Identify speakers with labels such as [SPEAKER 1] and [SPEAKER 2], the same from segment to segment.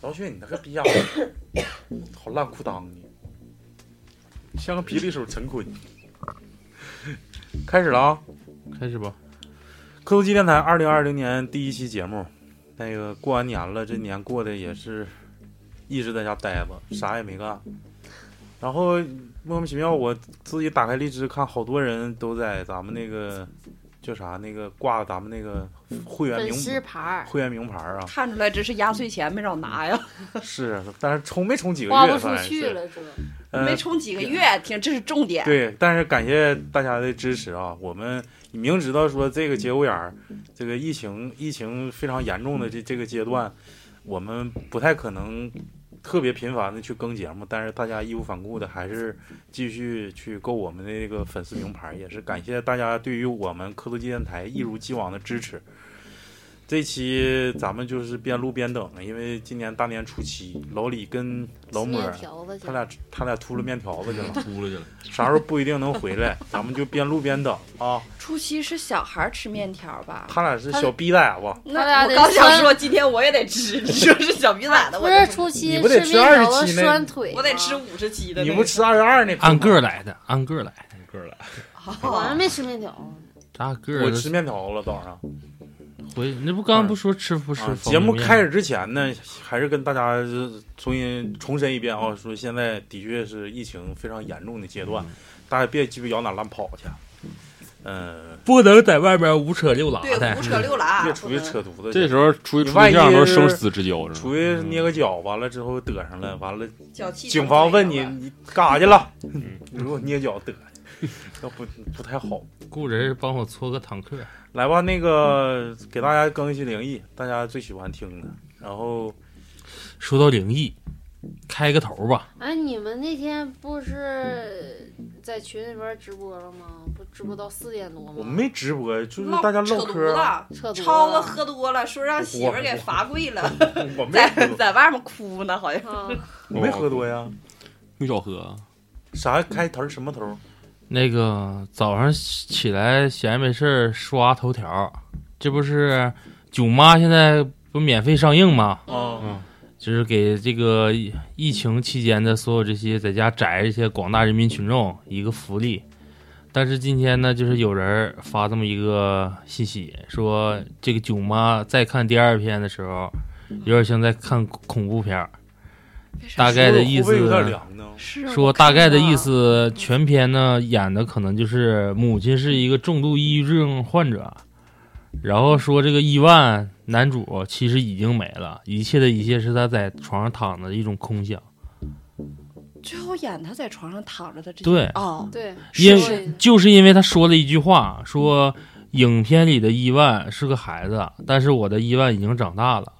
[SPEAKER 1] 老雪，你那个逼 样，好烂裤裆呢，像个霹雳手陈坤。开始了啊！
[SPEAKER 2] 开始吧。
[SPEAKER 1] 科技电台二零二零年第一期节目，那个过完年了，这年过得也是一直在家待着，啥也没干。然后莫名其妙，我自己打开荔枝看，好多人都在咱们那个叫啥那个挂咱们那个会员
[SPEAKER 3] 粉
[SPEAKER 1] 名
[SPEAKER 3] 丝牌儿，
[SPEAKER 1] 会员名牌啊，
[SPEAKER 4] 看出来这是压岁钱没少拿呀，
[SPEAKER 1] 是，但是充没充几个
[SPEAKER 3] 花
[SPEAKER 1] 月，
[SPEAKER 3] 不
[SPEAKER 1] 反
[SPEAKER 3] 出
[SPEAKER 1] 正
[SPEAKER 3] 去
[SPEAKER 1] 是。
[SPEAKER 3] 了都。
[SPEAKER 1] 呃
[SPEAKER 4] 没充几个月，听这是重点。
[SPEAKER 1] 对，但是感谢大家的支持啊！我们明知道说这个节骨眼儿，这个疫情疫情非常严重的这这个阶段，我们不太可能特别频繁的去更节目，但是大家义无反顾的还是继续去购我们的这个粉丝名牌，也是感谢大家对于我们科多机电台一如既往的支持。这期咱们就是边录边等，因为今年大年初七，老李跟老母
[SPEAKER 3] 面
[SPEAKER 1] 儿
[SPEAKER 3] 条子去
[SPEAKER 1] 他。俩他俩秃噜面条子去了。
[SPEAKER 2] 嗯秃噜去了，
[SPEAKER 1] 啥时候不一定能回来，咱们就边录边等啊。
[SPEAKER 4] 初七是小孩儿吃面条吧？
[SPEAKER 1] 他俩是小逼崽子，
[SPEAKER 3] 他俩
[SPEAKER 4] 那我
[SPEAKER 3] 得
[SPEAKER 4] 刚想
[SPEAKER 3] 穿
[SPEAKER 4] 说，今天我也 得吃，你说是小逼崽子，
[SPEAKER 3] 不
[SPEAKER 4] 我
[SPEAKER 3] 是
[SPEAKER 4] 得
[SPEAKER 3] 初
[SPEAKER 1] 你
[SPEAKER 3] 七
[SPEAKER 1] 不得
[SPEAKER 3] 吃
[SPEAKER 1] 吃
[SPEAKER 3] 面条
[SPEAKER 1] 27
[SPEAKER 3] 子
[SPEAKER 1] 那
[SPEAKER 3] 拴腿吗，
[SPEAKER 4] 我得吃五十七的
[SPEAKER 1] 你
[SPEAKER 4] 那个。
[SPEAKER 1] 不吃二月二那
[SPEAKER 2] 按个
[SPEAKER 1] 儿
[SPEAKER 2] 儿来的，按个儿来的，
[SPEAKER 5] 个儿来，
[SPEAKER 3] 我还
[SPEAKER 4] 好？
[SPEAKER 3] 没吃面条呢。
[SPEAKER 2] 咱俩个
[SPEAKER 1] 我
[SPEAKER 2] 儿
[SPEAKER 1] 吃面条了早上。
[SPEAKER 2] 回。那不刚刚不说吃不吃
[SPEAKER 1] 啊
[SPEAKER 2] 方
[SPEAKER 1] 节
[SPEAKER 2] 便
[SPEAKER 1] 目
[SPEAKER 2] 面？
[SPEAKER 1] 开始之前呢，还是跟大家重新重申一遍啊，说现在的确是疫情非常严重的阶段，
[SPEAKER 2] 嗯
[SPEAKER 1] 大家别鸡巴摇哪乱跑去，嗯、
[SPEAKER 2] 不能在外边无扯六拉
[SPEAKER 4] 对，
[SPEAKER 2] 的
[SPEAKER 4] 胡。扯六啊拉，
[SPEAKER 1] 别出去扯犊子去。
[SPEAKER 5] 这时候出去
[SPEAKER 1] 你
[SPEAKER 5] 处
[SPEAKER 1] 万
[SPEAKER 5] 对
[SPEAKER 1] 一
[SPEAKER 5] 象都是生
[SPEAKER 1] 是
[SPEAKER 5] 死之交，是吗？
[SPEAKER 1] 出去捏个脚，完了之后得上了，完了
[SPEAKER 4] 脚气。
[SPEAKER 1] 警方问你，你干啥去了？
[SPEAKER 2] 嗯
[SPEAKER 1] 你给我捏脚得，那不不太好。
[SPEAKER 2] 雇人帮我搓个坦克，
[SPEAKER 1] 来吧，那个给大家更新灵异，大家最喜欢听的。然后
[SPEAKER 2] 说到灵异，开个头吧。
[SPEAKER 3] 哎，你们那天不是在群里边直播了吗？不直播到四点多吗？
[SPEAKER 1] 我们没直播，就是
[SPEAKER 4] 唠
[SPEAKER 1] 大家
[SPEAKER 4] 扯
[SPEAKER 1] 唠嗑啊
[SPEAKER 4] 犊
[SPEAKER 1] 儿。
[SPEAKER 3] 扯犊
[SPEAKER 4] 子。
[SPEAKER 3] 子
[SPEAKER 4] 超子
[SPEAKER 3] 了
[SPEAKER 4] 喝多了，说让媳妇儿给罚跪了，
[SPEAKER 1] 我 没
[SPEAKER 4] 在
[SPEAKER 1] 喝，
[SPEAKER 4] 在外面哭呢，好像。
[SPEAKER 3] 啊！
[SPEAKER 1] 我没喝多
[SPEAKER 2] 哦
[SPEAKER 1] 呀。
[SPEAKER 5] 没少喝，
[SPEAKER 1] 啥开头儿什么头儿？
[SPEAKER 2] 那个早上起来闲没事儿刷头条，这不是囧妈现在不免费上映吗？
[SPEAKER 4] 嗯
[SPEAKER 1] 啊，
[SPEAKER 2] 嗯就是给这个疫疫情期间的所有这些在家宅这些广大人民群众一个福利。但是今天呢，就是有人发这么一个信息，说这个囧妈在看第二篇的时候，有点像在看恐怖片儿，大概的意
[SPEAKER 1] 会不会有点
[SPEAKER 2] 思
[SPEAKER 1] 凉呢？
[SPEAKER 4] 是
[SPEAKER 2] 说大概的意，思，全篇呢演的可能就是母亲是一个重度抑郁症患者，然后说这个伊万男主其实已经没了，一切的一切是他在床上躺着的一种空想。
[SPEAKER 4] 最后演他在床上躺着的这
[SPEAKER 2] 对
[SPEAKER 4] 哦，
[SPEAKER 3] 对，
[SPEAKER 2] 因
[SPEAKER 3] 是
[SPEAKER 2] 为就是因为他说了一句话，说影片里的伊万是个孩子，但是我的伊万已经长大了。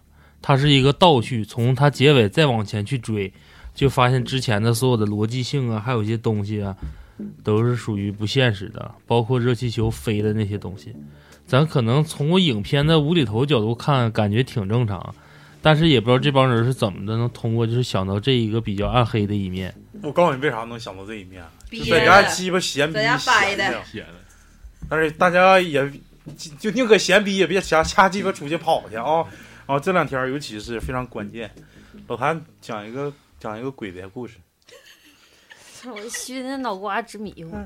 [SPEAKER 2] 它是一个倒叙，从它结尾再往前去追，就发现之前的所有的逻辑性啊，还有一些东西啊，都是属于不现实的，包括热气球飞的那些东西。咱可能从我影片的无厘头角度看，感觉挺正常，但是也不知道这帮人是怎么的能通过就是想到这一个比较暗黑的一面。
[SPEAKER 1] 我告诉你为啥能想到这一面，就
[SPEAKER 4] 逼
[SPEAKER 1] 在
[SPEAKER 4] 人
[SPEAKER 1] 家
[SPEAKER 4] 的
[SPEAKER 1] 鸡巴闲逼
[SPEAKER 4] 在家
[SPEAKER 1] 闲
[SPEAKER 4] 掰的
[SPEAKER 1] 的，
[SPEAKER 5] 天呐，
[SPEAKER 1] 但是大家也就就宁可闲逼也别瞎瞎鸡巴出去跑去啊！啊，这两天儿尤其是非常关键。老谭讲一个讲一个鬼的故事，
[SPEAKER 3] 我熏的脑瓜直迷糊。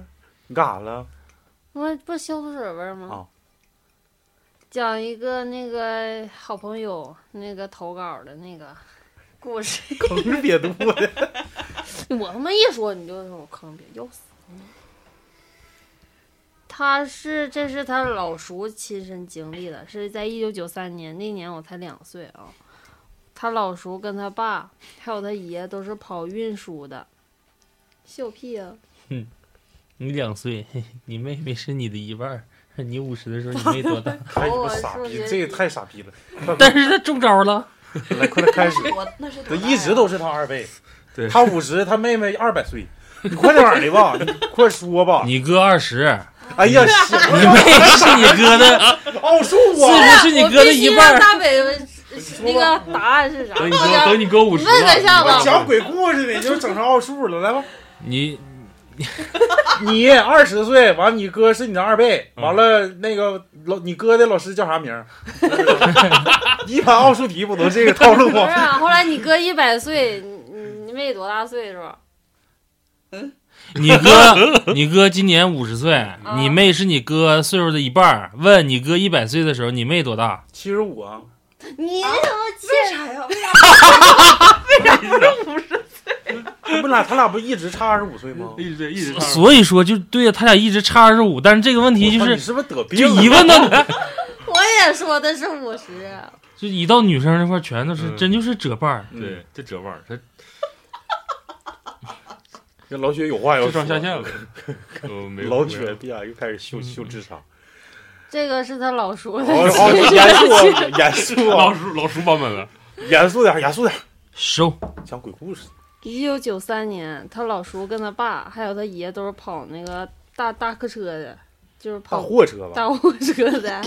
[SPEAKER 1] 你干啥了？
[SPEAKER 3] 我不是消毒水味儿吗？
[SPEAKER 1] 啊
[SPEAKER 3] 讲一个那个好朋友那个投稿的那个故事，
[SPEAKER 1] 坑是瘪肚 的。
[SPEAKER 3] 我他妈一说你就说我坑别要死你。他是这是他老叔亲身经历的，是在一九九三年那年我才两岁啊。他老叔跟他爸还有他爷都是跑运输的，笑屁啊！
[SPEAKER 2] 你两岁，嘿嘿你妹妹是你的一半儿。你五十的时候，你妹多大？
[SPEAKER 1] 太他妈傻逼，哎这也太傻逼了！
[SPEAKER 2] 但是她中招了。
[SPEAKER 1] 来，快点 开始。
[SPEAKER 4] 我那是
[SPEAKER 1] 这
[SPEAKER 4] 多大呀
[SPEAKER 1] 一直都是他二倍，
[SPEAKER 2] 对
[SPEAKER 1] 他五十，他妹妹二百岁。你快点儿的 吧，你快说吧。
[SPEAKER 2] 你哥二十，
[SPEAKER 1] 哎呀，是
[SPEAKER 2] 你妹是你哥的，
[SPEAKER 1] 奥数
[SPEAKER 2] 是
[SPEAKER 1] 啊！
[SPEAKER 2] 不是你哥的一半
[SPEAKER 3] 我必须让
[SPEAKER 2] 儿？
[SPEAKER 3] 大北问那个答案是啥？
[SPEAKER 5] 等你哥，等你哥五十
[SPEAKER 3] 问
[SPEAKER 5] 了
[SPEAKER 3] 一下
[SPEAKER 1] 我
[SPEAKER 3] 吧。
[SPEAKER 1] 讲鬼故事呢，就是整成奥数了。来吧，
[SPEAKER 2] 你
[SPEAKER 1] 你二十岁，完你哥是你 的二倍，完了那个老你哥的老师叫啥名儿？一看奥数题不都这个套路
[SPEAKER 3] 不是、
[SPEAKER 1] 吗？
[SPEAKER 3] 啊，后来你哥一百岁，你你妹多大岁数？
[SPEAKER 2] 你哥，你哥今年五十岁，你妹是你哥岁数的一半儿。问你哥一百岁的时候，你妹多大？
[SPEAKER 1] 七十五啊，
[SPEAKER 3] 你那什么亲
[SPEAKER 4] 为啥呀？为啥？
[SPEAKER 1] 他不俩他俩不一直差二十五岁吗？
[SPEAKER 5] 一直一直唱。
[SPEAKER 2] 所以说，就对呀，他俩一直差二十五，但是这个问题就
[SPEAKER 1] 我操
[SPEAKER 2] 是
[SPEAKER 1] 你，是不是得病
[SPEAKER 2] 就
[SPEAKER 1] 了？
[SPEAKER 2] 一问到，
[SPEAKER 3] 我也说的是五十，啊
[SPEAKER 2] 就一到女生那块儿，全都是
[SPEAKER 5] 嗯
[SPEAKER 2] 真就是折半儿。
[SPEAKER 1] 嗯，
[SPEAKER 5] 对，这折腕儿，他
[SPEAKER 1] 这老雪有话要
[SPEAKER 5] 智
[SPEAKER 1] 说。
[SPEAKER 5] 商下线了。 我没有
[SPEAKER 1] 老
[SPEAKER 5] 没有
[SPEAKER 1] 雪，别呀，又开始秀
[SPEAKER 2] 嗯
[SPEAKER 1] 秀智商。
[SPEAKER 3] 这个是他老叔
[SPEAKER 1] 哦
[SPEAKER 3] 的
[SPEAKER 1] 哦，
[SPEAKER 3] 亲
[SPEAKER 1] 严肃，严肃啊，
[SPEAKER 5] 老鼠老鼠版本了。
[SPEAKER 1] 严肃点儿，严肃点儿，
[SPEAKER 2] 收，
[SPEAKER 1] 讲鬼故事。
[SPEAKER 3] 一九九三年，他老叔跟他爸还有他爷都是跑那个大大客车的，就是
[SPEAKER 1] 大
[SPEAKER 3] 跑
[SPEAKER 1] 货车吧？
[SPEAKER 3] 大货车的。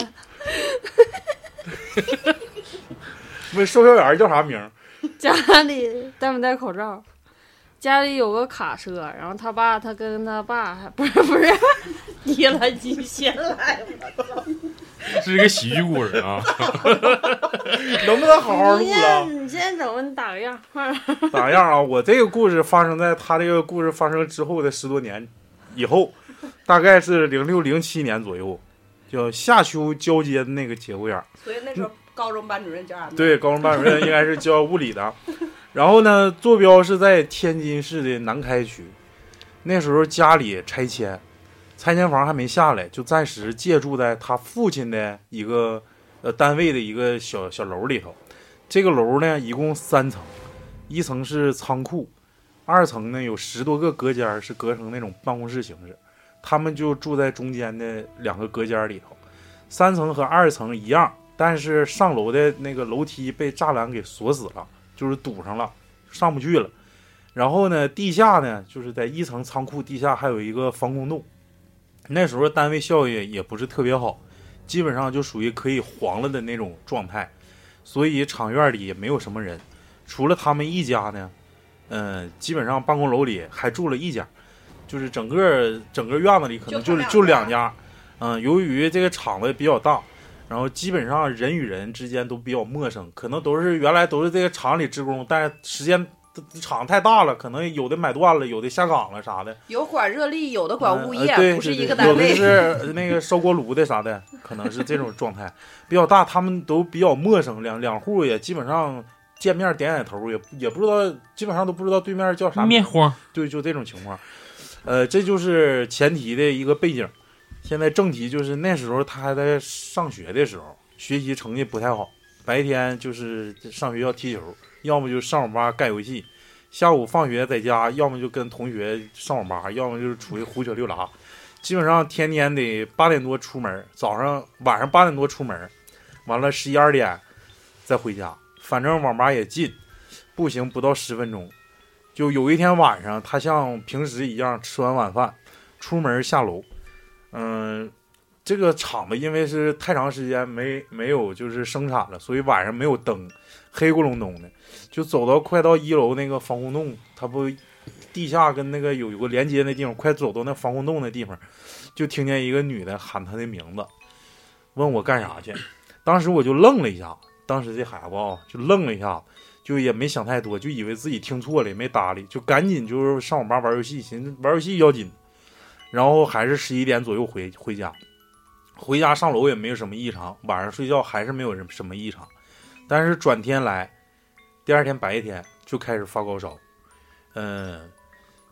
[SPEAKER 1] 问售票员叫啥名儿？
[SPEAKER 3] 家里戴没戴口罩？家里有个卡车，然后他爸他跟他爸还不是 不是，你了你先来，
[SPEAKER 5] 这是一个喜剧故事啊！
[SPEAKER 1] 能不能好好
[SPEAKER 3] 你
[SPEAKER 1] 录啊？
[SPEAKER 3] 先你先整吧，你打个样，快点
[SPEAKER 1] 咋样啊？我这个故事发生在他这个故事发生之后的十多年以后，大概是零六零七年左右，叫夏丘交接的那个节骨眼儿。
[SPEAKER 4] 所以那时候高中班主任叫俺
[SPEAKER 1] 嗯
[SPEAKER 4] 们
[SPEAKER 1] 对，高中班主任应该是教物理的。然后呢，坐标是在天津市的南开区。那时候家里拆迁，拆迁房还没下来，就暂时借住在他父亲的一个呃单位的一个小小楼里头。这个楼呢，一共三层，一层是仓库，二层呢有十多个隔间儿是隔成那种办公室形式，他们就住在中间的两个隔间儿里头。三层和二层一样，但是上楼的那个楼梯被栅栏给锁死了，就是堵上了，上不去了。然后呢，地下呢，就是在一层仓库地下还有一个防空洞。那时候单位效益也不是特别好，基本上就属于可以黄了的那种状态，所以厂院里也没有什么人，除了他们一家呢，嗯、基本上办公楼里还住了一家，就是整个整个院子里可能就
[SPEAKER 4] 就他
[SPEAKER 1] 就
[SPEAKER 4] 两
[SPEAKER 1] 两
[SPEAKER 4] 家
[SPEAKER 1] 家，嗯、由于这个厂子比较大，然后基本上人与人之间都比较陌生，可能都是原来都是这个厂里职工，但是时间厂太大了，可能有的买断了，有的下岗了啥的，
[SPEAKER 4] 有管热力，有的管物业
[SPEAKER 1] 呃，对
[SPEAKER 4] 不
[SPEAKER 1] 对
[SPEAKER 4] 是一个
[SPEAKER 1] 对
[SPEAKER 4] 单位。
[SPEAKER 1] 有的是那个烧锅炉的啥的，可能是这种状态比较大，他们都比较陌生，两两户也基本上见面点点头，也也不知道，基本上都不知道对面叫啥名
[SPEAKER 2] 面荒。
[SPEAKER 1] 对，就这种情况。呃，这就是前提的一个背景。现在正题就是那时候他还在上学的时候，学习成绩不太好，白天就是上学校踢球，要么就上网吧干游戏，下午放学在家，要么就跟同学上网吧，要么就是出去胡扯溜达，基本上天天得八点多出门，早上晚上八点多出门，完了十一二点再回家，反正网吧也近，步行不到十分钟。就有一天晚上，他像平时一样吃完晚饭，出门下楼，嗯，这个厂子因为是太长时间没没有就是生产了，所以晚上没有灯，黑咕隆咚的，就走到快到一楼那个防空洞，他不地下跟那个有有个连接那地方，快走到那防空洞的地方，就听见一个女的喊他的名字，问我干啥去， 当时我就愣了一下，当时这孩子啊、就愣了一下，就也没想太多，就以为自己听错了，也没搭理，就赶紧就是上网吧玩游戏，寻思玩游戏要紧。然后还是十一点左右回回家，回家上楼也没有什么异常，晚上睡觉还是没有什么异常。但是转天来，第二天白天就开始发高烧，嗯，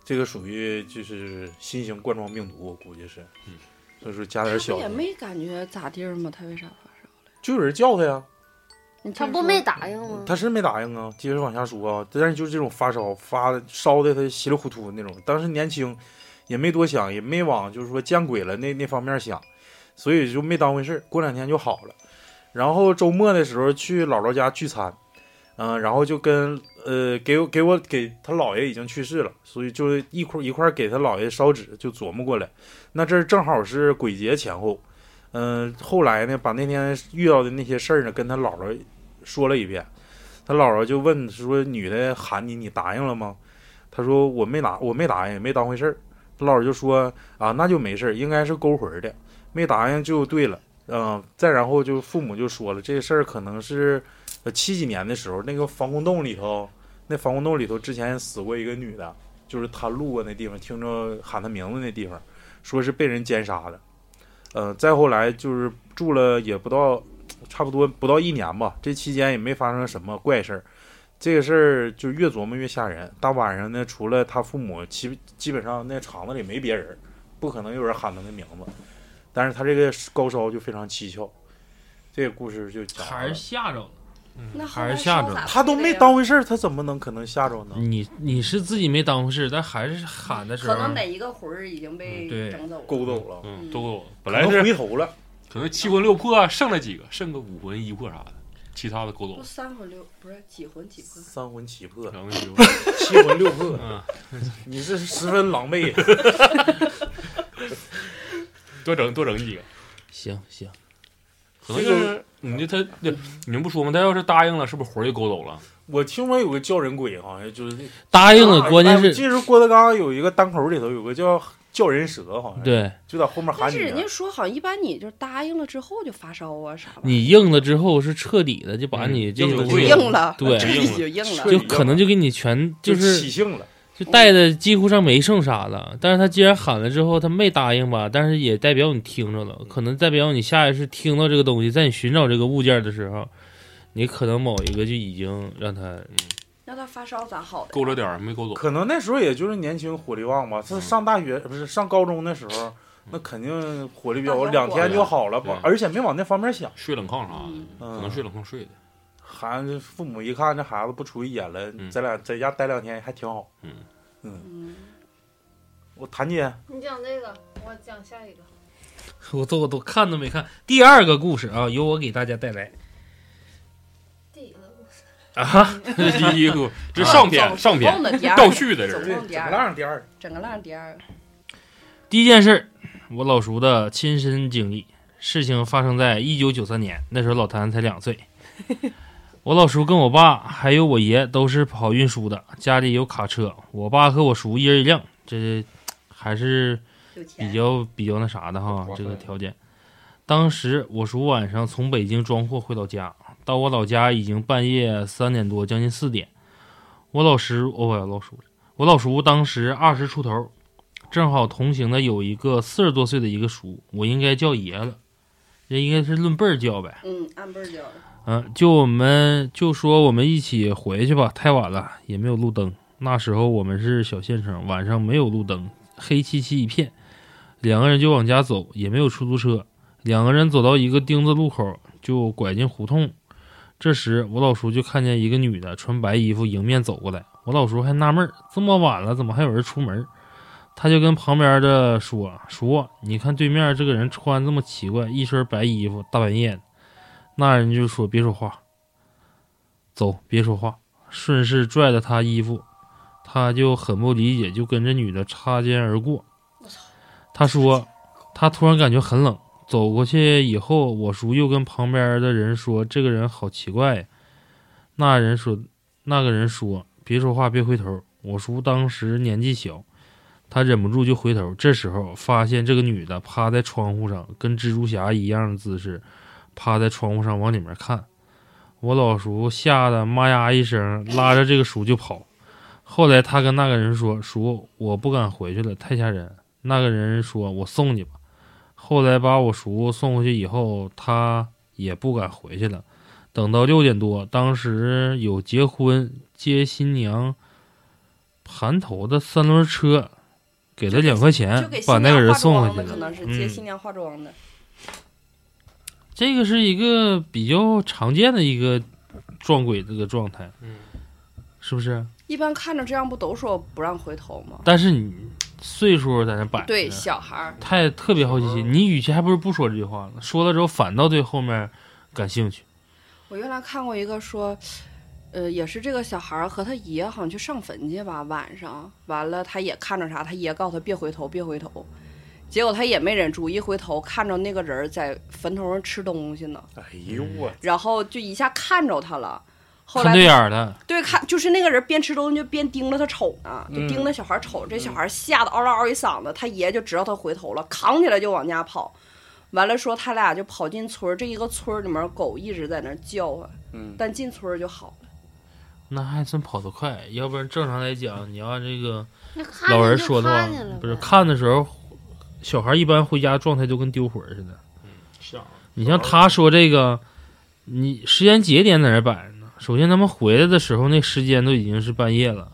[SPEAKER 1] 这个属于就是新型冠状病毒，我估计是
[SPEAKER 5] 嗯，
[SPEAKER 1] 所以说加点
[SPEAKER 4] 他
[SPEAKER 1] 小
[SPEAKER 4] 不也
[SPEAKER 1] 心，
[SPEAKER 4] 没感觉咋地儿吗？他为啥发烧？
[SPEAKER 1] 就有人叫他呀，
[SPEAKER 4] 你
[SPEAKER 3] 他
[SPEAKER 4] 听
[SPEAKER 3] 不
[SPEAKER 4] 说
[SPEAKER 3] 没答应吗？
[SPEAKER 1] 他是没答应啊，接着往下说啊，但是就是这种发烧发的烧的他稀里糊涂那种，当时年轻，也没多想，也没往就是说见鬼了那那方面想，所以就没当回事儿过两天就好了。然后周末的时候去姥姥家聚餐，嗯、然后就跟呃给我给我给他姥爷已经去世了，所以就一块一块儿给他姥爷烧纸，就琢磨过来，那这正好是鬼节前后。嗯，后来呢，把那天遇到的那些事儿呢，跟他姥姥说了一遍，他姥姥就问说：“女的喊你，你答应了吗？”他说：“我没答，我没答应，也没当回事儿。”他姥姥就说：“啊，那就没事儿，应该是勾魂儿的，呃没答应就对了。嗯、再然后就父母就说了，这事儿可能是呃七几年的时候，那个防空洞里头，那防空洞里头之前死过一个女的，就是她路过那地方，听着喊她名字那地方，说是被人奸杀的。呃，再后来就是住了也不到，差不多不到一年吧，这期间也没发生什么怪事儿。这个事儿就越琢磨越吓人。大晚上呢，除了他父母，基基本上那厂子里没别人，不可能有人喊他的名字。但是他这个高烧就非常蹊跷，这个故事就讲完
[SPEAKER 2] 还
[SPEAKER 1] 了
[SPEAKER 2] 是吓着了。
[SPEAKER 4] 嗯那
[SPEAKER 2] 还是吓着了
[SPEAKER 1] 他都没当回事儿，他怎么能可能吓着呢？
[SPEAKER 2] 你你是自己没当回事，但还是喊的时候
[SPEAKER 4] 可，能哪一个魂儿已经被
[SPEAKER 2] 嗯对
[SPEAKER 4] 整走了。
[SPEAKER 1] 勾走了，
[SPEAKER 5] 嗯，
[SPEAKER 4] 嗯
[SPEAKER 5] 都够了。本
[SPEAKER 1] 可
[SPEAKER 5] 来
[SPEAKER 1] 能
[SPEAKER 5] 是
[SPEAKER 1] 回头了，
[SPEAKER 5] 可能七魂六魄啊剩了几个，剩个五魂一魄啥的，其他的勾走
[SPEAKER 4] 不
[SPEAKER 5] 了。
[SPEAKER 4] 三魂六不是几魂几魄？
[SPEAKER 1] 三魂七魄，
[SPEAKER 5] 然后就
[SPEAKER 1] 七魂六魄，
[SPEAKER 5] 嗯
[SPEAKER 1] 你是十分狼狈。啊
[SPEAKER 5] 多整多整几个，
[SPEAKER 2] 行行，
[SPEAKER 5] 可能就是你这他对你们不说吗？他要是答应了，是不是魂儿就勾走了？
[SPEAKER 1] 我听说有个叫人鬼，好像就是
[SPEAKER 2] 答应了，关键
[SPEAKER 1] 哎我
[SPEAKER 2] 是
[SPEAKER 1] 记得郭德纲有一个单口里头有个叫叫人蛇，好像
[SPEAKER 2] 对
[SPEAKER 1] 就在后面喊
[SPEAKER 4] 但
[SPEAKER 1] 你
[SPEAKER 4] 是
[SPEAKER 1] 呢。
[SPEAKER 4] 人家说好像一般你就是答应了之后就发烧啊啥的。
[SPEAKER 2] 你硬了之后是彻底的，就把
[SPEAKER 5] 嗯
[SPEAKER 2] 你这
[SPEAKER 5] 硬
[SPEAKER 2] 个
[SPEAKER 5] 了
[SPEAKER 2] 就
[SPEAKER 5] 就
[SPEAKER 4] 硬了，
[SPEAKER 2] 对
[SPEAKER 4] 这
[SPEAKER 5] 硬了
[SPEAKER 4] 就硬了。
[SPEAKER 1] 彻
[SPEAKER 2] 就
[SPEAKER 1] 底
[SPEAKER 2] 可能就给你全
[SPEAKER 1] 就
[SPEAKER 2] 就是
[SPEAKER 1] 起兴了，
[SPEAKER 2] 就带的几乎上没剩啥了。但是他既然喊了之后，他没答应吧，但是也代表你听着了，可能代表你下一次听到这个东西，在你寻找这个物件的时候，你可能某一个就已经让他
[SPEAKER 4] 让他发烧咋好的？
[SPEAKER 5] 勾着点儿没勾走。
[SPEAKER 1] 可能那时候也就是年轻火力旺吧。他上大学不是上高中的时候，那肯定火力比较旺，
[SPEAKER 4] 大小
[SPEAKER 1] 两
[SPEAKER 4] 伙
[SPEAKER 1] 天就好了
[SPEAKER 5] 对，
[SPEAKER 1] 而且没往那方面想。
[SPEAKER 5] 睡冷炕啥的，
[SPEAKER 4] 嗯，
[SPEAKER 5] 可能
[SPEAKER 1] 嗯，
[SPEAKER 5] 睡冷炕睡的。
[SPEAKER 1] 孩子父母一看这孩子不出去演了，
[SPEAKER 5] 嗯
[SPEAKER 1] 咱俩在家待两天还挺好。
[SPEAKER 5] 嗯
[SPEAKER 4] 嗯，
[SPEAKER 1] 我啊谭姐，
[SPEAKER 3] 你讲这个，我讲下一个。
[SPEAKER 2] 我都我都看都没看。第二个故事啊，由我给大家带来
[SPEAKER 3] 第一个故事，
[SPEAKER 2] 啊哈，
[SPEAKER 5] 这是 第一个，这是上篇上篇
[SPEAKER 4] 总 共的第二
[SPEAKER 5] 倒叙的这
[SPEAKER 4] 总
[SPEAKER 5] 是。
[SPEAKER 1] 对
[SPEAKER 4] 共
[SPEAKER 1] 怎
[SPEAKER 4] 第
[SPEAKER 1] 么
[SPEAKER 4] 二，
[SPEAKER 1] 浪第二？
[SPEAKER 4] 整个浪第二个。
[SPEAKER 2] 第一件事儿，我老叔的亲身经历。事情发生在一九九三年，那时候老谭才两岁。我老叔跟我爸还有我爷都是跑运输的，家里有卡车。我爸和我叔一人一辆，这还是
[SPEAKER 4] 有
[SPEAKER 2] 比
[SPEAKER 4] 钱，
[SPEAKER 2] 较比较那啥的哈
[SPEAKER 1] 划，
[SPEAKER 2] 这个
[SPEAKER 1] 算
[SPEAKER 2] 条件。当时我叔晚上从北京装货回老家，到我老家已经半夜三点多，将近四点。我老叔，哦呀，老叔，我老叔当时二十出头，正好同行的有一个四十多岁的一个叔，我应该叫爷了，人应该是论辈儿叫呗。
[SPEAKER 4] 嗯，按辈儿交。
[SPEAKER 2] 嗯，就我们就说我们一起回去吧，太晚了，也没有路灯。那时候我们是小县城，晚上没有路灯，黑漆漆一片。两个人就往家走，也没有出租车。两个人走到一个丁字路口，就拐进胡同。这时我老叔就看见一个女的穿白衣服迎面走过来，我老叔还纳闷儿，这么晚了怎么还有人出门儿？他就跟旁边的说：“叔，啊你看对面这个人穿这么奇怪，一身白衣服，大半夜的。”那人就说：“别说话，走，别说话。”顺势拽了他衣服，他就很不理解，就跟这女的擦肩而过。他说：“他突然感觉很冷。”走过去以后，我叔又跟旁边的人说：“这个人好奇怪呀。”那人说：“那个人说，别说话，别回头。”我叔当时年纪小，他忍不住就回头。这时候发现这个女的趴在窗户上，跟蜘蛛侠一样的姿势，趴在窗户上往里面看。我老叔吓得妈呀一声，拉着这个叔就跑。后来他跟那个人说：“叔，我不敢回去了，太吓人。”那个人说：“我送你吧。”后来把我叔送回去以后，他也不敢回去了。等到六点多，当时有结婚接新娘盘头的三轮车，给了两块钱
[SPEAKER 4] 就给，
[SPEAKER 2] 啊把
[SPEAKER 4] 新
[SPEAKER 2] 那
[SPEAKER 4] 娘
[SPEAKER 2] 个人
[SPEAKER 4] 化
[SPEAKER 2] 送回
[SPEAKER 4] 妆
[SPEAKER 2] 去
[SPEAKER 4] 的可。
[SPEAKER 2] 了
[SPEAKER 4] 能是
[SPEAKER 2] 嗯
[SPEAKER 4] 接新娘化妆的，
[SPEAKER 2] 这个是一个比较常见的一个撞鬼这个状态，
[SPEAKER 5] 嗯，
[SPEAKER 2] 是不是？
[SPEAKER 4] 一般看着这样不都说不让回头吗？
[SPEAKER 2] 但是你岁数在那摆着，
[SPEAKER 4] 对，嗯小孩儿，
[SPEAKER 2] 太特别好奇心，你与其还不如不说这句话呢，说了之后反倒对后面感兴趣。
[SPEAKER 4] 我原来看过一个说，呃，也是这个小孩儿和他爷好像去上坟去吧，晚上完了他也看着啥，他爷告诉他别回头，别回头，结果他也没忍住，一回头看着那个人儿在坟头上吃东西呢，
[SPEAKER 1] 哎呦我，
[SPEAKER 4] 然后就一下看着他了。后
[SPEAKER 2] 看
[SPEAKER 4] 来
[SPEAKER 2] 对眼儿了，
[SPEAKER 4] 对看就是那个人边吃东西就边盯着他瞅呢，就盯
[SPEAKER 5] 嗯
[SPEAKER 4] 着小孩瞅，这小孩吓得嗷啦嗷一嗓子，他爷就知道他回头了，扛起来就往家跑。完了说他俩就跑进村儿，这一个村儿里面狗一直在那儿叫唤，
[SPEAKER 1] 嗯，
[SPEAKER 4] 但进村儿就好了。
[SPEAKER 2] 那还算跑得快，要不然正常来讲，你要按这个
[SPEAKER 3] 那看
[SPEAKER 2] 老人
[SPEAKER 3] 见就
[SPEAKER 2] 说的话
[SPEAKER 3] 看见了，
[SPEAKER 2] 不是
[SPEAKER 3] 呗
[SPEAKER 2] 看的时候，小孩一般回家状态都跟丢魂儿似的。
[SPEAKER 5] 像
[SPEAKER 2] 你像他说这个，你时间节点在那儿摆着呢。首先他们回来的时候，那时间都已经是半夜了，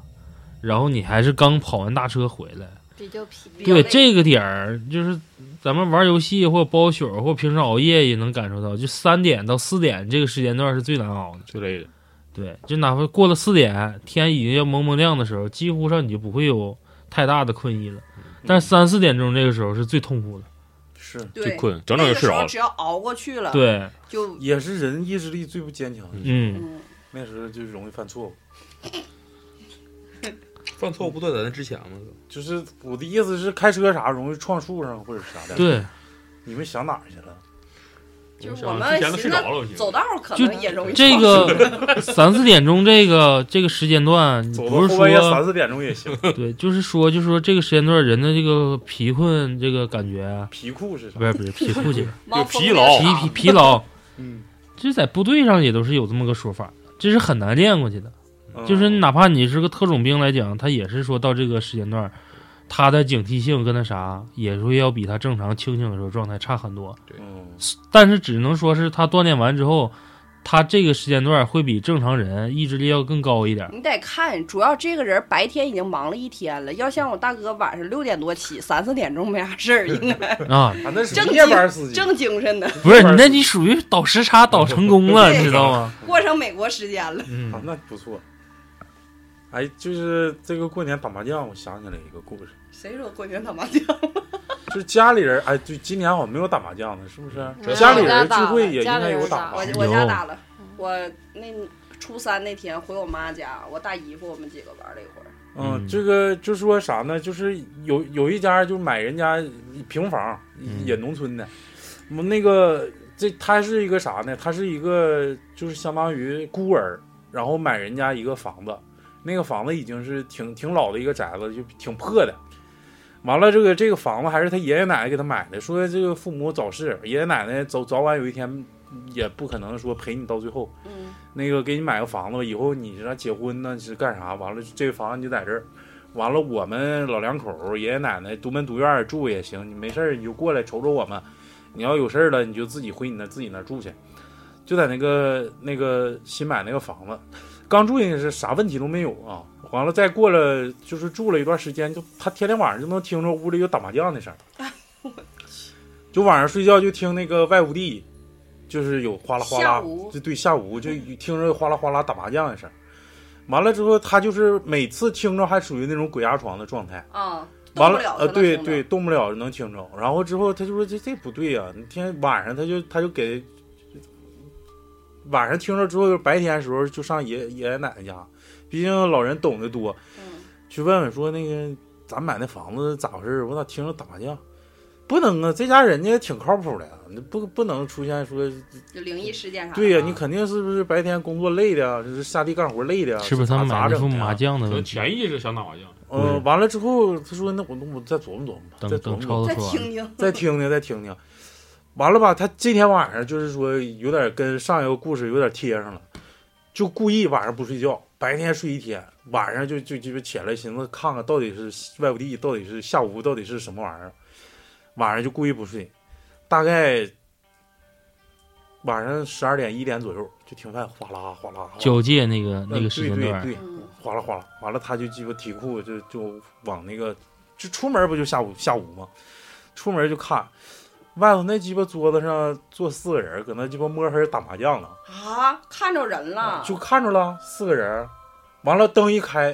[SPEAKER 2] 然后你还是刚跑完大车回来。
[SPEAKER 3] 比较皮。
[SPEAKER 4] 比较
[SPEAKER 2] 对
[SPEAKER 4] 累
[SPEAKER 2] 这个点儿，就是咱们玩游戏或包宿或平时熬夜也能感受到，就三点到四点这个时间段是最难熬的。
[SPEAKER 5] 最累的，
[SPEAKER 2] 对，就哪怕过了四点，天已经要蒙蒙亮的时候，几乎上你就不会有太大的困意了。
[SPEAKER 1] 嗯
[SPEAKER 2] 但是三四点钟这个时候是最痛苦的。
[SPEAKER 1] 是
[SPEAKER 5] 最
[SPEAKER 4] 对，
[SPEAKER 5] 困，整
[SPEAKER 4] 那
[SPEAKER 5] 整
[SPEAKER 4] 个
[SPEAKER 5] 就睡
[SPEAKER 4] 时
[SPEAKER 5] 着
[SPEAKER 4] 候
[SPEAKER 5] 了。
[SPEAKER 4] 只要熬过去了，
[SPEAKER 2] 对，
[SPEAKER 4] 就
[SPEAKER 1] 也是人意志力最不坚强的，
[SPEAKER 2] 嗯，
[SPEAKER 4] 嗯，
[SPEAKER 1] 那时候就容易犯错误。
[SPEAKER 5] 犯错误不都在那之前吗？
[SPEAKER 1] 就是我的意思是，开车啥容易撞树上或者是啥的。，
[SPEAKER 2] 对，
[SPEAKER 1] 你们想哪儿去了？
[SPEAKER 4] 就是
[SPEAKER 5] 想
[SPEAKER 4] 我
[SPEAKER 5] 之
[SPEAKER 4] 们
[SPEAKER 5] 啊前都
[SPEAKER 4] 寻
[SPEAKER 5] 睡
[SPEAKER 4] 思
[SPEAKER 5] 着了，我寻思
[SPEAKER 4] 走道儿可
[SPEAKER 2] 就
[SPEAKER 4] 能也容易
[SPEAKER 2] 这
[SPEAKER 4] 撞
[SPEAKER 2] 个三四点钟这个这个时间段，你
[SPEAKER 1] 走到
[SPEAKER 2] 不是
[SPEAKER 1] 后半夜三
[SPEAKER 2] 说
[SPEAKER 1] 四点钟也行。
[SPEAKER 2] 对，就是说就是说这个时间段人的这个疲困这个感觉，啊
[SPEAKER 1] 皮裤是啥
[SPEAKER 2] 不？是不是疲困去了，
[SPEAKER 4] 猫
[SPEAKER 5] 有
[SPEAKER 4] 疯
[SPEAKER 5] 疲
[SPEAKER 4] 了
[SPEAKER 5] 劳
[SPEAKER 2] 疲疲疲劳，
[SPEAKER 1] 嗯，
[SPEAKER 2] 这在部队上也都是有这么个说法，这是很难练过去的。
[SPEAKER 1] 嗯
[SPEAKER 2] 就是哪怕你是个特种兵来讲，他也是说到这个时间段儿，他的警惕性跟那啥也会要比他正常清醒的时候状态差很多。
[SPEAKER 1] 嗯，
[SPEAKER 2] 但是只能说是他锻炼完之后，他这个时间段儿会比正常人意志力要更高一
[SPEAKER 5] 啊
[SPEAKER 2] 点儿。
[SPEAKER 4] 你得看，主要这个人白天已经忙了一天了，要像我大哥晚上六点多起，三四点钟没啥事儿，应该
[SPEAKER 2] 啊，
[SPEAKER 1] 啊，那是
[SPEAKER 4] 正
[SPEAKER 1] 夜班司机。
[SPEAKER 4] 正精神呢，
[SPEAKER 2] 不是，那你属于倒时差倒成功 了，
[SPEAKER 4] 对
[SPEAKER 2] 你知道吗？
[SPEAKER 4] 过上美国时间了。
[SPEAKER 2] 嗯
[SPEAKER 1] 啊，，那不错。哎，就是这个过年打麻将，我想起来一个故事，
[SPEAKER 4] 谁说过年打麻将？
[SPEAKER 1] 就是家里人，哎，对，今年好像没有打麻将的，是不是？
[SPEAKER 3] 嗯
[SPEAKER 1] 家里
[SPEAKER 3] 我家
[SPEAKER 1] 人聚
[SPEAKER 3] 打
[SPEAKER 1] 会也应
[SPEAKER 3] 家里
[SPEAKER 1] 该有
[SPEAKER 3] 人
[SPEAKER 1] 打
[SPEAKER 3] 打
[SPEAKER 1] 麻
[SPEAKER 4] 我
[SPEAKER 1] 将。
[SPEAKER 4] 我家
[SPEAKER 2] 有
[SPEAKER 4] 打了，我那初三那天回我妈家，我大姨夫我们几个玩了一会儿。
[SPEAKER 1] 嗯，
[SPEAKER 2] 嗯
[SPEAKER 1] 这个就说啥呢？就是有有一家就买人家平房，
[SPEAKER 2] 嗯
[SPEAKER 1] 也农村的，我那个这他是一个啥呢？他是一个就是相当于孤儿，然后买人家一个房子，那个房子已经是挺挺老的一个宅子，就挺破的。完了，这个这个房子还是他爷爷奶奶给他买的，说这个父母早逝，爷爷奶奶早早晚有一天也不可能说陪你到最后。
[SPEAKER 4] 嗯，
[SPEAKER 1] 那个给你买个房子吧，以后你是结婚呢，你是干啥？完了，这房子你在这儿，完了我们老两口儿爷爷奶奶独门独院儿住也行，你没事儿你就过来瞅瞅我们，你要有事儿了你就自己回你那自己那儿住去，就在那个那个新买那个房子，刚住进去是啥问题都没有啊，完了再过了就是住了一段时间，就他天天晚上就能听着屋里有打麻将的声儿， 就晚上睡觉就听那个外屋地，就是有哗啦哗啦
[SPEAKER 4] 下午，
[SPEAKER 1] 就对下午就听着哗啦哗啦打麻将的声儿。完了之后，他就是每次听着还属于那种鬼压床的状态。
[SPEAKER 4] 啊，
[SPEAKER 1] 完
[SPEAKER 4] 动不
[SPEAKER 1] 了，
[SPEAKER 4] 了
[SPEAKER 1] 呃，
[SPEAKER 4] 才能
[SPEAKER 1] 对
[SPEAKER 4] 动
[SPEAKER 1] 对，
[SPEAKER 4] 的，
[SPEAKER 1] 动不了能听着。然后之后他就说这这不对呀、你天天晚上他就他就给晚上听着之后，白天的时候就上爷爷爷奶奶家，毕竟老人懂得多，
[SPEAKER 4] 嗯，
[SPEAKER 1] 去问问说那个咱买那房子咋回事儿？我咋听着打麻将？不能啊，这家人家也挺靠谱的呀，你不不能出现说
[SPEAKER 4] 就灵异事件啥的啊。
[SPEAKER 1] 对呀、你肯定是不是白天工作累的啊，就是下地干活累的啊，
[SPEAKER 2] 是不是他
[SPEAKER 1] 咋
[SPEAKER 2] 买
[SPEAKER 1] 咋
[SPEAKER 2] 那副
[SPEAKER 1] 整的
[SPEAKER 2] 麻
[SPEAKER 1] 呀？
[SPEAKER 2] 将的
[SPEAKER 5] 可
[SPEAKER 2] 问
[SPEAKER 5] 能
[SPEAKER 2] 题？
[SPEAKER 5] 潜意识想打麻将，
[SPEAKER 1] 呃，完了之后他说那我我再琢磨琢磨吧，
[SPEAKER 2] 等
[SPEAKER 1] 再琢
[SPEAKER 2] 等
[SPEAKER 1] 磨琢
[SPEAKER 2] 超
[SPEAKER 1] 磨
[SPEAKER 2] 子
[SPEAKER 4] 再
[SPEAKER 2] 说完，
[SPEAKER 4] 听听，
[SPEAKER 1] 再听听再听听。完了吧，他今天晚上就是说有点跟上一个故事有点贴上了，就故意晚上不睡觉，白天睡一天，晚上就就就起来寻思看看到底是外屋地，到底是下屋，到底是什么玩意儿，晚上就故意不睡，大概晚上十二点一点左右就听饭哗啦哗啦，哗啦
[SPEAKER 2] 交界那个那
[SPEAKER 1] 嗯
[SPEAKER 2] 个时间
[SPEAKER 1] 对
[SPEAKER 2] 段
[SPEAKER 1] 对
[SPEAKER 2] 儿，
[SPEAKER 1] 对，
[SPEAKER 4] 嗯，
[SPEAKER 1] 哗啦哗啦，完了他就鸡巴提裤就就往那个就出门不就下午下午吗？出门就看外头那鸡巴桌子上坐四个人，搁那鸡巴摸黑打麻将呢，
[SPEAKER 4] 啊，看着人了，
[SPEAKER 1] 啊就看着了四个人，完了灯一开，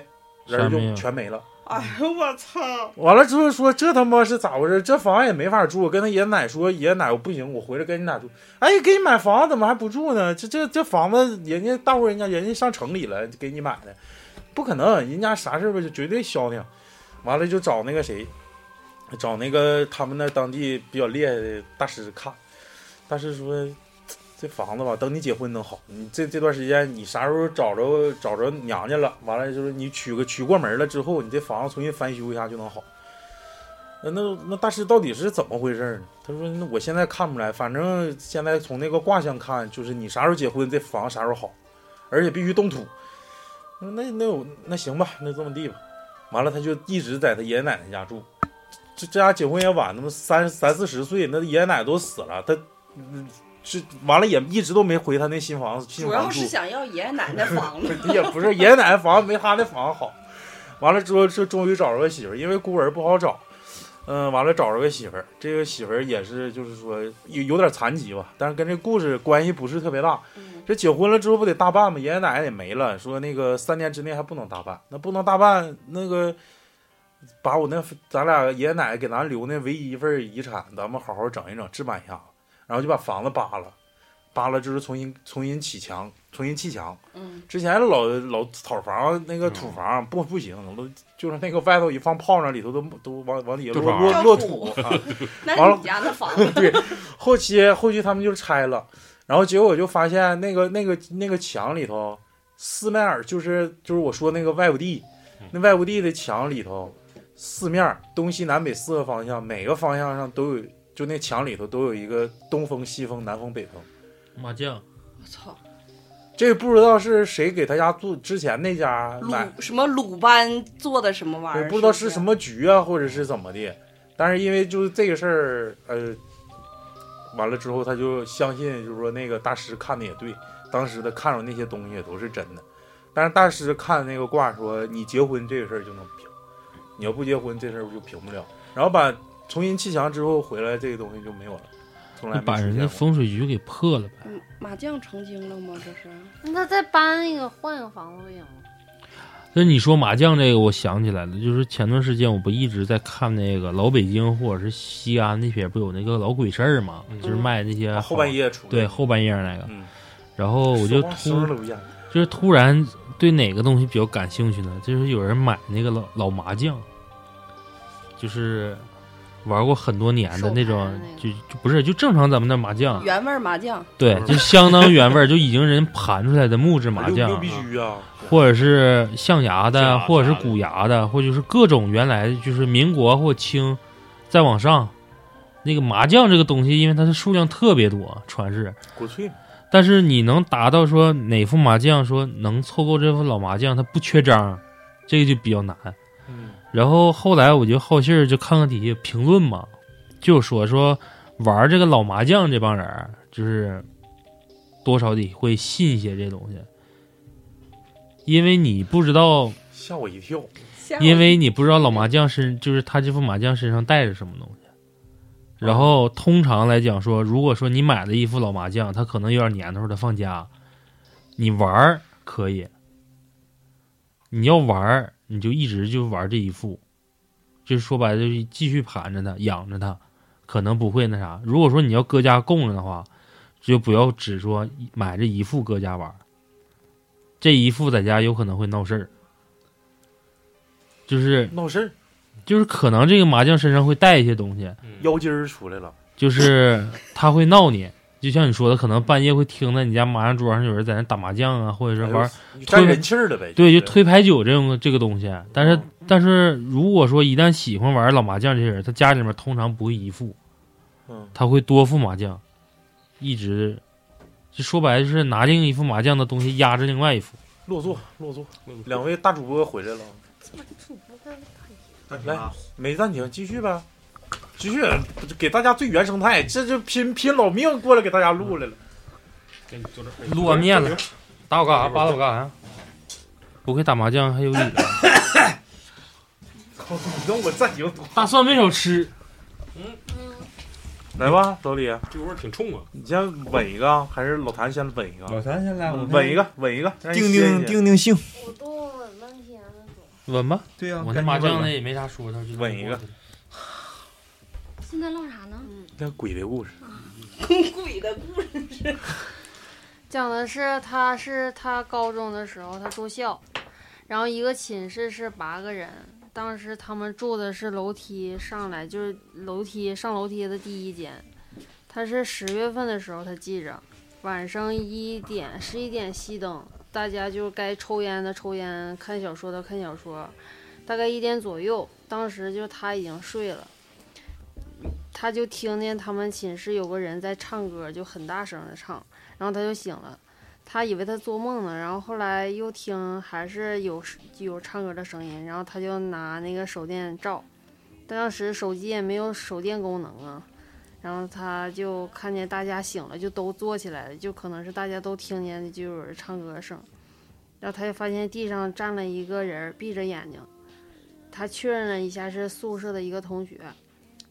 [SPEAKER 1] 人
[SPEAKER 2] 啥没
[SPEAKER 1] 就
[SPEAKER 2] 有
[SPEAKER 1] 全没了。
[SPEAKER 4] 哎呦我操，
[SPEAKER 1] 完了之后说这他妈是咋回事？这房也没法住。跟他爷奶说，爷奶我不行，我回来跟你奶住。哎，给你买房怎么还不住呢？这这这房子人家大户人家，人家上城里了给你买的，不可能，人家啥事儿吧就绝对消停。完了就找那个谁，找那个他们那当地比较厉害的大师看。大师说。这房子吧，等你结婚能好。你这这段时间，你啥时候找着找着娘家了，完了就是你娶个娶过门了之后，你这房子重新翻修一下就能好。那那那大师到底是怎么回事呢？他说：“那我现在看不出来，反正现在从那个卦象看，就是你啥时候结婚，这房啥时候好，而且必须动土。那”那那我那行吧，那这么地吧。完了，他就一直在他爷爷奶奶家住。这这家结婚也晚，他妈三三四十岁，那爷爷奶奶都死了，他嗯是完了也一直都没回他那新房子新
[SPEAKER 4] 主
[SPEAKER 1] 房
[SPEAKER 4] 要
[SPEAKER 1] 住
[SPEAKER 4] 是。想要爷爷奶奶 房子，
[SPEAKER 1] 也不是爷爷奶奶房没他那房好。完了之后，这终于找着个媳妇儿，因为孤儿不好找。嗯，完了找着个媳妇儿，这个媳妇儿也是就是说有有点残疾吧，但是跟这故事关系不是特别大。这结婚了之后不得大办吗？爷爷奶奶也没了，说那个三年之内还不能大办，那不能大办那个。把我那咱俩爷爷奶奶给咱留那唯一一份遗产，咱们好好整一整，置办一下子，然后就把房子扒了，扒了就是重新重新起墙，重新砌墙，
[SPEAKER 4] 嗯，
[SPEAKER 1] 之前老老草房那个土房不不行，都就是那个外头一放炮仗，里头都都往往里
[SPEAKER 5] 对
[SPEAKER 1] 落
[SPEAKER 5] 吧
[SPEAKER 1] 落落土。
[SPEAKER 4] 土，
[SPEAKER 1] 啊
[SPEAKER 4] 那
[SPEAKER 1] 完
[SPEAKER 4] 是
[SPEAKER 1] 了
[SPEAKER 4] 你家那 房子，
[SPEAKER 1] 后期后期他们就拆了，然后结果就发现那个那个那个墙里头，四面儿就是就是我说那个外屋地，那外屋地的墙里头，四面儿东西南北四个方向，每个方向上都有，就那墙里头都有一个东风、西风、南风、北风。
[SPEAKER 2] 麻将，
[SPEAKER 4] 我操，
[SPEAKER 1] 这不知道是谁给他家做之前那家买
[SPEAKER 4] 鲁什么鲁班做的什么玩意
[SPEAKER 1] 对
[SPEAKER 4] 儿，
[SPEAKER 1] 不知道
[SPEAKER 4] 是
[SPEAKER 1] 是什
[SPEAKER 4] 么。
[SPEAKER 1] 么局啊，或者是怎么的。但是因为就是这个事儿，呃，完了之后他就相信，就是说那个大师看的也对，当时他看着那些东西也都是真的。但是大师看那个卦说，你结婚这个事儿就能平，你要不结婚这事儿就平不了。然后把重新砌墙之后回来，这个东西就没有了，从来
[SPEAKER 2] 你把
[SPEAKER 1] 没出
[SPEAKER 2] 人
[SPEAKER 1] 现
[SPEAKER 2] 家
[SPEAKER 1] 过。
[SPEAKER 2] 风水局给破了呗。
[SPEAKER 4] 嗯，麻将成精了吗？这是
[SPEAKER 3] 那他再搬一个换个房子不行吗？
[SPEAKER 2] 那你说麻将这个，我想起来了，就是前段时间我不一直在看那个老北京或者是西安那边不有那个老鬼市儿嘛，
[SPEAKER 5] 嗯
[SPEAKER 2] 就是卖那些
[SPEAKER 1] 啊后半夜出来
[SPEAKER 2] 对，后半夜那个，
[SPEAKER 1] 嗯，
[SPEAKER 2] 然后我
[SPEAKER 1] 说
[SPEAKER 2] 就
[SPEAKER 1] 话
[SPEAKER 2] 突
[SPEAKER 1] 声儿都不一样。
[SPEAKER 2] 就是突然对哪个东西比较感兴趣呢？就是有人买那个老老麻将，就是玩过很多年的那种，
[SPEAKER 3] 手牌那个
[SPEAKER 2] 就就不是就正常咱们那麻
[SPEAKER 1] 啊
[SPEAKER 2] 将，
[SPEAKER 4] 原味儿麻将，
[SPEAKER 2] 对，就相当原味儿，就已经人盘出来的木质麻
[SPEAKER 1] 六六
[SPEAKER 2] 将
[SPEAKER 1] 必，须啊，
[SPEAKER 2] 或者是象牙
[SPEAKER 5] 象
[SPEAKER 2] 的，
[SPEAKER 5] 牙
[SPEAKER 2] 或者是骨牙的，或者就是各种原来就是民国或清，再往上。那个麻将这个东西，因为它的数量特别多，传世，
[SPEAKER 1] 国粹嘛
[SPEAKER 2] 但是你能达到说哪副麻将说能凑够这副老麻将，它不缺张，这个就比较难。
[SPEAKER 1] 嗯，
[SPEAKER 2] 然后后来我就好信儿，就看看底下评论嘛，就说说玩这个老麻将这帮人儿，就是多少得会信一些这东西，因为你不知道，
[SPEAKER 1] 吓我一跳。
[SPEAKER 2] 因为你不知道老麻将身就是他这副麻将身上带着什么东西。然后通常来讲说，如果说你买了一副老麻将，它可能有点年头，它放家，你玩儿可以，你要玩儿你就一直就玩这一副，就是说白了就是继续盘着它，养着它，可能不会那啥。如果说你要搁家供着的话，就不要只说买这一副搁家玩儿，这一副在家有可能会闹事儿，就是
[SPEAKER 1] 闹事儿，
[SPEAKER 2] 就是可能这个麻将身上会带一些东西，
[SPEAKER 1] 腰筋儿出来了。
[SPEAKER 2] 就是他会闹你，就像你说的，可能半夜会听到你家麻将桌上有人在那打麻将啊，或者是玩，
[SPEAKER 1] 哎呦沾人气儿了呗。
[SPEAKER 2] 对，
[SPEAKER 1] 是
[SPEAKER 2] 就推牌九这种这个东西。但
[SPEAKER 1] 哦
[SPEAKER 2] 是但是如果说一旦喜欢玩老麻将这些人，他家里面通常不会一副，
[SPEAKER 1] 嗯，
[SPEAKER 2] 他会多副麻将，一直就说白了就是拿另一副麻将的东西压着另外一副。
[SPEAKER 1] 落座落座，两位大主播回来了，来没暂停，继续呗，继续给大家最原生态，这就拼拼老命过来给大家录来了。
[SPEAKER 2] 撸完面了，打我干啊啥？扒拉我干啥？不会打麻将还有理了？
[SPEAKER 1] 你让我暂停，
[SPEAKER 2] 大蒜没少吃，
[SPEAKER 1] 来吧，老李，
[SPEAKER 5] 这味儿挺冲啊！
[SPEAKER 1] 你先吻一个啊，还是老谭先吻一个啊？
[SPEAKER 6] 老谭先来，我
[SPEAKER 1] 吻一个，吻一个，让人歇
[SPEAKER 6] 定
[SPEAKER 1] 一
[SPEAKER 6] 定
[SPEAKER 1] 歇，
[SPEAKER 6] 定定性。
[SPEAKER 3] 我都稳半天了，
[SPEAKER 2] 稳吧。
[SPEAKER 6] 对啊呀、
[SPEAKER 2] 我
[SPEAKER 6] 赶
[SPEAKER 2] 那
[SPEAKER 6] 紧
[SPEAKER 2] 麻
[SPEAKER 6] 问
[SPEAKER 2] 将
[SPEAKER 6] 吧
[SPEAKER 2] 呢？也没啥说头，就
[SPEAKER 1] 稳一个。
[SPEAKER 7] 现在唠啥呢？
[SPEAKER 1] 那鬼的故事，
[SPEAKER 4] 鬼的故事，
[SPEAKER 3] 讲的是他是他高中的时候他住校，然后一个寝室是八个人，当时他们住的是楼梯上来就是楼梯上楼梯的第一间，他是十月份的时候他记着，晚上一点十一点熄灯，大家就该抽烟的抽烟，看小说的看小说，大概一点左右，当时就他已经睡了。他就听见他们寝室有个人在唱歌，就很大声的唱，然后他就醒了，他以为他做梦呢，然后后来又听还是有声有唱歌的声音，然后他就拿那个手电照，但当时手机也没有手电功能啊，然后他就看见大家醒了，就都坐起来了，就可能是大家都听见就有人唱歌声，然后他就发现地上站了一个人，闭着眼睛，他确认了一下是宿舍的一个同学，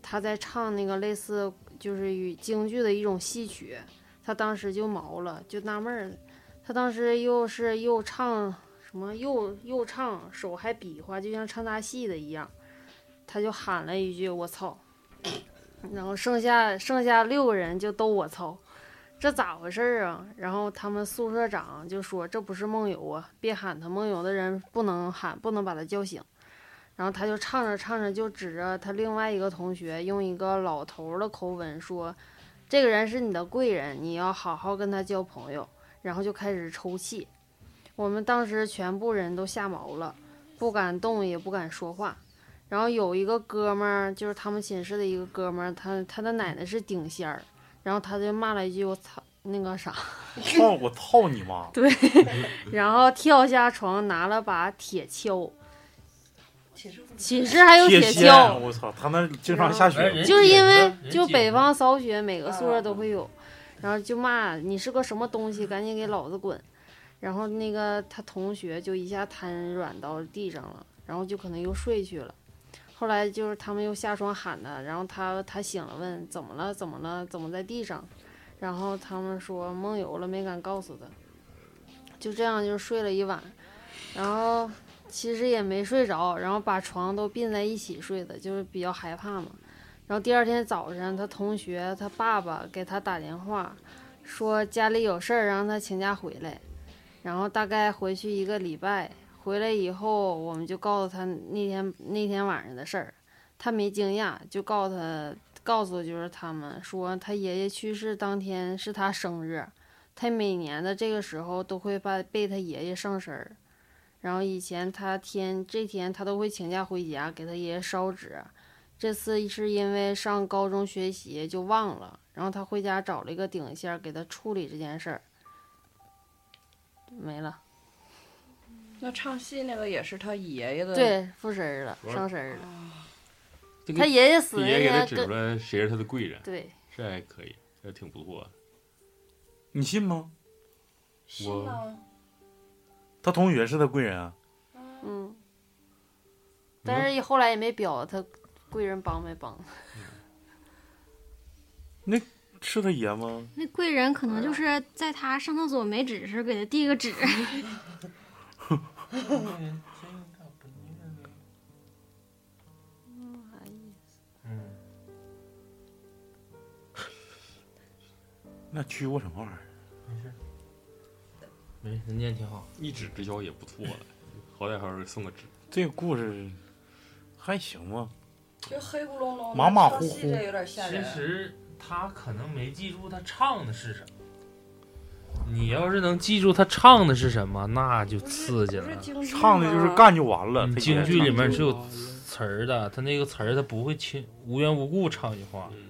[SPEAKER 3] 他在唱那个类似就是与京剧的一种戏曲，他当时就毛了，就纳闷儿，他当时又是又唱什么又又唱，手还比划，就像唱大戏的一样，他就喊了一句“我操”，然后剩下剩下六个人就都“我操”，这咋回事儿啊？然后他们宿舍长就说：“这不是梦游啊，别喊他，梦游的人不能喊，不能把他叫醒。”然后他就唱着唱着，就指着他另外一个同学，用一个老头儿的口吻说：“这个人是你的贵人，你要好好跟他交朋友。”然后就开始抽泣。我们当时全部人都吓毛了，不敢动，也不敢说话。然后有一个哥们儿，就是他们寝室的一个哥们儿，他他的奶奶是顶仙儿，然后他就骂了一句：“我操，那个啥。”
[SPEAKER 1] 操我操你妈！
[SPEAKER 3] 然后跳下床，拿了把铁锹。寝室还有铁锹
[SPEAKER 1] 锨，，我操，他那经常下雪，
[SPEAKER 3] 就是因为就北方扫雪，每个宿舍都会有，然后就骂你是个什么东西，赶紧给老子滚！然后那个他同学就一下瘫软到地上了，然后就可能又睡去了。后来就是他们又下床喊他，然后他他醒了问怎么了怎么了怎么在地上，然后他们说梦游了没敢告诉他，就这样就睡了一晚，然后其实也没睡着，然后把床都并在一起睡的，就是比较害怕嘛。然后第二天早上，他同学他爸爸给他打电话，说家里有事儿，让他请假回来。然后大概回去一个礼拜，回来以后我们就告诉他那天那天晚上的事儿，他没惊讶，就告诉他告诉就是他们说他爷爷去世当天是他生日，他每年的这个时候都会把被他爷爷上身儿。然后以前他天这天他都会请假回家给他爷爷烧纸，这次是因为上高中学习就忘了，然后他回家找了一个顶线儿给他处理这件事儿，没了，
[SPEAKER 4] 那唱戏那个也是他爷爷的，，
[SPEAKER 3] 对，附身儿了，
[SPEAKER 5] 不是
[SPEAKER 3] 上身儿了。
[SPEAKER 5] 这
[SPEAKER 3] 他
[SPEAKER 5] 个
[SPEAKER 3] 爷爷死
[SPEAKER 5] 这
[SPEAKER 3] 那
[SPEAKER 5] 爷给他
[SPEAKER 3] 天
[SPEAKER 5] 指
[SPEAKER 3] 跟
[SPEAKER 5] 出来谁是他的贵人，
[SPEAKER 3] 对，
[SPEAKER 5] 这还可以，这挺不错。
[SPEAKER 1] 你信吗？
[SPEAKER 5] 我
[SPEAKER 1] 他同学是他贵人啊，
[SPEAKER 3] 嗯，但是也后来也没表他贵人帮没帮，
[SPEAKER 1] 是他爷吗？
[SPEAKER 7] 那贵人可能就是在他上厕所没纸时给他递个纸，
[SPEAKER 2] 嗯
[SPEAKER 1] 那屈过什么玩意儿？
[SPEAKER 2] 没，人念挺好。
[SPEAKER 5] 一纸之交也不错了， 好歹还是 送个纸。
[SPEAKER 1] 这个故事还行吧，
[SPEAKER 4] 就黑咕隆隆的，
[SPEAKER 1] 马马虎虎
[SPEAKER 4] 唱戏这有点吓
[SPEAKER 2] 其
[SPEAKER 4] 人。
[SPEAKER 2] 实他可能没记住他唱的是什么。你要是能记住他唱的是什么，那就刺激
[SPEAKER 4] 不是
[SPEAKER 2] 了。
[SPEAKER 4] 京剧
[SPEAKER 1] 唱的就是
[SPEAKER 4] 吗
[SPEAKER 1] 干就完了。
[SPEAKER 2] 嗯
[SPEAKER 1] 他爷
[SPEAKER 2] 京剧里面是有
[SPEAKER 6] 哦
[SPEAKER 5] 唱
[SPEAKER 2] 词儿的，他那个词儿他不会轻无缘无故唱一句话。
[SPEAKER 5] 嗯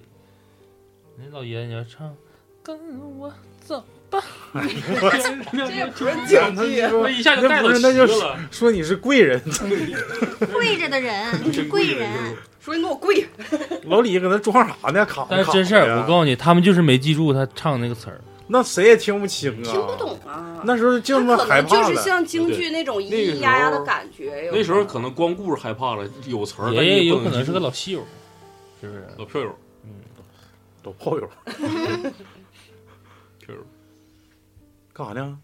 [SPEAKER 2] 那老爷你要唱，跟我走，
[SPEAKER 4] 这不是
[SPEAKER 1] 讲
[SPEAKER 4] 京
[SPEAKER 1] 他
[SPEAKER 6] 啊
[SPEAKER 4] 剧，
[SPEAKER 5] 我
[SPEAKER 1] 说
[SPEAKER 5] 一下就带走
[SPEAKER 1] 那不是那就
[SPEAKER 5] 齐
[SPEAKER 1] 是
[SPEAKER 5] 了。
[SPEAKER 1] 说你是贵人，
[SPEAKER 7] 跪着的人，
[SPEAKER 4] 嗯
[SPEAKER 7] 你是贵人。
[SPEAKER 4] 说你给我跪下，
[SPEAKER 1] 老李搁那装啥呢？卡
[SPEAKER 2] 但是真事儿，我告
[SPEAKER 1] 诉
[SPEAKER 2] 诉你，他们就是没记住他唱那个词儿。
[SPEAKER 1] 那谁也听不清啊，
[SPEAKER 4] 听不。懂啊。
[SPEAKER 1] 那时候就
[SPEAKER 4] 他
[SPEAKER 1] 那么
[SPEAKER 4] 可
[SPEAKER 1] 害
[SPEAKER 4] 能
[SPEAKER 1] 怕
[SPEAKER 4] 就是
[SPEAKER 1] 了，
[SPEAKER 4] 像京剧那种咿咿呀呀的感觉。有
[SPEAKER 5] 那时候可能光顾着害怕了，有词儿，
[SPEAKER 2] 爷
[SPEAKER 5] 但
[SPEAKER 2] 爷
[SPEAKER 5] 你也
[SPEAKER 2] 有
[SPEAKER 5] 不
[SPEAKER 2] 可能
[SPEAKER 5] 记
[SPEAKER 2] 是个
[SPEAKER 5] 住
[SPEAKER 2] 老戏友，是不是？
[SPEAKER 5] 老票友，
[SPEAKER 1] 都炮友
[SPEAKER 5] 票友。
[SPEAKER 1] 干啥呢？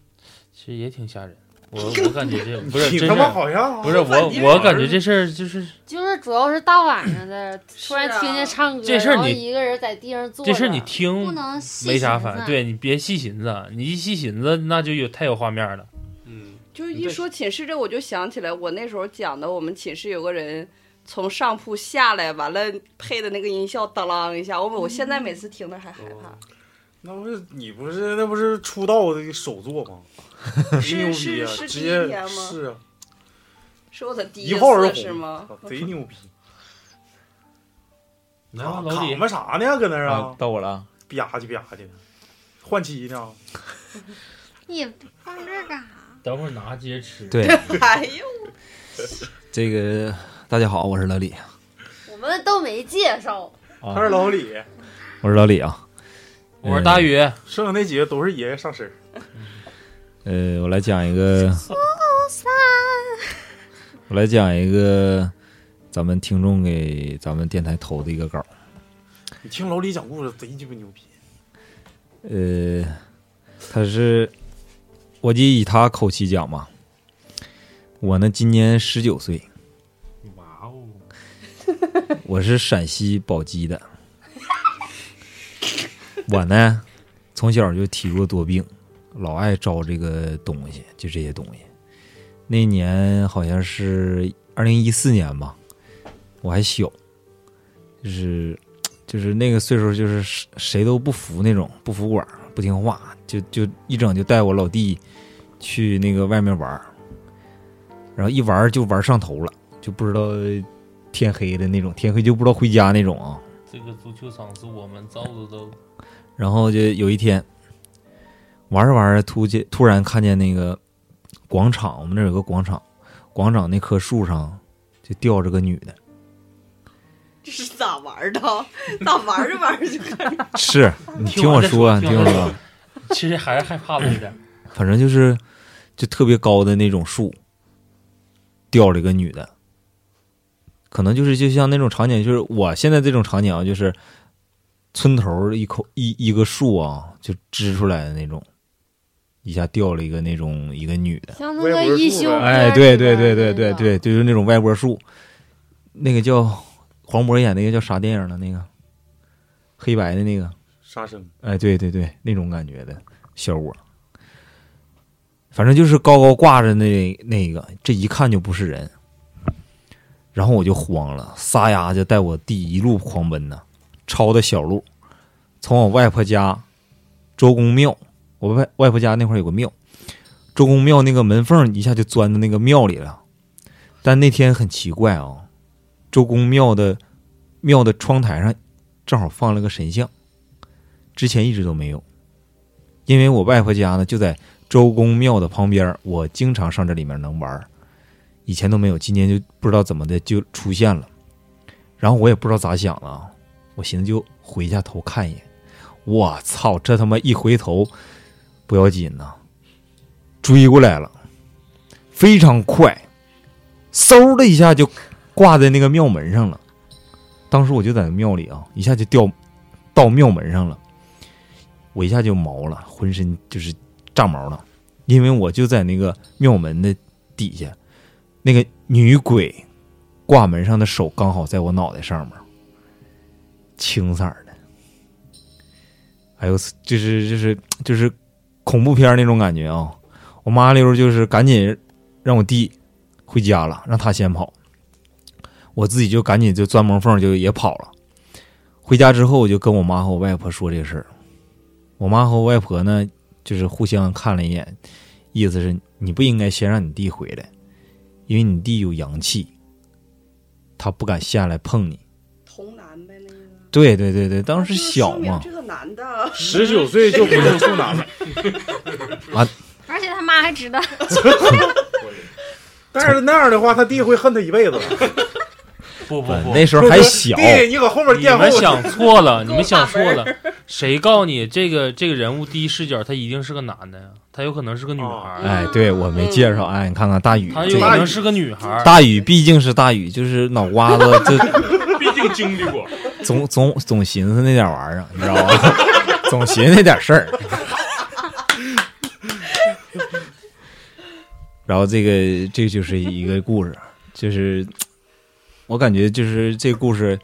[SPEAKER 2] 其实也挺吓人。我我感觉这不是
[SPEAKER 1] 你
[SPEAKER 2] 真
[SPEAKER 1] 他
[SPEAKER 2] 事
[SPEAKER 1] 妈
[SPEAKER 2] 儿，
[SPEAKER 1] 好像
[SPEAKER 2] 不是我我感觉这事儿就是
[SPEAKER 3] 就是主要是大晚上 的，突然
[SPEAKER 4] 是啊
[SPEAKER 3] 听见唱歌，
[SPEAKER 2] 这事儿
[SPEAKER 3] 然后
[SPEAKER 2] 你
[SPEAKER 3] 一个人在地上坐着，
[SPEAKER 2] 这事儿你
[SPEAKER 7] 不
[SPEAKER 2] 听
[SPEAKER 7] 能细
[SPEAKER 2] 嗯没啥
[SPEAKER 7] 寻
[SPEAKER 2] 反应，
[SPEAKER 7] 思
[SPEAKER 2] 对你别细寻思，啊你一细寻思那就有太有画面了。
[SPEAKER 5] 嗯，
[SPEAKER 4] 就是一说寝室这，我就想起来我那时候讲的，我们寝室有个人从上铺下来，完了配的那个音效当啷一下，我我现在每次听着还害
[SPEAKER 1] 哦
[SPEAKER 4] 怕。
[SPEAKER 1] 那不是你不是那不是出道的首作 吗？贼牛逼
[SPEAKER 4] 是是
[SPEAKER 1] 啊！
[SPEAKER 4] 是
[SPEAKER 1] 直
[SPEAKER 4] 第一
[SPEAKER 1] 接
[SPEAKER 4] 天吗？
[SPEAKER 1] 是啊，
[SPEAKER 4] 是我的第
[SPEAKER 1] 一炮而红
[SPEAKER 4] 次
[SPEAKER 1] 啊
[SPEAKER 4] 是吗？
[SPEAKER 1] 贼牛逼！
[SPEAKER 2] 来吧，
[SPEAKER 1] 扛
[SPEAKER 2] 老李
[SPEAKER 1] 扛，吧啥呢？搁那儿
[SPEAKER 6] 啊
[SPEAKER 1] 啊，，
[SPEAKER 6] 到我了啊。
[SPEAKER 1] 吧唧吧唧的，换妻呢？
[SPEAKER 7] 你放这儿干啥？
[SPEAKER 2] 等会儿拿接着吃。
[SPEAKER 6] 对，
[SPEAKER 4] 哎呦，
[SPEAKER 6] 这个大家好，我是老李
[SPEAKER 3] 我们都没介绍，
[SPEAKER 6] 啊
[SPEAKER 1] 他，是老 李，
[SPEAKER 6] 我是老李啊。
[SPEAKER 2] 我是大
[SPEAKER 6] 宇，
[SPEAKER 2] 宇，
[SPEAKER 1] 剩下那几个都是爷爷上身儿。
[SPEAKER 6] 呃，我来讲一个，我来讲一个咱们听众给咱们电台投的一个稿儿。
[SPEAKER 1] 你听老李讲故事贼鸡巴牛逼，
[SPEAKER 6] 呃，他是我就以他口气讲嘛。我呢，今年十九岁，
[SPEAKER 2] 哇哦，
[SPEAKER 6] 我是陕西宝鸡的。我呢，从小就体弱多病，老爱招这个东西，就这些东西。那年好像是二零一四年吧，我还小，就是就是那个岁数，就是谁谁都不服那种，不服管，不听话，就就一整就带我老弟去那个外面玩儿，然后一玩儿就玩儿上头了，就不知道天黑的那种，天黑就不知道回家那种啊。
[SPEAKER 2] 这个足球场是我们造的都。
[SPEAKER 6] 然后就有一天玩着玩着，突见突然看见那个广场，我们那儿有个广场，广场那棵树上就吊着个女的，
[SPEAKER 4] 这是咋玩的？咋玩着玩着就开始？
[SPEAKER 6] 是你听我说啊，你听我说啊，
[SPEAKER 2] 其实还是害怕了一点。
[SPEAKER 6] 反正就是就特别高的那种树，吊着一个女的，可能就是就像那种场景，就是我现在这种场景啊，就是村头一口一一个树啊，就支出来的那种，一下吊了一个那种一个女的，
[SPEAKER 3] 像那
[SPEAKER 1] 我也
[SPEAKER 3] 个
[SPEAKER 1] 不是
[SPEAKER 3] 一
[SPEAKER 1] 素
[SPEAKER 3] 休
[SPEAKER 1] 人
[SPEAKER 3] 哥
[SPEAKER 6] 哎，
[SPEAKER 3] 里
[SPEAKER 6] 对对
[SPEAKER 3] 边
[SPEAKER 6] 对
[SPEAKER 3] 儿
[SPEAKER 6] 对
[SPEAKER 3] 那
[SPEAKER 6] 对
[SPEAKER 3] 个
[SPEAKER 6] 对，就是那种歪脖树，那个叫黄渤演那个叫啥电影了？那个黑白的那个。
[SPEAKER 1] 杀生
[SPEAKER 6] 哎，对对对，那种感觉的小窝，反正就是高高挂着那那个，这一看就不是人。然后我就慌了，撒丫就带我弟一路狂奔呐，抄的小路，从我外婆家周公庙，我外外婆家那块儿有个庙，周公庙那个门缝一下就钻到那个庙里了。但那天很奇怪啊，周公庙的庙的窗台上正好放了个神像。之前一直都没有，因为我外婆家呢就在周公庙的旁边儿，我经常上这里面能玩儿，以前都没有，今年就不知道怎么的就出现了，然后我也不知道咋想的啊，我寻思就回一下头看一眼，我操，这他妈一回头不要紧呐、追过来了，非常快，嗖的一下就挂在那个庙门上了，当时我就在庙里啊，一下就掉到庙门上了。我一下就毛了，浑身就是炸毛了，因为我就在那个庙门的底下，那个女鬼挂门上的手刚好在我脑袋上面，青色儿的，哎呦，就是就是就是恐怖片儿那种感觉啊、我妈溜儿就是赶紧让我弟回家了，让他先跑，我自己就赶紧就钻门缝儿就也跑了。回家之后，我就跟我妈和我外婆说这个事儿。我妈和我外婆呢，就是互相看了一眼，意思是你不应该先让你弟回来，因为你弟有阳气，他不敢下来碰你。
[SPEAKER 4] 童男呗，那个。
[SPEAKER 6] 对对对对，当时
[SPEAKER 4] 就是
[SPEAKER 6] 小
[SPEAKER 4] 说明
[SPEAKER 6] 嘛，
[SPEAKER 4] 这个男的，
[SPEAKER 1] 十九岁就不是处男了，
[SPEAKER 7] 而且他妈还知道，
[SPEAKER 1] 但是那样的话，他弟会恨他一辈子了。
[SPEAKER 2] 不不不，
[SPEAKER 6] 那时 候还小，
[SPEAKER 1] 弟，你搁后面
[SPEAKER 2] 你
[SPEAKER 1] 垫后
[SPEAKER 2] 们
[SPEAKER 1] 头，
[SPEAKER 2] 想错 了，你们想错了。谁告诉你这个这个人物第一视角他一定是个男的呀？他有可能是个女孩儿，
[SPEAKER 6] 哎，对我没介绍，哎，你看看大宇
[SPEAKER 2] 他
[SPEAKER 6] 这
[SPEAKER 2] 有
[SPEAKER 6] 个
[SPEAKER 2] 可能是个女孩儿。
[SPEAKER 6] 大宇毕竟是大宇，就是脑瓜子，这
[SPEAKER 5] 毕竟经历过，
[SPEAKER 6] 总总总寻思那点玩意儿，啊你知道吧？ 总寻思那点事儿。 然后这个这就是一个故事，就是我感觉就是这故事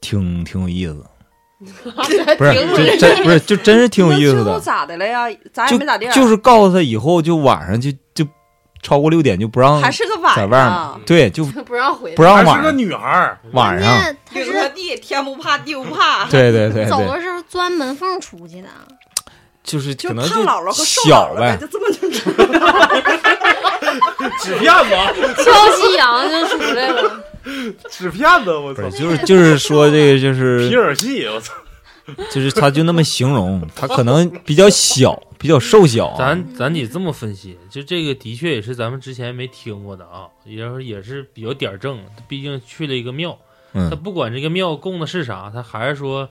[SPEAKER 6] 挺挺有 意思，不是就真不是就真是挺有意思
[SPEAKER 4] 那最后
[SPEAKER 6] 的，
[SPEAKER 4] 咋的了呀？咱也
[SPEAKER 6] 就
[SPEAKER 4] 没咋地儿，
[SPEAKER 6] 就是告诉他以后就晚上就就超过六点就不让
[SPEAKER 4] 还是个晚
[SPEAKER 6] 在
[SPEAKER 4] 上，
[SPEAKER 6] 外面对就
[SPEAKER 3] 不让 回
[SPEAKER 6] 不
[SPEAKER 3] 来。
[SPEAKER 6] 让
[SPEAKER 1] 还是
[SPEAKER 6] 晚
[SPEAKER 1] 个
[SPEAKER 6] 上
[SPEAKER 1] 女孩儿，
[SPEAKER 2] 哎
[SPEAKER 6] 晚上，
[SPEAKER 7] 那他
[SPEAKER 4] 领他
[SPEAKER 7] 是
[SPEAKER 4] 弟，天不怕地不怕，
[SPEAKER 6] 对对对
[SPEAKER 7] 走
[SPEAKER 6] 对。
[SPEAKER 7] 的时候钻门缝出去的，
[SPEAKER 6] 就 是
[SPEAKER 4] 就
[SPEAKER 6] 可
[SPEAKER 4] 是
[SPEAKER 6] 能
[SPEAKER 4] 胖姥姥和瘦
[SPEAKER 6] 小
[SPEAKER 4] 姥姥呗，
[SPEAKER 6] 呗，
[SPEAKER 4] 就这么 就
[SPEAKER 1] 纸片子，
[SPEAKER 3] 敲夕阳就出来了，
[SPEAKER 1] 纸片子，我
[SPEAKER 6] 不
[SPEAKER 1] 操
[SPEAKER 6] 是，，就是就是说这个就是
[SPEAKER 1] 皮尔戏，我操，
[SPEAKER 6] 就是他就那么形容，他可能比较小，比较瘦小啊、
[SPEAKER 2] 咱咱得这么分析，就这个的确也是咱们之前没听过的啊，也是也是比较点儿正。毕竟去了一个庙，他
[SPEAKER 6] 嗯，
[SPEAKER 2] 不管这个庙供的是啥，他还是说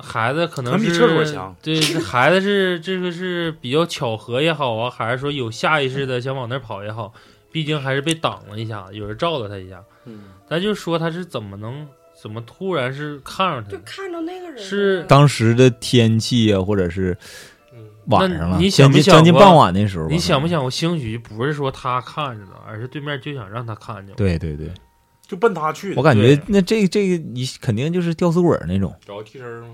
[SPEAKER 2] 孩子可能
[SPEAKER 1] 能比
[SPEAKER 2] 是
[SPEAKER 1] 厕所强
[SPEAKER 2] 对，这孩子是这个是比较巧合也好啊，还是说有下意识的想往那儿跑也好，毕竟还是被挡了一下，有人罩了他一下。
[SPEAKER 1] 嗯，
[SPEAKER 2] 咱就说他是怎么能怎么突然是看上他
[SPEAKER 4] 就
[SPEAKER 2] 的，
[SPEAKER 4] 看着那个人
[SPEAKER 2] 是
[SPEAKER 6] 当时的天气啊，或者是
[SPEAKER 5] 嗯
[SPEAKER 6] 晚上
[SPEAKER 2] 那
[SPEAKER 6] 了，
[SPEAKER 2] 你想
[SPEAKER 6] 将
[SPEAKER 2] 不
[SPEAKER 6] 近
[SPEAKER 2] 想
[SPEAKER 6] 将近
[SPEAKER 2] 过
[SPEAKER 6] 傍晚的时候吧，
[SPEAKER 2] 你想不
[SPEAKER 6] 可能？
[SPEAKER 2] 想过，兴许不是说他看着的，而是对面就想让他看见。
[SPEAKER 6] 对对对，
[SPEAKER 1] 就奔他去
[SPEAKER 6] 我
[SPEAKER 1] 的。
[SPEAKER 6] 感觉
[SPEAKER 2] 对
[SPEAKER 6] 那这这个你肯定就是吊死鬼儿那种，
[SPEAKER 5] 找替身儿吗？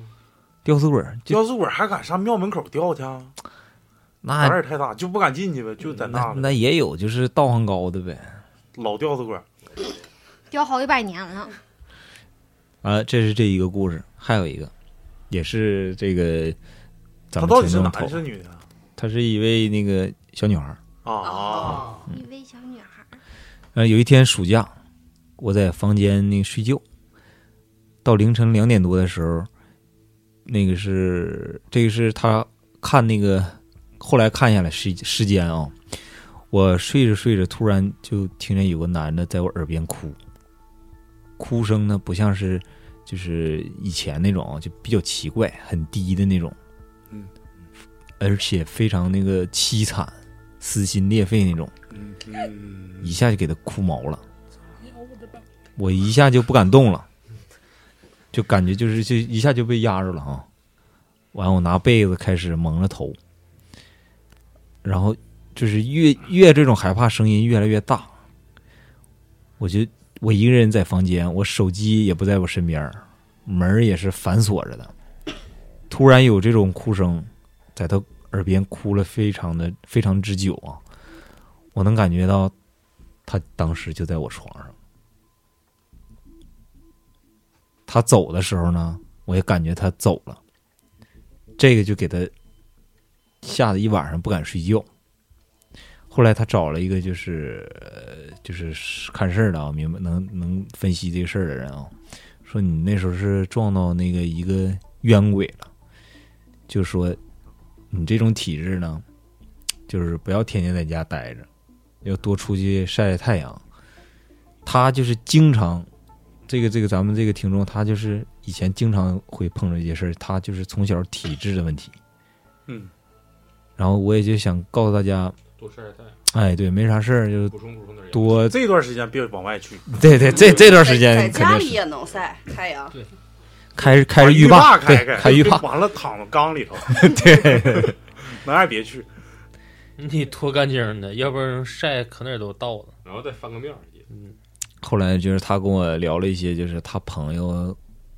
[SPEAKER 6] 吊死鬼儿就
[SPEAKER 1] 吊死鬼还敢上庙门口吊去啊？胆
[SPEAKER 6] 那
[SPEAKER 1] 儿也太大，就不敢进去呗，就在
[SPEAKER 6] 那
[SPEAKER 1] 了。
[SPEAKER 6] 那也有就是道行高的呗。
[SPEAKER 1] 老吊死鬼，
[SPEAKER 7] 雕好几百年了，
[SPEAKER 6] 啊，这是这一个故事，还有一个也是这个
[SPEAKER 1] 他
[SPEAKER 6] 咱们
[SPEAKER 1] 到底
[SPEAKER 6] 群
[SPEAKER 1] 是
[SPEAKER 6] 众
[SPEAKER 1] 男
[SPEAKER 6] 投
[SPEAKER 1] 是，女的
[SPEAKER 6] 她是一位那个小女孩儿。
[SPEAKER 1] 啊？
[SPEAKER 4] 啊，
[SPEAKER 2] 嗯
[SPEAKER 7] 一位小女孩，
[SPEAKER 6] 呃，有一天暑假，我在房间那个睡觉，到凌晨两点多的时候，那个是这个是他看那个，后来看下来时时间啊、我睡着睡着，突然就听见有个男的在我耳边哭，哭声呢不像是就是以前那种啊，就比较奇怪，很低的那种，
[SPEAKER 1] 嗯，
[SPEAKER 6] 而且非常那个凄惨，撕心裂肺那种。
[SPEAKER 1] 嗯嗯
[SPEAKER 6] 一下就给他哭毛了，我一下就不敢动了，就感觉就是就一下就被压着了啊。完，我拿被子开始蒙着头，然后就是越越这种害怕声音越来越大，我就我一个人在房间，我手机也不在我身边儿，门儿也是反锁着的。突然有这种哭声，在他耳边哭了非常的非常之久啊，我能感觉到他当时就在我床上。他走的时候呢，我也感觉他走了，这个就给他吓得一晚上不敢睡觉。后来他找了一个就是呃就是看事儿的啊，明白能能分析这个事儿的人啊，说你那时候是撞到那个一个冤鬼了，就说你这种体质呢，就是不要天天在家待着。要多出去晒晒太阳。他就是经常，这个这个咱们这个听众，他就是以前经常会碰着一些事儿，他就是从小体质的问题。
[SPEAKER 1] 嗯，
[SPEAKER 6] 然后我也就想告诉大家，
[SPEAKER 5] 多晒晒太阳，
[SPEAKER 6] 哎，对，没啥事儿就
[SPEAKER 5] 补充补充点儿盐。
[SPEAKER 6] 多，
[SPEAKER 1] 这段时间别往外去，
[SPEAKER 6] 对对，这这段时
[SPEAKER 4] 在
[SPEAKER 6] 间肯
[SPEAKER 4] 家
[SPEAKER 6] 定
[SPEAKER 4] 里
[SPEAKER 6] 是
[SPEAKER 4] 也能晒太阳，
[SPEAKER 6] 开始开
[SPEAKER 1] 把
[SPEAKER 6] 着
[SPEAKER 1] 浴
[SPEAKER 6] 霸，
[SPEAKER 1] 开
[SPEAKER 6] 对，
[SPEAKER 1] 开，
[SPEAKER 6] 开浴霸，
[SPEAKER 1] 完了躺到缸里头，
[SPEAKER 6] 对，
[SPEAKER 1] 哪儿也别去。
[SPEAKER 2] 你得脱干净的，要不然晒可哪儿都到了。
[SPEAKER 5] 然后再翻个面儿也
[SPEAKER 6] 后来就是他跟我聊了一些，就是他朋友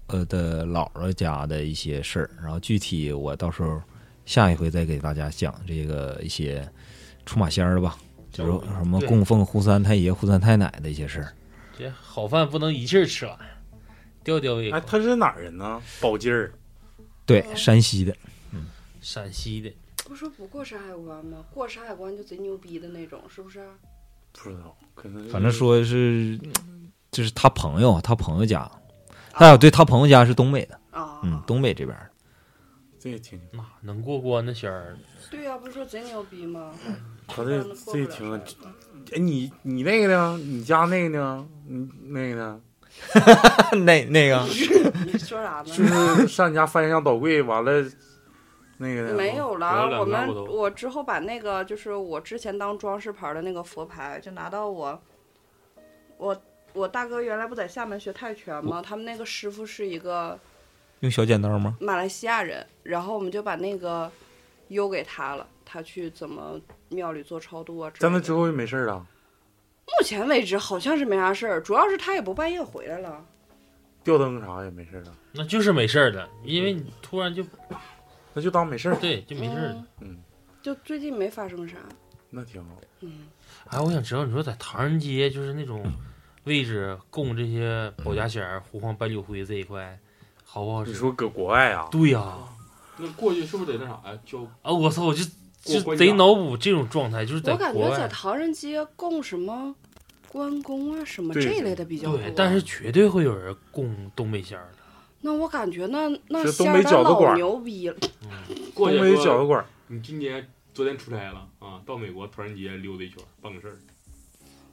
[SPEAKER 6] 呃的姥姥家的一些事儿，然后具体我到时候下一回再给大家讲这个一些出马仙儿吧，就是嗯说什么
[SPEAKER 2] 对
[SPEAKER 6] 供奉扈三太爷、扈三太奶的一些事儿。
[SPEAKER 2] 这好饭不能一气儿吃完，吊吊一口。
[SPEAKER 1] 哎，他是哪儿人呢？宝鸡儿，
[SPEAKER 6] 对，山西的，
[SPEAKER 2] 陕西的，
[SPEAKER 4] 不是说不过山海关吗？过山海关就贼牛逼的那种，是不是？
[SPEAKER 1] 不知道，可能
[SPEAKER 6] 反正说是嗯就是他朋友，他朋友家，他对他朋友家是东北的，
[SPEAKER 4] 啊，
[SPEAKER 6] 嗯，东北这边儿的。
[SPEAKER 1] 这也挺，
[SPEAKER 2] 那能过关的仙儿，
[SPEAKER 4] 对呀、不是说贼牛逼 吗？
[SPEAKER 1] 他
[SPEAKER 4] 不然
[SPEAKER 1] 这
[SPEAKER 4] 都过
[SPEAKER 1] 这也
[SPEAKER 4] 不了
[SPEAKER 1] 挺
[SPEAKER 4] 山，
[SPEAKER 1] 哎，你你那个呢？你家那个呢？你那个呢？
[SPEAKER 6] 那那个
[SPEAKER 4] 你说啥呢？
[SPEAKER 1] 就是 上你家翻箱倒柜，完了那个呢？
[SPEAKER 4] 没有
[SPEAKER 5] 我要
[SPEAKER 4] 了，
[SPEAKER 5] 两
[SPEAKER 4] 我
[SPEAKER 5] 个
[SPEAKER 4] 们
[SPEAKER 5] 我都
[SPEAKER 4] 我之后把那个就是我之前当装饰牌的那个佛牌，就拿到我，我我大哥原来不在厦门学泰拳吗？他们那个师傅是一个
[SPEAKER 6] 用小剪刀吗？
[SPEAKER 4] 马来西亚人，然后我们就把那个邮给他了，他去怎么庙里做超度啊之类的。
[SPEAKER 1] 咱们之后就没事儿啊了，
[SPEAKER 4] 目前为止好像是没啥事儿，主要是他也不半夜回来了。
[SPEAKER 1] 吊灯啥也没事儿啊了，
[SPEAKER 2] 那就是没事儿的，因为你突然就
[SPEAKER 1] 那就当没事儿，
[SPEAKER 2] 对就没事儿了。
[SPEAKER 1] 嗯，
[SPEAKER 4] 就最近没发生啥。
[SPEAKER 1] 那挺好。
[SPEAKER 4] 嗯，
[SPEAKER 2] 哎，我想知道，你说在唐人街就是那种位置供这些保家仙儿、狐黄白柳灰这一块，好不好
[SPEAKER 1] 你
[SPEAKER 2] 吃？
[SPEAKER 1] 说搁国外啊？
[SPEAKER 2] 对呀、
[SPEAKER 5] 那过去是不是得那啥呀？交
[SPEAKER 2] 啊，我操，我就
[SPEAKER 5] 过
[SPEAKER 2] 就
[SPEAKER 5] 关
[SPEAKER 2] 贼
[SPEAKER 5] 斩
[SPEAKER 2] 脑补这种状态，就是在
[SPEAKER 4] 我感
[SPEAKER 2] 国
[SPEAKER 4] 觉在
[SPEAKER 2] 外，
[SPEAKER 4] 唐人街供什么关公啊什么
[SPEAKER 1] 对
[SPEAKER 4] 这类的比较多
[SPEAKER 2] 对，。但是绝对会有人供东北馅儿的。
[SPEAKER 4] 那我感觉那那
[SPEAKER 1] 这
[SPEAKER 4] 仙
[SPEAKER 1] 东
[SPEAKER 4] 儿
[SPEAKER 1] 北
[SPEAKER 4] 他
[SPEAKER 1] 饺子馆
[SPEAKER 4] 老
[SPEAKER 1] 儿
[SPEAKER 4] 牛逼了，
[SPEAKER 5] 过去
[SPEAKER 1] 东北
[SPEAKER 5] 说
[SPEAKER 1] 饺子馆儿，
[SPEAKER 5] 你今年昨天出差了啊？到美国唐人街溜达一圈，办个事儿。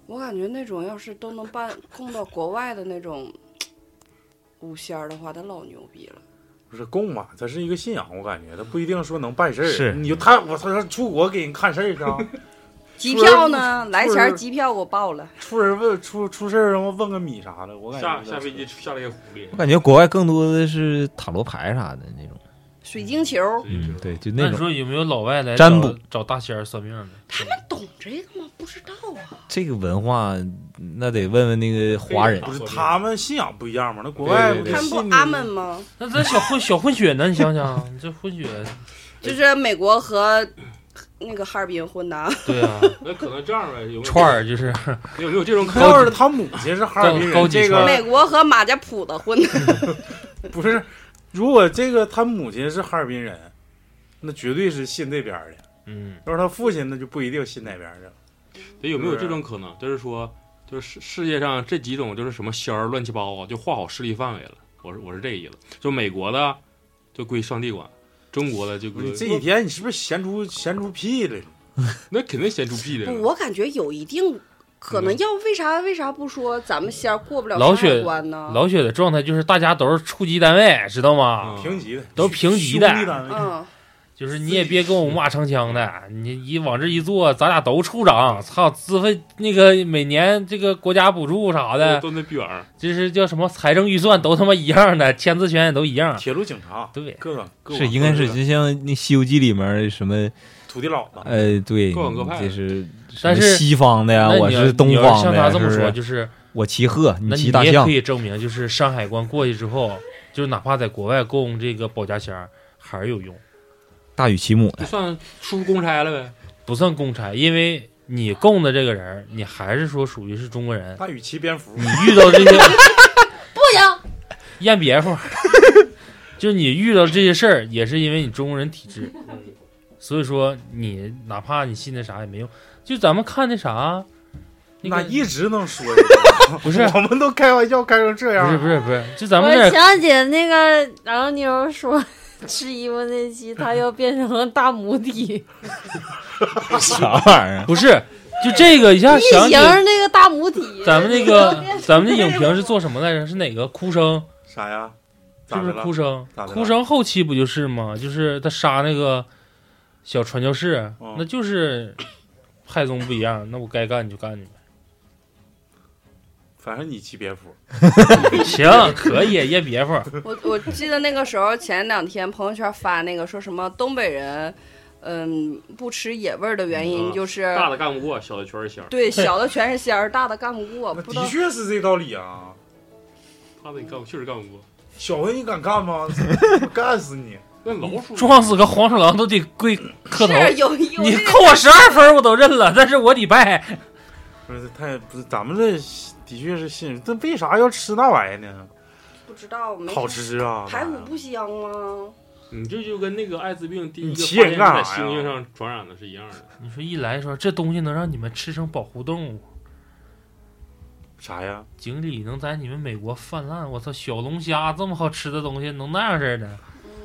[SPEAKER 4] 我感觉那种要是都能办供到国外的那种五仙儿的话，他老牛逼了。
[SPEAKER 1] 不是供嘛，它是一个信仰，我感觉它不一定说能办事儿。
[SPEAKER 6] 是
[SPEAKER 1] 你就他我操，要出国给人看事儿去啊，
[SPEAKER 4] 机
[SPEAKER 1] 出人
[SPEAKER 4] 票呢？来前儿
[SPEAKER 1] 出
[SPEAKER 4] 机票给我报了。
[SPEAKER 1] 出人问出出事儿，然后问个米啥的，我感觉
[SPEAKER 5] 下
[SPEAKER 1] 有点
[SPEAKER 5] 下
[SPEAKER 1] 扯
[SPEAKER 5] 飞机下来个狐狸
[SPEAKER 6] 我，感觉国外更多的是塔罗牌啥的那种，
[SPEAKER 4] 水晶球，
[SPEAKER 6] 嗯，对，就
[SPEAKER 2] 那
[SPEAKER 6] 那
[SPEAKER 2] 你
[SPEAKER 6] 种。
[SPEAKER 2] 说有没有老外来
[SPEAKER 6] 占
[SPEAKER 2] 找
[SPEAKER 6] 卜
[SPEAKER 2] 找大仙儿算命的？
[SPEAKER 4] 他们懂这个吗？不知道啊。
[SPEAKER 6] 这个文化，那得问问那个华人
[SPEAKER 5] 非。
[SPEAKER 1] 不
[SPEAKER 5] 常
[SPEAKER 1] 是他们信仰不一样嘛？那国
[SPEAKER 6] 对
[SPEAKER 1] 外
[SPEAKER 6] 对
[SPEAKER 1] 不就
[SPEAKER 6] 对
[SPEAKER 4] 他们
[SPEAKER 1] 信
[SPEAKER 4] 不阿
[SPEAKER 1] 你
[SPEAKER 4] 门吗？
[SPEAKER 2] 那咱小混小混血呢？你想想，你这混 血，
[SPEAKER 4] 就是美国和那个哈尔滨混的啊，
[SPEAKER 2] 对啊，
[SPEAKER 5] 那可能这样呗，有没有
[SPEAKER 2] 串儿就是
[SPEAKER 5] 有没有这种可
[SPEAKER 1] 要
[SPEAKER 5] 能？
[SPEAKER 1] 是他母亲是哈尔滨
[SPEAKER 2] 高高
[SPEAKER 1] 人，
[SPEAKER 2] 级
[SPEAKER 1] 这
[SPEAKER 2] 圈
[SPEAKER 1] 个
[SPEAKER 4] 美国和马家铺子混的。
[SPEAKER 1] 不是，如果这个他母亲是哈尔滨人，那绝对是信这边儿的；
[SPEAKER 2] 嗯，
[SPEAKER 1] 要是他父亲，那就不一定信哪边儿的了。
[SPEAKER 5] 得有没有这种可能？就是说，就是世世界上这几种就是什么仙儿乱七八糟，就划好势力范围了。我是我是这意思，就美国的就归上帝管，中国的就归
[SPEAKER 2] 嗯
[SPEAKER 1] 你这几天你是不是闲出闲出屁来了？
[SPEAKER 5] 那肯定先出屁的
[SPEAKER 4] 不。我感觉有一定可能，要为啥为啥不说咱们仙儿过不了
[SPEAKER 2] 老
[SPEAKER 4] 山海
[SPEAKER 2] 雪
[SPEAKER 4] 关呢？
[SPEAKER 2] 老雪的状态就是大家都是处级单位，知道吗？
[SPEAKER 5] 嗯
[SPEAKER 1] 平级的
[SPEAKER 2] 都平级的
[SPEAKER 1] 兄弟单位
[SPEAKER 4] 嗯，
[SPEAKER 2] 就是你也别跟我五马长枪的，你一往这一坐，咱俩都处长，操，资费那个每年这个国家补助啥的，
[SPEAKER 5] 都那逼玩意儿，
[SPEAKER 2] 就是叫什么财政预算都他妈一样的，签字权也都一样。
[SPEAKER 1] 铁路警察，
[SPEAKER 2] 对，
[SPEAKER 1] 各个各
[SPEAKER 6] 是，
[SPEAKER 1] 网
[SPEAKER 6] 应该
[SPEAKER 1] 各
[SPEAKER 6] 是
[SPEAKER 1] 个
[SPEAKER 6] 就像那《西游记》里面什么，
[SPEAKER 1] 土地佬子。
[SPEAKER 6] 呃，对，
[SPEAKER 5] 各往各派
[SPEAKER 6] 就是什么
[SPEAKER 2] 但是
[SPEAKER 6] 西方的呀，
[SPEAKER 2] 那
[SPEAKER 6] 啊我
[SPEAKER 2] 你要
[SPEAKER 6] 是东
[SPEAKER 2] 你要
[SPEAKER 6] 方
[SPEAKER 2] 像
[SPEAKER 6] 的
[SPEAKER 2] 他
[SPEAKER 6] 呀，
[SPEAKER 2] 这
[SPEAKER 6] 是
[SPEAKER 2] 么
[SPEAKER 6] 不
[SPEAKER 2] 说，
[SPEAKER 6] 是？
[SPEAKER 2] 就是
[SPEAKER 6] 我骑鹤，
[SPEAKER 2] 那
[SPEAKER 6] 骑
[SPEAKER 2] 你
[SPEAKER 6] 大
[SPEAKER 2] 也
[SPEAKER 6] 象
[SPEAKER 2] 可，以证明，就是山海关过去之后，就是哪怕在国外供这个保家仙儿还是有用，
[SPEAKER 6] 大禹 骑母
[SPEAKER 5] 就算出公差了呗。
[SPEAKER 2] 不算公差，因为你供的这个人儿，你还是说属于是中国人。
[SPEAKER 1] 大禹骑蝙蝠，
[SPEAKER 2] 你遇到这些不行，咽别乎， 就是你遇到这些事儿，也是因为你中国人体质，所以说你哪怕你信那啥也没用。就咱们看那啥，那
[SPEAKER 1] 那
[SPEAKER 2] 个
[SPEAKER 1] 一直能说
[SPEAKER 2] 不是
[SPEAKER 1] 我们都开玩笑开成这
[SPEAKER 2] 不
[SPEAKER 1] 样
[SPEAKER 2] 是
[SPEAKER 1] 了，
[SPEAKER 2] 不是不是，就咱们
[SPEAKER 3] 我
[SPEAKER 2] 那儿
[SPEAKER 3] 想起那个老妞说吃衣服那期，她又变成了大母 体，
[SPEAKER 6] 啥玩意儿？
[SPEAKER 2] 不是，就这个一下想
[SPEAKER 3] 异
[SPEAKER 2] 起
[SPEAKER 3] 形那个大母体。
[SPEAKER 2] 咱们 那个咱们的影评是做什么来着？是哪个？哭声
[SPEAKER 1] 啥呀？
[SPEAKER 2] 是
[SPEAKER 1] 咋
[SPEAKER 2] 不
[SPEAKER 1] 的
[SPEAKER 2] 是
[SPEAKER 1] 了
[SPEAKER 2] 哭？声
[SPEAKER 1] 咋？的了
[SPEAKER 2] 哭声后期不就是吗？就是他杀那个小传教士，
[SPEAKER 1] 嗯
[SPEAKER 2] 那就是派宗不一样，那我该干你就干你。
[SPEAKER 1] 反正你骑蝙蝠，
[SPEAKER 4] 哦
[SPEAKER 2] 行，可以，也别缝。
[SPEAKER 4] 我我记得那个时候前两天朋友圈发那个说什么东北人，嗯，不吃野味儿的原因
[SPEAKER 5] 嗯
[SPEAKER 4] 就是
[SPEAKER 5] 大的干不过，小的全是仙儿，
[SPEAKER 4] 对小的全是仙儿，大的干不过，
[SPEAKER 1] 那
[SPEAKER 4] 不知道
[SPEAKER 1] 的确是这道理啊。
[SPEAKER 5] 大的你干不确实干不过。
[SPEAKER 1] 小文，你敢干吗？ 我干死你！
[SPEAKER 5] 那老鼠
[SPEAKER 2] 撞死个黄鼠狼都得跪磕头，
[SPEAKER 4] 是有有
[SPEAKER 2] 你
[SPEAKER 4] 那
[SPEAKER 2] 扣我十二分我都认了，但是我礼拜
[SPEAKER 1] 不是太不是，咱们这的确是信，这为啥要吃那玩意儿呢？
[SPEAKER 4] 不知道没
[SPEAKER 1] 好吃啊！
[SPEAKER 4] 排骨不香吗？
[SPEAKER 5] 你这就跟那个艾滋病第一
[SPEAKER 1] 你
[SPEAKER 5] 个
[SPEAKER 1] 骑人干啥
[SPEAKER 5] 发现
[SPEAKER 1] 呀
[SPEAKER 5] 在猩猩上传染的是一样的。
[SPEAKER 2] 你说一来说这东西能让你们吃成保护动物，
[SPEAKER 1] 啥呀？
[SPEAKER 2] 锦鲤能在你们美国泛滥，我操，小龙虾这么好吃的东西能那样式儿的，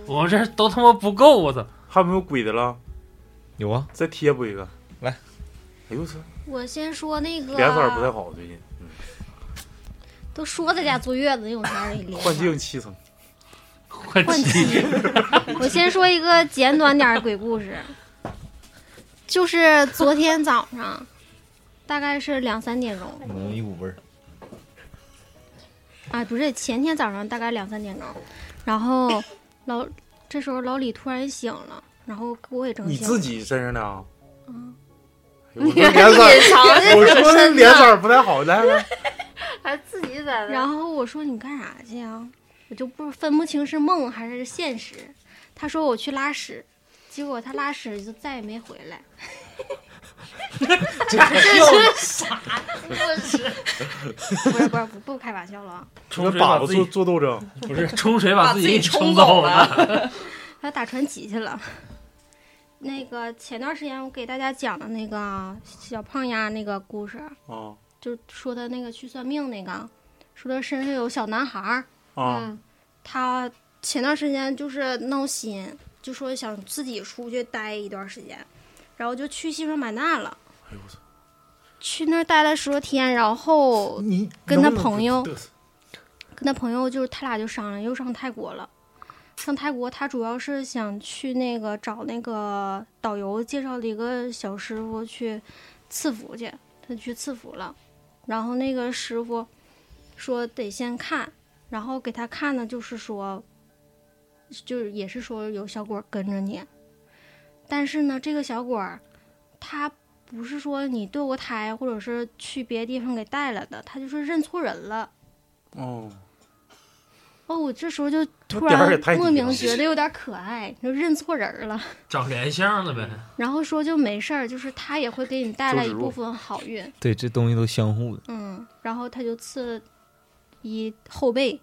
[SPEAKER 2] 我们这儿都他妈不够，我操！
[SPEAKER 1] 还有没有鬼的了？
[SPEAKER 6] 有啊，
[SPEAKER 1] 再贴补一个，
[SPEAKER 6] 来。
[SPEAKER 1] 哎呦我操，
[SPEAKER 7] 我先说那个，
[SPEAKER 1] 脸色儿不太好，最近。嗯，
[SPEAKER 7] 都说在家坐月子那种啥人脸色
[SPEAKER 1] 幻境七层，
[SPEAKER 2] 快
[SPEAKER 7] 换妻。我先说一个简短点儿的鬼故事，就是昨天早上，大概是两三点钟，
[SPEAKER 6] 浓一股味儿。
[SPEAKER 7] 啊，不是前天早上大概两三点钟，然后老这时候老李突然醒了，然后给我也整
[SPEAKER 1] 你
[SPEAKER 7] 醒了。
[SPEAKER 1] 自己身上的啊？
[SPEAKER 7] 嗯
[SPEAKER 1] 哎呦我说脸色 儿，
[SPEAKER 3] 藏
[SPEAKER 1] 我说这脸色儿不太好，来来，
[SPEAKER 3] 还自己在那
[SPEAKER 7] 然后我说你干啥去啊？我就不分不清是梦还是现实。他说我去拉屎，结果他拉屎就再也没回 来。这是啥故事？不是不是不不开玩笑了啊！
[SPEAKER 1] 跟
[SPEAKER 2] 冲水
[SPEAKER 1] 粑
[SPEAKER 2] 把
[SPEAKER 1] 粑
[SPEAKER 2] 自
[SPEAKER 1] 做
[SPEAKER 2] 己
[SPEAKER 1] 做斗争，
[SPEAKER 2] 不是冲水
[SPEAKER 4] 把
[SPEAKER 2] 把
[SPEAKER 4] 自
[SPEAKER 2] 自
[SPEAKER 4] 己
[SPEAKER 2] 己
[SPEAKER 4] 冲
[SPEAKER 2] 冲
[SPEAKER 4] 走
[SPEAKER 2] 走
[SPEAKER 4] 了
[SPEAKER 2] 了，
[SPEAKER 7] 他打传奇去了。那个前段时间我给大家讲的那个小胖丫那个故事，
[SPEAKER 1] 啊，
[SPEAKER 7] 就说他那个去算命那个，说他身上有小男孩儿，
[SPEAKER 2] 嗯
[SPEAKER 7] 嗯
[SPEAKER 1] 啊，
[SPEAKER 3] 嗯
[SPEAKER 7] 他前段时间就是闹心，就说想自己出去待一段时间，然后就去西双版纳了。
[SPEAKER 1] 哎呦我操！
[SPEAKER 7] 去那儿待了十多天，然后
[SPEAKER 1] 你
[SPEAKER 7] 跟他
[SPEAKER 1] 能不能
[SPEAKER 7] 朋友
[SPEAKER 1] 嘚瑟
[SPEAKER 7] 跟他朋友就是他俩就商量，又上泰国了。上泰国，他主要是想去那个找那个导游介绍的一个小师傅去赐福去，他去赐福了。然后那个师傅说得先看，然后给他看的就是说，就是也是说有小鬼跟着你，但是呢，这个小鬼儿他不是说你堕过胎，或者是去别的地方给带了的，他就是认错人了。
[SPEAKER 1] 哦，
[SPEAKER 7] 哦，我这时候就突
[SPEAKER 1] 点儿也
[SPEAKER 7] 然
[SPEAKER 1] 太低
[SPEAKER 7] 莫名
[SPEAKER 1] 了
[SPEAKER 7] 觉得有点可爱，就认错人儿了。
[SPEAKER 2] 长脸相了呗。
[SPEAKER 7] 然后说就没事儿，就是他也会给你带
[SPEAKER 1] 周
[SPEAKER 7] 来
[SPEAKER 1] 芷
[SPEAKER 7] 一
[SPEAKER 1] 若
[SPEAKER 7] 部分好运，
[SPEAKER 6] 对，这东西都相互的。
[SPEAKER 7] 嗯。然后他就刺了一后背，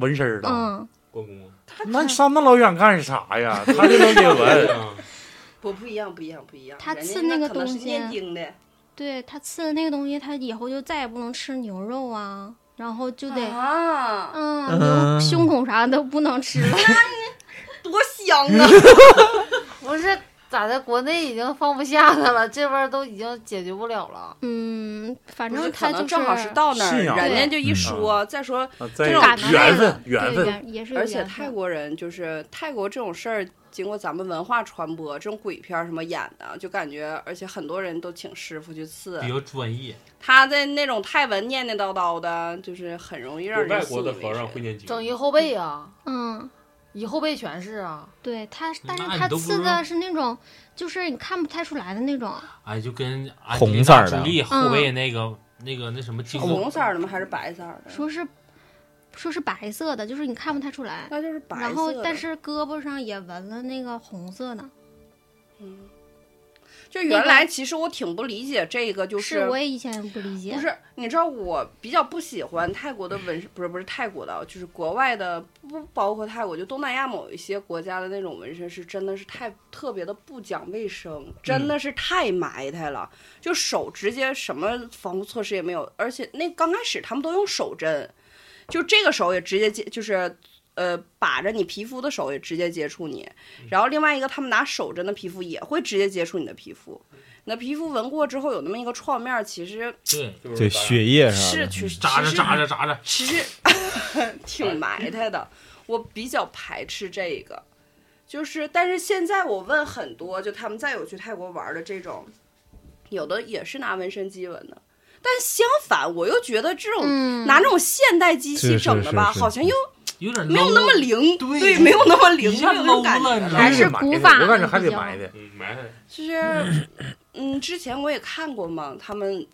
[SPEAKER 1] 纹身儿了。
[SPEAKER 7] 嗯，
[SPEAKER 5] 关公啊，
[SPEAKER 1] 那你上那老远干啥呀？他就能给
[SPEAKER 5] 对
[SPEAKER 1] 纹。
[SPEAKER 5] 啊，
[SPEAKER 4] 不不一样，不一样，不一样。
[SPEAKER 7] 他
[SPEAKER 4] 人家
[SPEAKER 7] 刺那个
[SPEAKER 4] 可能是
[SPEAKER 7] 东西
[SPEAKER 4] 念经的，
[SPEAKER 7] 对他刺的那个东西，他以后就再也不能吃牛肉啊，然后就得、
[SPEAKER 4] 啊，
[SPEAKER 7] 嗯，
[SPEAKER 6] 嗯
[SPEAKER 7] 牛胸口啥都不能 吃了。
[SPEAKER 4] 多香啊！
[SPEAKER 3] 不是咋的？国内已经放不下他了，这边儿都已经解决不了了。
[SPEAKER 7] 嗯，反
[SPEAKER 4] 反正
[SPEAKER 7] 正
[SPEAKER 4] 他
[SPEAKER 7] 他
[SPEAKER 4] 就
[SPEAKER 7] 就是
[SPEAKER 4] 正好是到那儿，
[SPEAKER 1] 信仰
[SPEAKER 4] 人家就
[SPEAKER 5] 嗯
[SPEAKER 4] 一说，再说，
[SPEAKER 1] 啊再
[SPEAKER 4] 这
[SPEAKER 1] 有
[SPEAKER 4] 种
[SPEAKER 7] 感觉
[SPEAKER 1] 缘分，缘
[SPEAKER 7] 对
[SPEAKER 1] 分。
[SPEAKER 7] 缘也是有
[SPEAKER 4] 而且
[SPEAKER 7] 缘
[SPEAKER 4] 泰
[SPEAKER 7] 分
[SPEAKER 4] 国人就是泰国这种事儿，经过咱们文化传播，这种鬼片儿什么演的，就感觉，而且很多人都请师傅去刺
[SPEAKER 2] 比，较专业，
[SPEAKER 4] 他在那种泰文念念叨叨的，就是很容易让
[SPEAKER 5] 有
[SPEAKER 4] 人
[SPEAKER 5] 外
[SPEAKER 4] 信以
[SPEAKER 5] 国的
[SPEAKER 4] 为
[SPEAKER 5] 和尚会
[SPEAKER 4] 真。
[SPEAKER 5] 念经，
[SPEAKER 3] 整一后背啊，
[SPEAKER 7] 嗯。
[SPEAKER 3] 一后背全是啊。
[SPEAKER 7] 对他，但是
[SPEAKER 2] 那你
[SPEAKER 7] 他
[SPEAKER 2] 都不
[SPEAKER 7] 刺
[SPEAKER 2] 知
[SPEAKER 7] 的
[SPEAKER 2] 道
[SPEAKER 7] 是那种，就是你看不太出来的那种，
[SPEAKER 2] 哎，就跟安
[SPEAKER 6] 红
[SPEAKER 2] 吉丽
[SPEAKER 6] 色
[SPEAKER 2] 娜
[SPEAKER 6] 儿的
[SPEAKER 2] 朱莉后背那个那个那什么
[SPEAKER 4] 是
[SPEAKER 2] 镜头
[SPEAKER 4] 红色儿的吗？还是白色儿的？
[SPEAKER 7] 说是说是白色的，就是你看不太出来。
[SPEAKER 4] 那就是白色的。
[SPEAKER 7] 然后，但是胳膊上也纹了那个红色的，
[SPEAKER 4] 嗯，就原来其实我挺不理解这个，就是
[SPEAKER 7] 我也以前不理解。
[SPEAKER 4] 不是，你知道我比较不喜欢泰国的纹身，不是不是泰国的啊，就是国外的，不包括泰国，就东南亚某一些国家的那种纹身，是真的是太特别的不讲卫生，真的是太埋汰了，就手直接什么防护措施也没有，而且那刚开始他们都用手针，就这个手也直接接就是。呃，把着你皮肤的手也直接接触你，然后另外一个，他们拿手针的皮肤也会直接接触你的皮肤，你的皮肤闻过之后有那么一个创面儿，其实
[SPEAKER 2] 对，
[SPEAKER 5] 就是
[SPEAKER 6] 对，
[SPEAKER 5] 大家
[SPEAKER 6] 血液啥
[SPEAKER 4] 是
[SPEAKER 6] 的，
[SPEAKER 4] 去
[SPEAKER 2] 扎着扎着扎着，
[SPEAKER 4] 其实 挺埋汰的。我比较排斥这个，就是但是现在我问很多，就他们再有去泰国玩的这种，有的也是拿纹身机纹的，但相反，我又觉得这种、
[SPEAKER 7] 嗯，
[SPEAKER 4] 拿那种现代机器
[SPEAKER 6] 是是
[SPEAKER 4] 整的吧，
[SPEAKER 6] 是是
[SPEAKER 4] 好像又
[SPEAKER 2] 有点
[SPEAKER 4] 没有
[SPEAKER 2] low
[SPEAKER 4] 那么灵，
[SPEAKER 2] 对
[SPEAKER 4] 没有那么灵，
[SPEAKER 2] 一下
[SPEAKER 4] 没有那种
[SPEAKER 2] low
[SPEAKER 4] 感觉。
[SPEAKER 2] 了，你知道
[SPEAKER 7] 还
[SPEAKER 2] 吗
[SPEAKER 7] 是
[SPEAKER 1] 得埋
[SPEAKER 7] 古
[SPEAKER 1] 汰
[SPEAKER 7] 法
[SPEAKER 1] 我感觉
[SPEAKER 7] 的
[SPEAKER 1] 还
[SPEAKER 7] 比
[SPEAKER 1] 得
[SPEAKER 7] 较
[SPEAKER 1] 埋汰。
[SPEAKER 5] 嗯埋汰。
[SPEAKER 4] 就是，嗯，之前我也看过嘛，他们，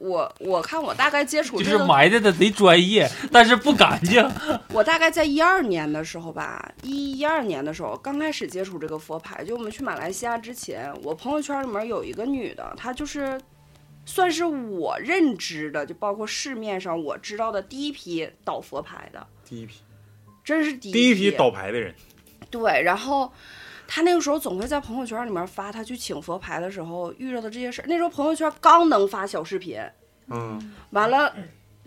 [SPEAKER 4] 我我看我大概接触
[SPEAKER 2] 就
[SPEAKER 4] 这
[SPEAKER 2] 是
[SPEAKER 4] 个
[SPEAKER 2] 埋汰的贼专业，但是不干净。
[SPEAKER 4] 我大概在一二年的时候吧，一一二年的时候刚开始接触这个佛牌，就我们去马来西亚之前，我朋友圈里面有一个女的，她就是算是我认知的，就包括市面上我知道的第一批倒佛牌的，
[SPEAKER 1] 第一批，
[SPEAKER 4] 真是第一
[SPEAKER 1] 第一批倒牌的人，
[SPEAKER 4] 对，然后他那个时候总会在朋友圈里面发他去请佛牌的时候遇到的这些事儿。那时候朋友圈刚能发小视频，
[SPEAKER 1] 嗯，
[SPEAKER 4] 完了。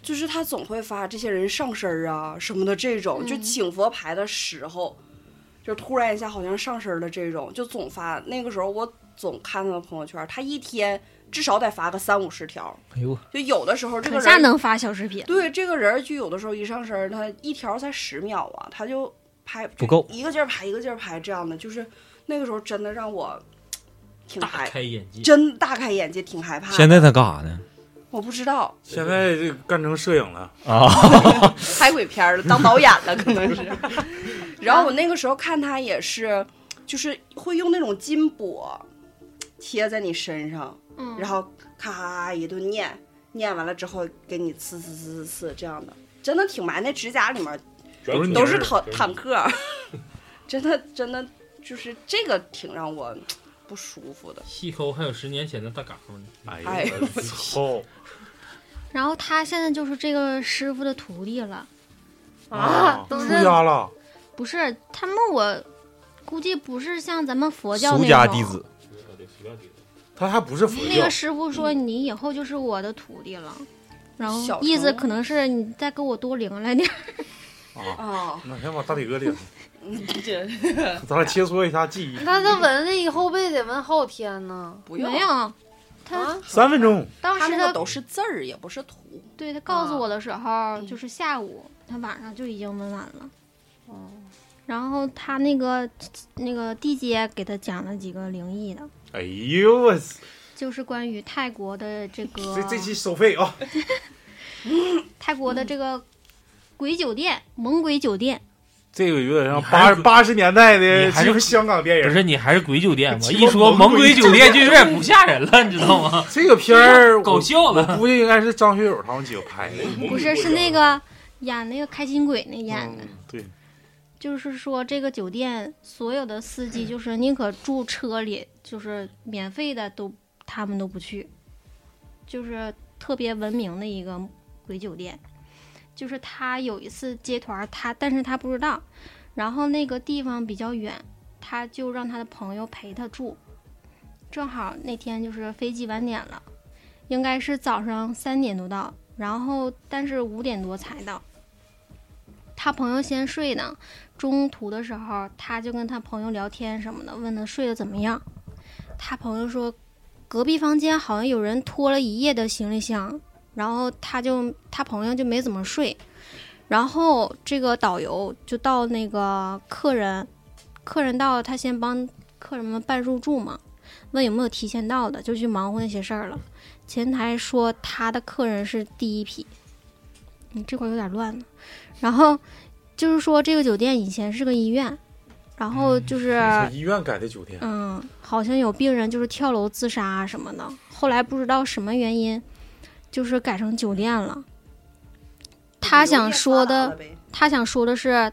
[SPEAKER 4] 就是他总会发这些人上身儿啊什么的这种，就
[SPEAKER 7] 嗯
[SPEAKER 4] 请佛牌的时候，就突然一下好像上身儿了这种，就总发。那个时候我总看他的朋友圈，他一天至少得发个三五十条，
[SPEAKER 6] 哎呦，
[SPEAKER 4] 就有的时候这个
[SPEAKER 7] 可
[SPEAKER 4] 人
[SPEAKER 7] 下能发小视频，
[SPEAKER 4] 对，这个人儿就有的时候一上身儿，他一条才十秒啊，他就拍
[SPEAKER 6] 不够
[SPEAKER 4] 一个劲儿拍，一个劲儿拍，这样的就是那个时候真的让我挺
[SPEAKER 2] 大
[SPEAKER 4] 害，
[SPEAKER 2] 开眼界，
[SPEAKER 4] 真大开眼界，挺害怕的。
[SPEAKER 6] 现在他干啥呢？
[SPEAKER 4] 我不知道
[SPEAKER 1] 现在这干成摄影了，
[SPEAKER 6] 啊，
[SPEAKER 4] 拍鬼片儿了，当导演了可能是。然后我那个时候看他也是，就是会用那种金箔贴在你身上，
[SPEAKER 7] 嗯，
[SPEAKER 4] 然后咔一顿念，念完了之后给你刺刺刺刺刺这样的，真的挺埋那指甲里面
[SPEAKER 5] 都
[SPEAKER 1] 是你
[SPEAKER 4] 都是
[SPEAKER 1] 儿
[SPEAKER 4] 坦
[SPEAKER 5] 都是
[SPEAKER 4] 坦克，真的真的就是这个挺让我不舒服的。
[SPEAKER 2] 细抠还有十年前的大嘎巴呢。
[SPEAKER 1] 哎
[SPEAKER 4] 哎
[SPEAKER 1] 呦我 操！
[SPEAKER 7] 然后他现在就是这个师傅的徒弟了，
[SPEAKER 4] 嗯
[SPEAKER 1] 啊，
[SPEAKER 3] 都
[SPEAKER 1] 出
[SPEAKER 3] 是
[SPEAKER 1] 家了，
[SPEAKER 7] 不是他们我估计不是像咱们佛教
[SPEAKER 6] 俗
[SPEAKER 7] 那
[SPEAKER 6] 家
[SPEAKER 7] 种
[SPEAKER 6] 弟子，
[SPEAKER 5] 对对对
[SPEAKER 1] 他还不是佛
[SPEAKER 7] 那
[SPEAKER 1] 教
[SPEAKER 7] 个，师傅说你以后就是我的徒弟了，然
[SPEAKER 4] 小
[SPEAKER 7] 后
[SPEAKER 4] 乘
[SPEAKER 7] 意思可能是你再给我多领来点儿。
[SPEAKER 4] 啊，
[SPEAKER 1] 那先把大体哥领，
[SPEAKER 4] 这
[SPEAKER 1] 咱俩切磋一下技艺，
[SPEAKER 3] 他这纹了以后背得纹好天呢。
[SPEAKER 4] 不用
[SPEAKER 7] 没有，他
[SPEAKER 3] 啊，
[SPEAKER 1] 三分钟，
[SPEAKER 7] 当
[SPEAKER 4] 他
[SPEAKER 7] 时
[SPEAKER 4] 那
[SPEAKER 7] 他
[SPEAKER 4] 个都是字儿，也不是图。
[SPEAKER 7] 对他告诉我的时候、
[SPEAKER 4] 嗯
[SPEAKER 7] 就是下午，啊他晚上就已经纹完了。
[SPEAKER 3] 哦
[SPEAKER 7] 然后他那个那个地接给他讲了几个灵异的，
[SPEAKER 1] 哎呦我操，
[SPEAKER 7] 就是关于泰国的这个
[SPEAKER 1] 这这期收费啊，
[SPEAKER 7] 泰国的这个鬼酒店、
[SPEAKER 1] 嗯
[SPEAKER 7] 猛鬼酒店，
[SPEAKER 1] 这个有点像
[SPEAKER 2] 你还
[SPEAKER 1] 八
[SPEAKER 2] 是
[SPEAKER 1] 八十年代的
[SPEAKER 2] 你还是
[SPEAKER 1] 就是香港电
[SPEAKER 2] 不
[SPEAKER 1] 影，
[SPEAKER 2] 是你还是鬼酒店吧？
[SPEAKER 1] 鸡巴
[SPEAKER 2] 一说
[SPEAKER 1] 猛
[SPEAKER 2] 猛
[SPEAKER 1] 鬼
[SPEAKER 2] 鬼酒店就有点不吓人了，你知道吗？
[SPEAKER 1] 这个片儿
[SPEAKER 2] 搞
[SPEAKER 1] 我
[SPEAKER 2] 笑了，
[SPEAKER 1] 估计应该是张学友他们几个拍的，
[SPEAKER 7] 不是是那个演那个开心鬼那演的。
[SPEAKER 1] 嗯，对，
[SPEAKER 7] 就是说，这个酒店所有的司机，就是宁可住车里，就是免费的都他们都不去，就是特别文明的一个鬼酒店。就是他有一次接团儿，他但是他不知道，然后那个地方比较远，他就让他的朋友陪他住。正好那天就是飞机晚点了，应该是早上三点多到，然后但是五点多才到。他朋友先睡呢，中途的时候，他就跟他朋友聊天什么的，问他睡得怎么样。他朋友说，隔壁房间好像有人拖了一夜的行李箱，然后他就他朋友就没怎么睡。然后这个导游就到那个客人，客人到了他先帮客人们办入住嘛，问有没有提前到的，就去忙活那些事儿了。前台说他的客人是第一批，你这块儿有点乱呢。然后就是说这个酒店以前是个医院，然后嗯就是、
[SPEAKER 1] 从医院改的酒店，
[SPEAKER 7] 呃嗯，好像有病人就是跳楼自杀啊什么的，后来不知道什么原因，就是改成酒店了。他想说的，他想说的是，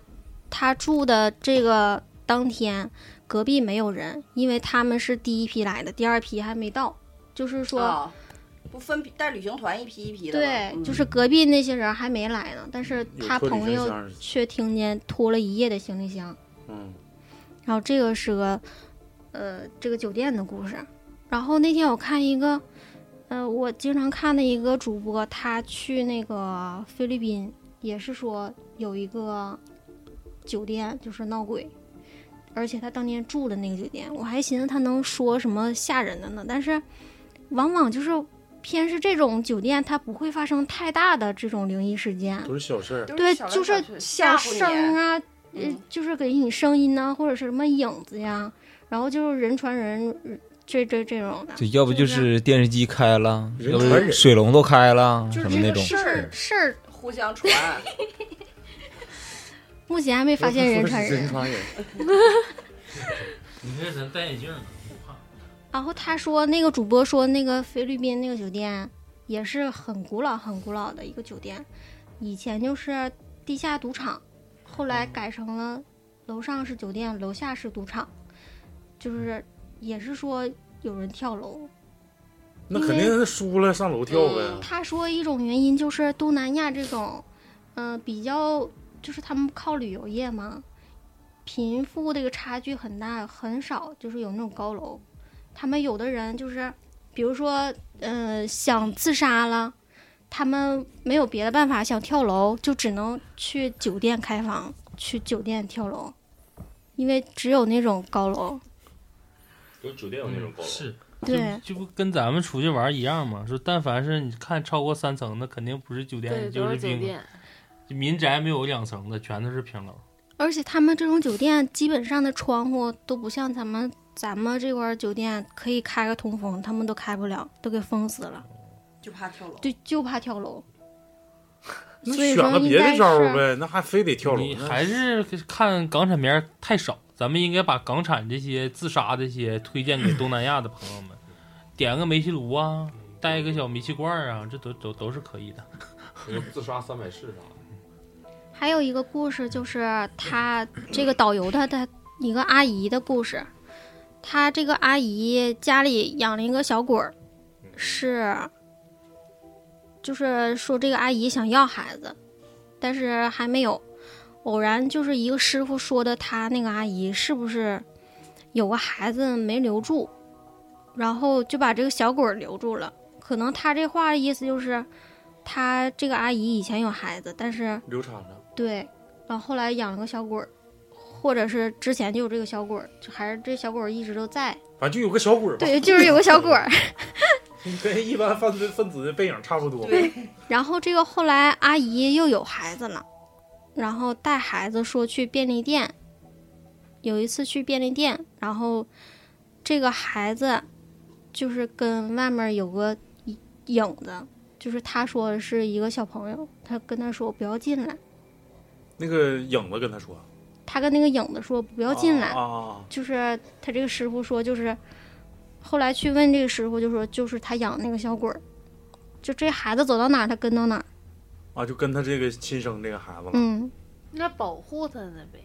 [SPEAKER 7] 他住的这个当天隔壁没有人，因为他们是第一批来的，第二批还没到。就是说，
[SPEAKER 4] 啊，不分带旅行团一批一批的吗，
[SPEAKER 7] 对，
[SPEAKER 4] 嗯
[SPEAKER 7] 就是隔壁那些人还没来呢，但是
[SPEAKER 1] 嗯有
[SPEAKER 7] 他
[SPEAKER 1] 托旅
[SPEAKER 7] 朋
[SPEAKER 1] 行
[SPEAKER 7] 友
[SPEAKER 1] 箱，
[SPEAKER 7] 却听见拖了一夜的行李箱。
[SPEAKER 1] 嗯，
[SPEAKER 7] 然后这个是个，呃，这个酒店的故事。然后那天我看一个，呃，我经常看的一个主播，他去那个菲律宾，也是说有一个酒店就是闹鬼，而且他当年住的那个酒店，我还寻思他能说什么吓人的呢，但是往往就是偏是这种酒店，它不会发生太大的这种灵异事件。
[SPEAKER 1] 都是小事儿，
[SPEAKER 4] 都
[SPEAKER 7] 对，
[SPEAKER 4] 小来
[SPEAKER 7] 就
[SPEAKER 4] 小
[SPEAKER 7] 是
[SPEAKER 4] 去
[SPEAKER 7] 小
[SPEAKER 4] 吓唬
[SPEAKER 7] 声
[SPEAKER 4] 你。
[SPEAKER 7] 啊，呃
[SPEAKER 4] 嗯，
[SPEAKER 7] 就是给你声音呐、或者是什么影子呀，然后就是人传人，呃这这这种的，
[SPEAKER 6] 对，要不就是电视机开了，
[SPEAKER 1] 人
[SPEAKER 6] 要不
[SPEAKER 1] 传人
[SPEAKER 6] 水龙头开了，
[SPEAKER 4] 就是
[SPEAKER 6] 什么
[SPEAKER 4] 这
[SPEAKER 6] 那
[SPEAKER 4] 个
[SPEAKER 6] 种。
[SPEAKER 4] 事
[SPEAKER 7] 是
[SPEAKER 4] 儿
[SPEAKER 7] 事儿，
[SPEAKER 4] 互相传，
[SPEAKER 7] 目前还没发现人 传
[SPEAKER 1] 人
[SPEAKER 7] 人。
[SPEAKER 1] 传人，
[SPEAKER 2] 你看咱戴眼镜，
[SPEAKER 7] 然后他说，那个主播说，那个菲律宾那个酒店也是很古老、很古老的一个酒店，以前就是地下赌场，后来改成了楼上是酒店，楼下是赌场，就是也是说有人跳楼，
[SPEAKER 1] 那肯定是输了上楼跳
[SPEAKER 4] 嗯
[SPEAKER 1] 呗，
[SPEAKER 7] 他说一种原因就是东南亚这种，嗯、比较就是他们靠旅游业嘛，贫富这个差距很大，很少就是有那种高楼。他们有的人就是，比如说，呃，想自杀了，他们没有别的办法，想跳楼就只能去酒店开房，去酒店跳楼，因为只有那种高楼。
[SPEAKER 5] 有酒店有那种高
[SPEAKER 2] 嗯
[SPEAKER 5] 楼，
[SPEAKER 2] 是，
[SPEAKER 7] 对，
[SPEAKER 2] 这不跟咱们出去玩一样吗？说但凡是你看超过三层的，肯定不是酒
[SPEAKER 3] 对，
[SPEAKER 2] 店就
[SPEAKER 3] 都
[SPEAKER 2] 是
[SPEAKER 3] 是酒
[SPEAKER 2] 宾馆，
[SPEAKER 3] 店。
[SPEAKER 2] 民宅没有两层的，全都是平楼。
[SPEAKER 7] 而且他们这种酒店基本上的窗户都不像咱们咱们这块儿酒店可以开个通风，他们都开不了，都给封死了，
[SPEAKER 4] 就怕跳楼。
[SPEAKER 7] 就就怕跳楼。
[SPEAKER 1] 那
[SPEAKER 7] 所以
[SPEAKER 1] 选
[SPEAKER 7] 说
[SPEAKER 1] 个
[SPEAKER 7] 应
[SPEAKER 1] 别
[SPEAKER 7] 该
[SPEAKER 1] 的招儿
[SPEAKER 7] 是
[SPEAKER 1] 呗，那还非得跳楼
[SPEAKER 2] 你
[SPEAKER 1] 呢，
[SPEAKER 2] 还是看港产片儿太少，咱们应该把港产这些自杀这些推荐给东南亚的朋友们，
[SPEAKER 1] 嗯
[SPEAKER 2] 点个煤气炉啊，带一个小煤气罐儿啊，这都都都是可 以的。
[SPEAKER 5] 有自杀三百式啥的，
[SPEAKER 7] 还有一个故事就是他这个导游他的一个阿姨的故事，他这个阿姨家里养了一个小鬼儿，是，就是说这个阿姨想要孩子，但是还没有，偶然就是一个师傅说的，他那个阿姨是不是有个孩子没留住，然后就把这个小鬼儿留住了。可能他这话的意思就是，他这个阿姨以前有孩子，但是
[SPEAKER 1] 流产了，
[SPEAKER 7] 对，然后后来养了个小鬼儿，或者是之前就有这个小鬼儿，就还是这小鬼儿一直都在。
[SPEAKER 1] 反正就有个小鬼儿吧，
[SPEAKER 7] 对，就是有个小鬼儿。
[SPEAKER 1] 跟一般犯罪分子的背影差不多。
[SPEAKER 7] 然后这个后来阿姨又有孩子了，然后带孩子说去便利店。有一次去便利店，然后这个孩子就是跟外面有个影影子，就是他说是一个小朋友，他跟他说不要进来，
[SPEAKER 1] 那个影子跟他说，
[SPEAKER 7] 他跟那个影子说不
[SPEAKER 1] 不
[SPEAKER 7] 要进来，
[SPEAKER 1] 啊啊啊！
[SPEAKER 7] 就是他这个师傅说，就是后来去问这个师傅，就说就是他养那个小鬼儿，就这孩子走到哪儿他跟到哪儿，
[SPEAKER 1] 啊，就跟他这个亲生这个孩子了。
[SPEAKER 7] 嗯
[SPEAKER 3] 那保护他呢呗。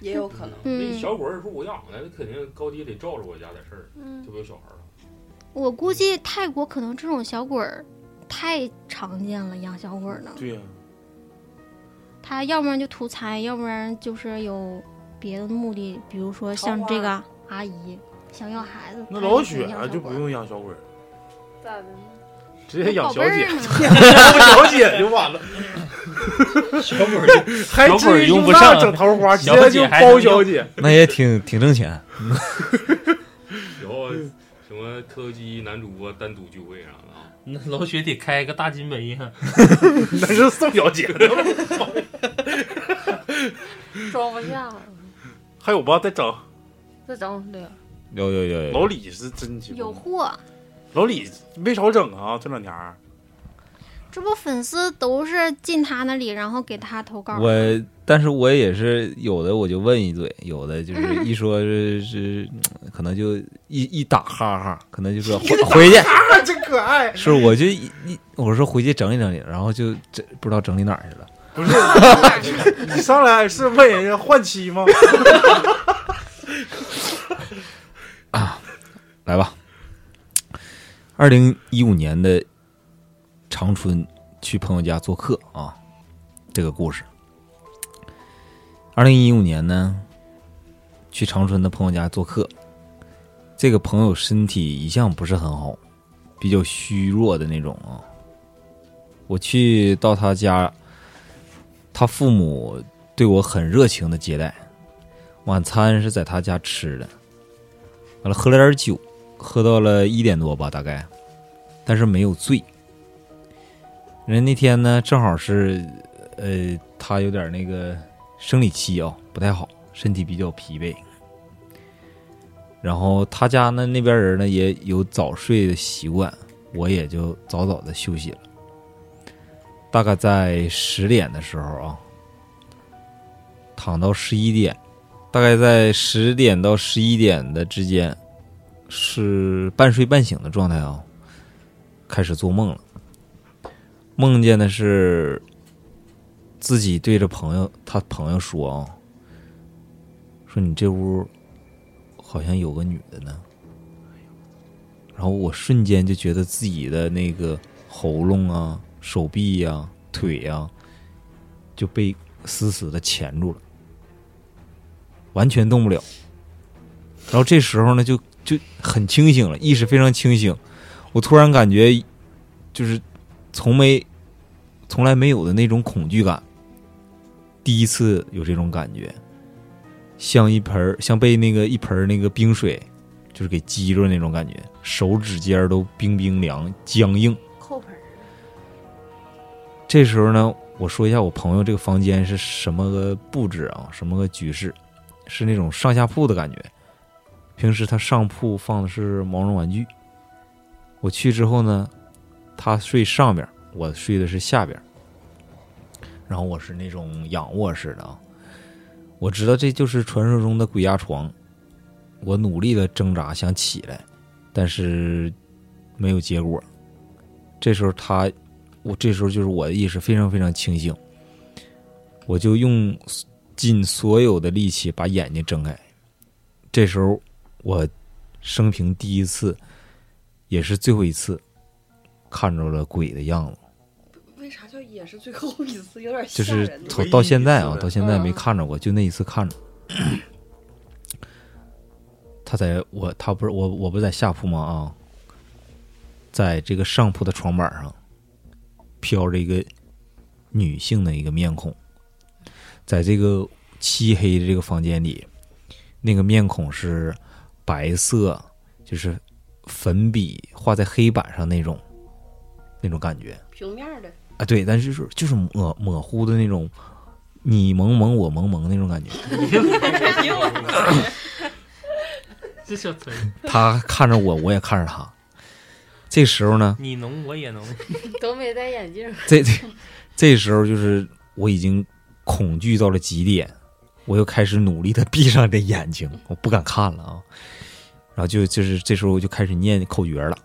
[SPEAKER 4] 也有可能。
[SPEAKER 5] 那
[SPEAKER 7] 嗯。
[SPEAKER 5] 小鬼儿说我养的，那肯定高低得罩着我家点事儿，
[SPEAKER 3] 嗯
[SPEAKER 5] 这，不有小孩儿了。
[SPEAKER 7] 我估计泰国可能这种小鬼儿太常见了，养小鬼儿的，
[SPEAKER 1] 对呀、
[SPEAKER 7] 他要不然就图财，要不然就是有别的目的，比如说像这个阿姨想要孩子，
[SPEAKER 1] 那
[SPEAKER 7] 她
[SPEAKER 1] 老
[SPEAKER 7] 也想
[SPEAKER 1] 雪
[SPEAKER 7] 养
[SPEAKER 1] 啊
[SPEAKER 7] 小
[SPEAKER 1] 就
[SPEAKER 7] 鬼
[SPEAKER 1] 不
[SPEAKER 7] 儿
[SPEAKER 1] 用养小鬼儿，
[SPEAKER 3] 咋的呢？
[SPEAKER 1] 直接养
[SPEAKER 7] 宝
[SPEAKER 1] 小
[SPEAKER 7] 贝儿
[SPEAKER 1] 姐，
[SPEAKER 7] 呢
[SPEAKER 1] 养小姐就完了。
[SPEAKER 5] 小鬼儿，
[SPEAKER 1] 还
[SPEAKER 2] 小鬼儿
[SPEAKER 1] 真
[SPEAKER 2] 用不
[SPEAKER 1] 那
[SPEAKER 2] 上
[SPEAKER 1] 整桃花，直
[SPEAKER 2] 小
[SPEAKER 1] 接
[SPEAKER 2] 姐
[SPEAKER 1] 就
[SPEAKER 2] 还
[SPEAKER 1] 包
[SPEAKER 2] 能
[SPEAKER 1] 小
[SPEAKER 2] 用
[SPEAKER 1] 姐。
[SPEAKER 6] 那也挺挺挣钱。
[SPEAKER 5] 以后啊什么磕头机男主播单独聚会啥的啊，
[SPEAKER 2] 那老雪得开个大金杯呀，
[SPEAKER 1] 那是宋小姐，
[SPEAKER 3] 装不下，
[SPEAKER 1] 还有吧？再整
[SPEAKER 3] 再整不了。
[SPEAKER 6] 有有有
[SPEAKER 1] 老李是真鸡巴
[SPEAKER 7] 有货，
[SPEAKER 1] 老李没少整啊，这两年儿
[SPEAKER 7] 这不粉丝都是进他那里，然后给他投稿。
[SPEAKER 6] 我，但是我也是有的，我就问一嘴，有的就是一说是是，可能就一一打哈哈，可能就说回回去，
[SPEAKER 1] 啊，真可爱。
[SPEAKER 6] 是我就一一我说回去整理整理，然后就这不知道整理哪儿去了。
[SPEAKER 1] 不是， 你上来是问人家换妻吗？
[SPEAKER 6] 来吧，二零一五年的长春去朋友家做客啊，这个故事。二零一五年呢，去长春的朋友家做客，这个朋友身体一向不是很好，比较虚弱的那种啊。我去到他家，他父母对我很热情的接待，晚餐是在他家吃的，完了喝了点酒，喝到了一点多吧，大概，但是没有醉。人那天呢，正好是，呃，他有点那个生理期啊、不太好，身体比较疲惫。然后他家呢那边人呢也有早睡的习惯，我也就早早的休息了。大概在十点的时候啊，躺到十一点，大概在十点到十一点的之间，是半睡半醒的状态啊，开始做梦了。梦见的是自己对着朋友，他朋友说啊，说你这屋好像有个女的呢。然后我瞬间就觉得自己的那个喉咙啊、手臂呀、腿呀、就被死死的钳住了，完全动不了。然后这时候呢，就就很清醒了，意识非常清醒。我突然感觉，就是从没从来没有的那种恐惧感，第一次有这种感觉，像一盆儿像被那个一盆儿那个冰水就是给激着那种感觉，手指尖儿都冰冰凉僵硬。
[SPEAKER 3] 扣盆儿，
[SPEAKER 6] 这时候呢，我说一下我朋友这个房间是什么个布置啊，什么个局势，是那种上下铺的感觉。平时他上铺放的是毛绒玩具，我去之后呢，他睡上边儿，我睡的是下边儿。然后我是那种仰卧式的啊，我知道这就是传说中的鬼压床。我努力的挣扎想起来，但是没有结果。这时候他我这时候就是我的意识非常非常清醒，我就用尽所有的力气把眼睛睁开。这时候，我生平第一次，也是最后一次，看着了鬼的样子，
[SPEAKER 4] 为啥叫也是最后一次？有点吓
[SPEAKER 6] 就是
[SPEAKER 4] 人呢。
[SPEAKER 6] 从到现在
[SPEAKER 1] 唯一一次
[SPEAKER 6] 啊，
[SPEAKER 1] 呗
[SPEAKER 6] 到现在没
[SPEAKER 4] 嗯
[SPEAKER 6] 看着过，就那一次看着。 他在我他不是我我不是在下铺吗？啊，在这个上铺的床板上飘着一个女性的一个面孔，在这个漆黑的这个房间里，那个面孔是白色，就是粉笔画在黑板上那种那种感觉。
[SPEAKER 4] 平面的，
[SPEAKER 6] 啊，对，但是就是就是模模糊的那种，你萌萌我萌萌那种感觉。
[SPEAKER 2] 这小词儿，
[SPEAKER 6] 他看着我，我也看着他。这时候呢，
[SPEAKER 2] 你能我也能，
[SPEAKER 3] 都没戴眼镜。
[SPEAKER 6] 这这这时候就是我已经恐惧到了极点，我又开始努力的闭上这眼睛，我不敢看了啊。然后就就是这时候我就开始念口诀了：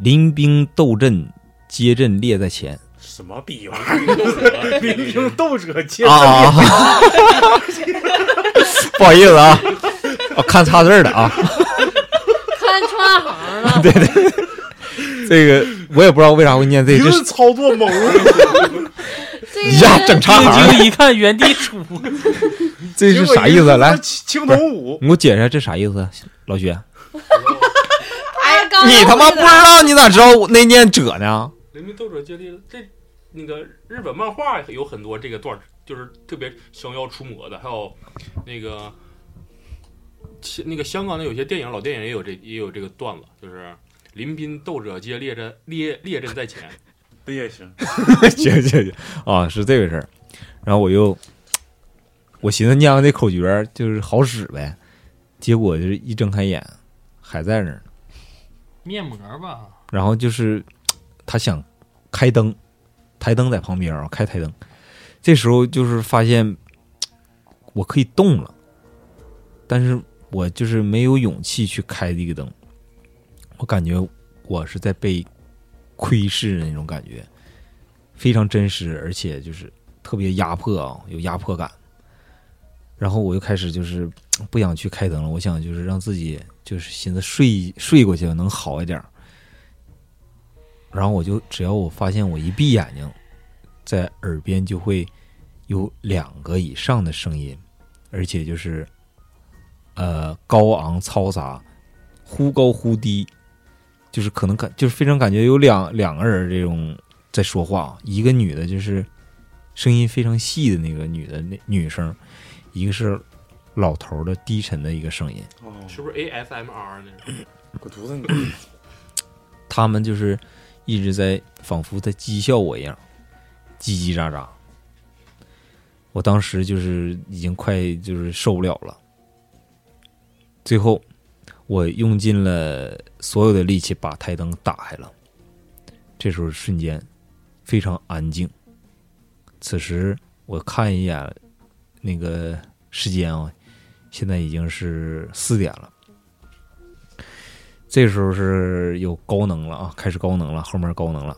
[SPEAKER 6] 临兵斗阵，皆阵列在前。
[SPEAKER 1] 什么逼 玩意儿？民兵斗者皆
[SPEAKER 6] 啊！ 不好意思啊，我看差字儿了啊。
[SPEAKER 3] 看 串行了，
[SPEAKER 6] 这个我也不知道为啥会念 这，
[SPEAKER 1] 一
[SPEAKER 6] 这
[SPEAKER 1] 顿
[SPEAKER 6] 是
[SPEAKER 1] 操作猛，
[SPEAKER 3] 这
[SPEAKER 6] 一
[SPEAKER 3] 个
[SPEAKER 6] 下整差行
[SPEAKER 2] 定
[SPEAKER 6] 了，
[SPEAKER 2] 睛一看原地杵，
[SPEAKER 6] 这是啥意
[SPEAKER 1] 结果
[SPEAKER 6] 思？
[SPEAKER 1] 一
[SPEAKER 6] 来
[SPEAKER 1] 个，青铜舞，
[SPEAKER 6] 你给我解释一下这啥意思，老 徐。
[SPEAKER 3] 哎，刚
[SPEAKER 6] 你他妈不知道，你咋知道我那念者呢？
[SPEAKER 5] 人民斗者接力这那个日本漫画有很多这个段儿，就是特别降妖除魔的，还有那个其那个香港的有些电影老电影也有这也有这个段子，就是临兵斗者皆列阵列列阵在前，
[SPEAKER 1] 这也行。
[SPEAKER 6] 行行行，啊，是这个事儿。然后我又，我寻思念完这口诀就是好使呗，结果就是一睁开眼还在那儿呢。
[SPEAKER 2] 面膜吧，
[SPEAKER 6] 然后就是他想开灯，台灯在旁边啊，开台灯。这时候就是发现我可以动了，但是我就是没有勇气去开这个灯。我感觉我是在被窥视的那种感觉，非常真实，而且就是特别压迫啊，有压迫感。然后我就开始就是不想去开灯了，我想就是让自己就是寻思睡睡过去能好一点儿。然后我就只要我发现我一闭眼睛，在耳边就会有两个以上的声音，而且就是呃高昂嘈杂，忽高忽低，就是可能感就是非常感觉有两两个人这种在说话，一个女的就是声音非常细的那个女的那女生，一个是老头儿的低沉的一个声音。
[SPEAKER 1] 哦，
[SPEAKER 5] 是不是 ASMR 呢？
[SPEAKER 1] 我犊子你！
[SPEAKER 6] 他们就是一直在仿佛在讥笑我一样，叽叽喳喳。我当时就是已经快就是受不了了，最后我用尽了所有的力气把台灯打开了。这时候瞬间非常安静。此时我看一眼那个时间啊，现在已经是四点了。这时候是有高能了啊，开始高能了，后面高能了。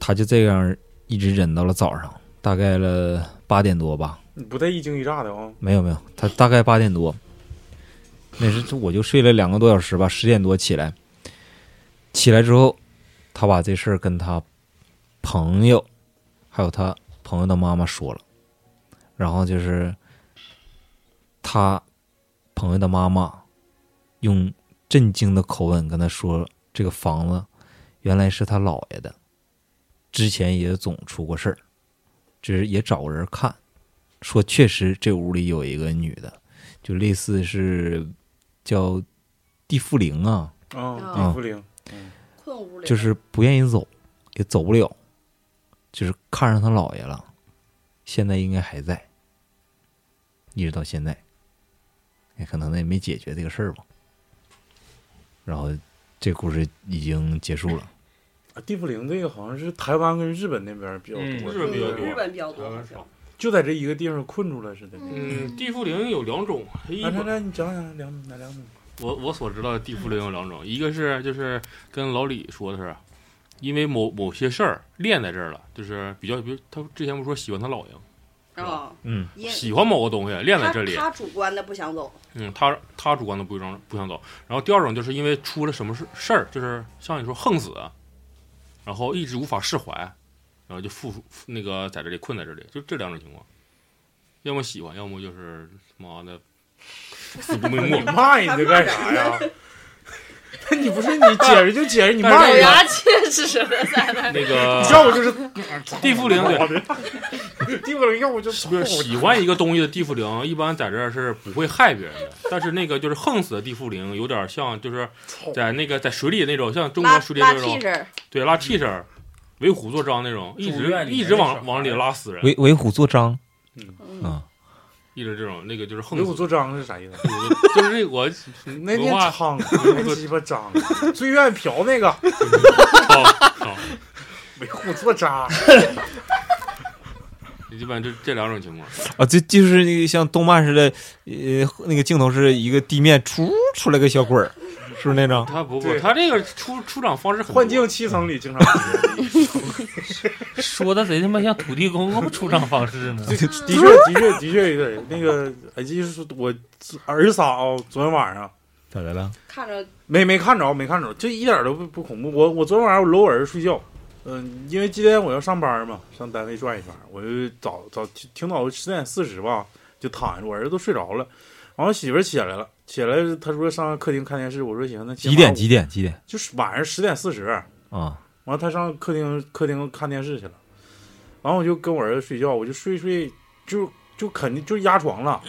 [SPEAKER 6] 他就这样一直忍到了早上，大概了八点多吧，
[SPEAKER 1] 你不带一惊一乍的啊？
[SPEAKER 6] 没有没有，他大概八点多，那是我就睡了两个多小时吧，十点多起来，起来之后，他把这事儿跟他朋友，还有他朋友的妈妈说了，然后就是他朋友的妈妈用震惊的口吻跟他说，这个房子原来是他姥爷的，之前也总出过事儿，只是也找个人看。说确实这屋里有一个女的，就类似是叫地缚灵啊，
[SPEAKER 1] 啊，
[SPEAKER 4] 啊
[SPEAKER 1] 地缚灵，
[SPEAKER 4] 困屋里
[SPEAKER 6] 就
[SPEAKER 4] 了
[SPEAKER 6] 是不愿意走，也走不了，就是看上他姥爷了，现在应该还在，一直到现在，也可能也没解决这个事儿吧。然后这故事已经结束了，
[SPEAKER 1] 啊地缚灵这个好像是台湾跟日本那边比较
[SPEAKER 2] 嗯
[SPEAKER 1] 多，
[SPEAKER 5] 日本比较多
[SPEAKER 4] 日本比较
[SPEAKER 5] 台
[SPEAKER 4] 多，好
[SPEAKER 5] 湾
[SPEAKER 4] 像
[SPEAKER 5] 少。
[SPEAKER 1] 就在这一个地方困住了似的。
[SPEAKER 5] 嗯，地缚灵有两种，一
[SPEAKER 1] 来来来，你讲讲两哪两种？
[SPEAKER 5] 我我所知道的地缚灵有两种，一个是就是跟老李说的是，因为某某些事儿练在这儿了，就是比较，比如他之前不是说喜欢他姥爷，
[SPEAKER 4] 啊，
[SPEAKER 6] 嗯，
[SPEAKER 4] 因
[SPEAKER 5] 喜欢某个东西练在
[SPEAKER 4] 他
[SPEAKER 5] 这里，
[SPEAKER 4] 他主观的不想走，
[SPEAKER 5] 嗯，他他主观的不想不想走。然后第二种就是因为出了什么事事儿，就是像你说横死，然后一直无法释怀，然后就附附那个在这里困在这里，就这两种情况，要么喜欢，要么就是妈的你
[SPEAKER 1] 你
[SPEAKER 5] 你
[SPEAKER 1] 骂人家干啥呀？ 那你不是你解释就解释，你骂
[SPEAKER 5] 哎
[SPEAKER 3] 咬
[SPEAKER 1] 人家
[SPEAKER 3] 牙，切齿的在那。
[SPEAKER 5] 那 个
[SPEAKER 1] 要不就是
[SPEAKER 5] 地缚灵对，
[SPEAKER 1] 地不灵，要不就
[SPEAKER 5] 不是喜欢一个东西的地缚灵，一般在这儿是不会害别人的。但是那个就是横死的地缚灵，有点像就是在那个在水里那种，像中
[SPEAKER 4] 拉
[SPEAKER 5] 国水里
[SPEAKER 4] 拉
[SPEAKER 5] 那
[SPEAKER 4] 屁
[SPEAKER 5] 种，
[SPEAKER 4] 事
[SPEAKER 5] 对，拉替身儿、为虎作伥那种，一
[SPEAKER 8] 住院
[SPEAKER 5] 直
[SPEAKER 8] 里
[SPEAKER 5] 一
[SPEAKER 8] 面
[SPEAKER 5] 直
[SPEAKER 8] 那
[SPEAKER 5] 往
[SPEAKER 8] 小
[SPEAKER 5] 往里
[SPEAKER 8] 孩儿哎
[SPEAKER 5] 拉死人，
[SPEAKER 6] 为为虎作伥
[SPEAKER 4] 嗯，
[SPEAKER 6] 啊，
[SPEAKER 5] 一直这种，那个就是横
[SPEAKER 1] 为虎
[SPEAKER 5] 死。
[SPEAKER 1] 作伥是啥意思？
[SPEAKER 5] 就是这我
[SPEAKER 1] 那
[SPEAKER 5] 文
[SPEAKER 1] 天
[SPEAKER 5] 化
[SPEAKER 1] 唱，那鸡巴张，最愿嫖那个
[SPEAKER 5] 好好，
[SPEAKER 1] 为虎作伥，
[SPEAKER 5] 一般就这两种情况。
[SPEAKER 6] 啊，就就是那个像动漫似的，呃，那个镜头是一个地面出出来个小鬼儿，是不是那张？
[SPEAKER 5] 他不不，
[SPEAKER 1] 对
[SPEAKER 5] 他这个出出场方式很多
[SPEAKER 1] 幻境七层里经常出现。
[SPEAKER 2] 说的贼他妈像土地公公出场方 式 呢。
[SPEAKER 1] 的确，的确，的确有点那个，哎，就是说我儿仨啊，昨天晚上
[SPEAKER 6] 咋的了？
[SPEAKER 4] 看着
[SPEAKER 1] 没没看着，没看着，这一点都不不恐怖。我我昨天晚上我搂我儿子睡觉，嗯、因为今天我要上班嘛，上单位转一圈，我就早早挺早十点四十吧就躺着，我儿子都睡着了，然后媳妇儿起来了，起来她说上客厅看电视，我说行，那今
[SPEAKER 6] 几点？
[SPEAKER 1] 晚我
[SPEAKER 6] 几点？几点？
[SPEAKER 1] 就是晚上十点四十，
[SPEAKER 6] 啊，
[SPEAKER 1] 完了他上客厅客厅看电视去了，完了我就跟我儿子睡觉，我就睡睡就就肯定就压床 了，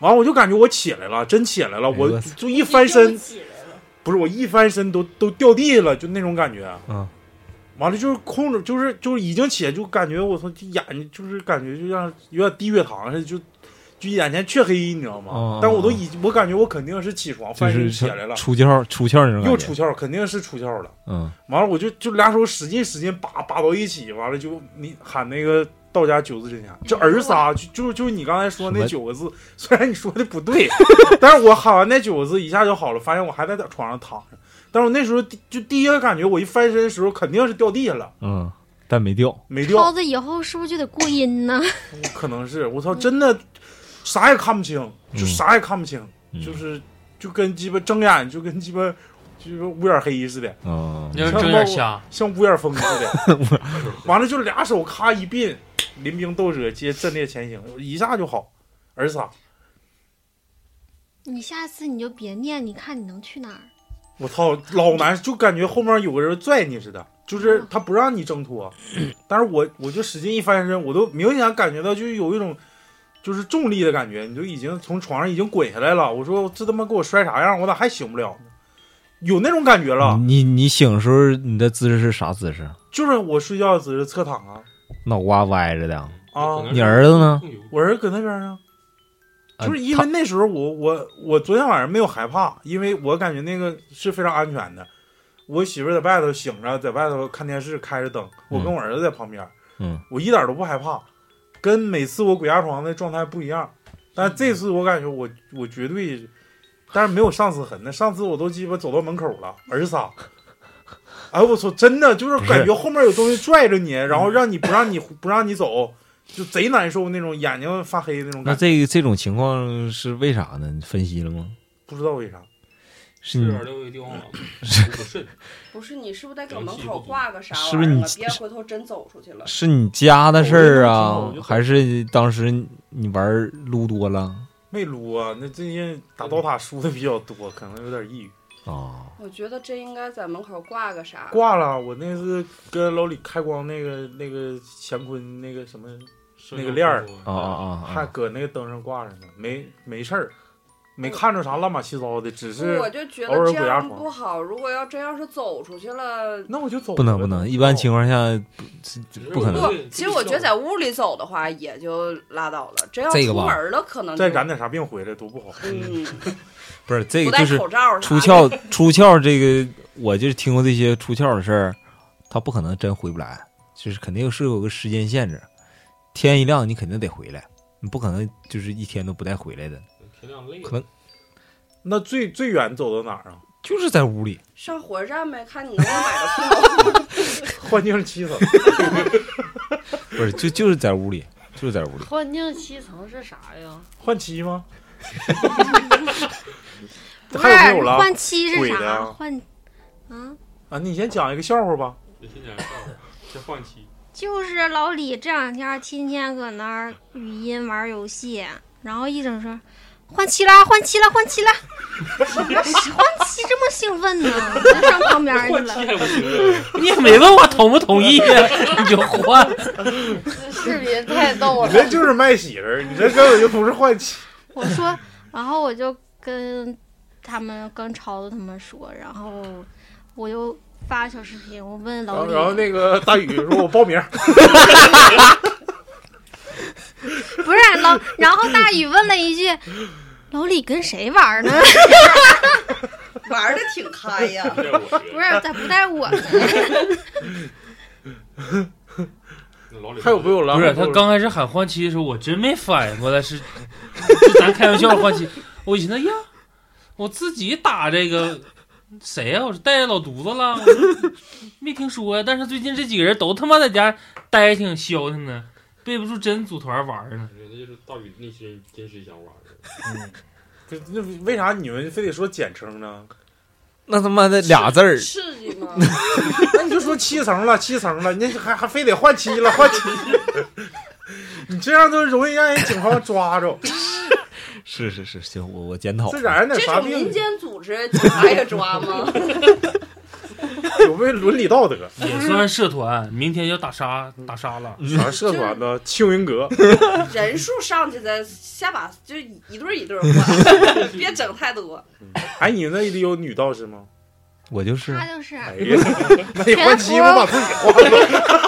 [SPEAKER 1] 完了我就感觉我起来了，真起来了，
[SPEAKER 6] 哎呦
[SPEAKER 1] 我
[SPEAKER 6] 我操
[SPEAKER 1] 就一翻身，
[SPEAKER 3] 起来了，
[SPEAKER 1] 不是我一翻身都都掉地了，就那种感觉。
[SPEAKER 6] 嗯，
[SPEAKER 1] 完了就是控制，就是就是已经起来，就感觉我操，这眼睛就是感觉就像有点低血糖似的，就就眼前黢黑，你知道吗？
[SPEAKER 6] 哦
[SPEAKER 1] 但我都已我感觉我肯定是起床
[SPEAKER 6] 就
[SPEAKER 1] 翻身
[SPEAKER 6] 是
[SPEAKER 1] 起来了，
[SPEAKER 6] 出窍出窍那种感觉。
[SPEAKER 1] 又出窍，肯定是出窍了。
[SPEAKER 6] 嗯，
[SPEAKER 1] 完了我就就俩手使劲使劲拔拔到一起，完了就你喊那个道家九字真言，这儿仨就就就你刚才说
[SPEAKER 6] 什
[SPEAKER 1] 那
[SPEAKER 6] 么
[SPEAKER 1] 九个字， 虽然你说的不对， 但是我喊完那九个字一下就好了，发现我还在床上躺着，但是我那时候第就第一个感觉，我一翻身的时候肯定是掉地下了，
[SPEAKER 6] 嗯，但没掉。
[SPEAKER 1] 没
[SPEAKER 7] 超
[SPEAKER 1] 掉，
[SPEAKER 7] 子以后是不是就得过阴呢？
[SPEAKER 1] 可能是我操，真的啥也看不清，就
[SPEAKER 6] 嗯
[SPEAKER 1] 啥也看不清，
[SPEAKER 6] 嗯
[SPEAKER 1] 就是就跟鸡巴睁眼就跟鸡巴就是乌眼黑似的。
[SPEAKER 6] 嗯，
[SPEAKER 2] 要是睁眼瞎，
[SPEAKER 1] 像乌眼风似的，完了就俩手咔一并，临兵斗者皆阵列前行，一下就好。儿啊仨，
[SPEAKER 7] 你下次你就别念，你看你能去哪儿？
[SPEAKER 1] 我操，老难，就感觉后面有个人拽你似的，就是他不让你挣脱，但是我我就使劲一翻身，我都明显感觉到就是有一种就是重力的感觉，你就已经从床上已经滚下来了。我说这他妈给我摔啥样，我咋还醒不了呢？有那种感觉了，
[SPEAKER 6] 你你醒的时候你的姿势是啥姿势？
[SPEAKER 1] 就是我睡觉只是侧躺啊
[SPEAKER 6] 脑瓜歪着的。
[SPEAKER 1] 啊
[SPEAKER 5] 可能，
[SPEAKER 6] 你儿子呢？
[SPEAKER 1] 我儿子搁那边呢。
[SPEAKER 6] 啊
[SPEAKER 1] 就是因为那时候我我我昨天晚上没有害怕，因为我感觉那个是非常安全的。我媳妇儿在外头醒着，在外头看电视，开着灯，我跟我儿子在旁边，
[SPEAKER 6] 嗯，
[SPEAKER 1] 我一点都不害怕，跟每次我鬼压床的状态不一样。但这次我感觉我我绝对，但是没有上次狠那上次我都鸡巴走到门口了，儿仨。哎，我操，真的就是
[SPEAKER 6] 不是
[SPEAKER 1] 感觉后面有东西拽着你，然后让你不让你不让你走，就贼难受那种，眼睛发黑那种
[SPEAKER 6] 那
[SPEAKER 1] 感觉，
[SPEAKER 6] 这这种情况是为啥呢？你分析了吗？
[SPEAKER 1] 不知道为啥。
[SPEAKER 6] 是
[SPEAKER 5] 这
[SPEAKER 6] 你
[SPEAKER 5] 边都有地方 了，不 顺。
[SPEAKER 4] 不是你是不是得搁门口挂个啥玩意儿啊？
[SPEAKER 6] 是不是你
[SPEAKER 4] 别回头真走出去了？
[SPEAKER 6] 是你家的事儿啊
[SPEAKER 1] 我就，
[SPEAKER 6] 还是当时你玩儿撸多了
[SPEAKER 1] 没撸啊，那最近打刀塔输的比较多，可能有点抑郁。哦
[SPEAKER 6] 啊？
[SPEAKER 4] 我觉得这应该在门口挂个啥？
[SPEAKER 1] 挂了，我那次跟老李开光那个那个乾坤那个什么，那个链儿
[SPEAKER 6] 啊啊
[SPEAKER 1] 还
[SPEAKER 6] 啊！
[SPEAKER 1] 搁那个灯上挂着呢，没没事儿，没看着啥乱八七糟的，只是
[SPEAKER 4] 我就觉
[SPEAKER 1] 偶尔
[SPEAKER 4] 得
[SPEAKER 1] 鬼
[SPEAKER 4] 这
[SPEAKER 1] 压
[SPEAKER 4] 样
[SPEAKER 1] 床
[SPEAKER 4] 不好。如果要真要是走出去了，
[SPEAKER 1] 那我就走了。
[SPEAKER 6] 不能不能，一般情况下不可能
[SPEAKER 4] 不，其实我觉得在屋里走的话也就拉倒了，真要
[SPEAKER 6] 这个
[SPEAKER 4] 出
[SPEAKER 6] 吧
[SPEAKER 4] 门了可能就
[SPEAKER 1] 再染点啥病回来多不好。
[SPEAKER 4] 嗯，
[SPEAKER 6] 不是 这
[SPEAKER 4] 不
[SPEAKER 6] 个
[SPEAKER 4] 戴
[SPEAKER 6] 就是
[SPEAKER 4] 口罩啥的
[SPEAKER 6] 出窍出窍这个，我就是听过这些出窍的事儿，他不可能真回不来，就是肯定是有个时间限制，天一亮你肯定得回来，你不可能就是一天都不带回来的，
[SPEAKER 5] 天亮累了，
[SPEAKER 6] 可能
[SPEAKER 1] 那最最远走到哪 儿啊？
[SPEAKER 6] 就是在屋里。
[SPEAKER 4] 上火车站呗，看你能不能买个票。
[SPEAKER 1] 幻境七层，
[SPEAKER 6] 不是，就就是在屋里，就是在屋里。
[SPEAKER 3] 幻境七层是啥呀？
[SPEAKER 1] 换妻 吗？
[SPEAKER 7] 不
[SPEAKER 1] 还有没有
[SPEAKER 7] 是
[SPEAKER 1] 了
[SPEAKER 7] 换妻是
[SPEAKER 1] 鬼的
[SPEAKER 7] 啥？
[SPEAKER 1] 啊
[SPEAKER 7] 换啊，
[SPEAKER 1] 啊？你先讲一个笑话吧。
[SPEAKER 5] 得先讲笑话，先换期。
[SPEAKER 7] 就是老李这两天天天搁那儿语音玩游戏，然后一整说换妻啦，换妻啦，换 妻啦！换妻这么兴奋呢，就上旁边去
[SPEAKER 5] 换
[SPEAKER 7] 了
[SPEAKER 5] 妻。还不行啊？
[SPEAKER 2] 你也没问我同不同意 呀，你就换。
[SPEAKER 3] 视频太逗
[SPEAKER 1] 你这就是卖喜儿，你这根本就不是换妻。
[SPEAKER 7] 我说，然后我就跟他们跟超子他们说，然后我就发小视频，我问
[SPEAKER 1] 然
[SPEAKER 7] 老
[SPEAKER 1] 后，
[SPEAKER 7] 李，
[SPEAKER 1] 然哦后那个大宇说：“我 报名。
[SPEAKER 7] 不是老，然后大宇问了一句：“老李跟谁玩呢？”
[SPEAKER 4] 玩的挺开 呀。
[SPEAKER 5] 这我觉
[SPEAKER 7] 不
[SPEAKER 5] 得
[SPEAKER 7] 是，咋不带我呢？
[SPEAKER 5] 那老”李
[SPEAKER 1] 还有没有了？
[SPEAKER 2] 不是他刚开始喊换妻的时候，我真没反应过来 是，是咱开玩笑换妻。我寻思哎呀，我自己打这个谁呀、我是带着老犊子了，我说没听说呀、但是最近这几个人都他妈在家待挺消停的，背不住真组团玩呢。
[SPEAKER 5] 我觉得就是大宇内心真实想法
[SPEAKER 1] 不
[SPEAKER 5] 是，
[SPEAKER 1] 是那为啥你们非得说简称呢？
[SPEAKER 6] 那他妈的俩字儿，
[SPEAKER 3] 刺激吗？
[SPEAKER 1] 那你就说七层了，七层了，你还还非得换妻了，换妻。 你这样都容易让人警方抓 着，
[SPEAKER 6] 是是是，行，我我检讨
[SPEAKER 1] 这染上点
[SPEAKER 4] 这
[SPEAKER 1] 啥
[SPEAKER 4] 种
[SPEAKER 1] 病啊
[SPEAKER 4] 民？间组织，警察也抓吗？
[SPEAKER 1] 有没有伦理道德？
[SPEAKER 2] 也算社团，明天要打杀打杀了。
[SPEAKER 1] 啥社团呢？青云阁。
[SPEAKER 4] 人数上去再下把就一对儿一对儿换， 别整太多。
[SPEAKER 1] 哎，你那里有女道士吗？
[SPEAKER 6] 我就是
[SPEAKER 7] 他就是
[SPEAKER 1] 哎呀， 那你换妻不把自己换 了？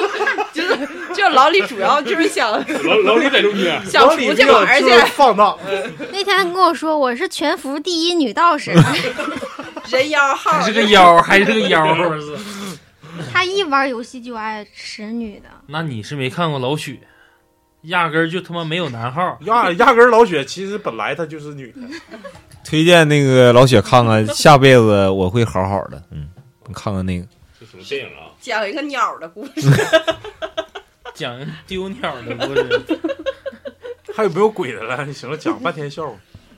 [SPEAKER 4] 就老李主要就是想，
[SPEAKER 5] 老老李在中间
[SPEAKER 4] 想
[SPEAKER 1] 往
[SPEAKER 4] 出
[SPEAKER 1] 里
[SPEAKER 4] 去玩儿去
[SPEAKER 1] 就，是放荡。
[SPEAKER 7] 那天还跟我说我是全服第一女道士，
[SPEAKER 4] 人妖号
[SPEAKER 2] 还是个妖，还是个妖。
[SPEAKER 7] 她一玩游戏就爱使女的。
[SPEAKER 2] 那你是没看过老许，压根儿就他妈没有男号。
[SPEAKER 1] 压压根儿老雪其实本来她就是女的，
[SPEAKER 6] 推荐那个老雪看看，下辈子我会好好的。嗯，你看看那个，
[SPEAKER 5] 这什么电影啊？
[SPEAKER 4] 讲一个鸟的故事。
[SPEAKER 2] 讲丢鸟的故事，
[SPEAKER 1] 还有没有鬼的了？你行了，讲半天笑话，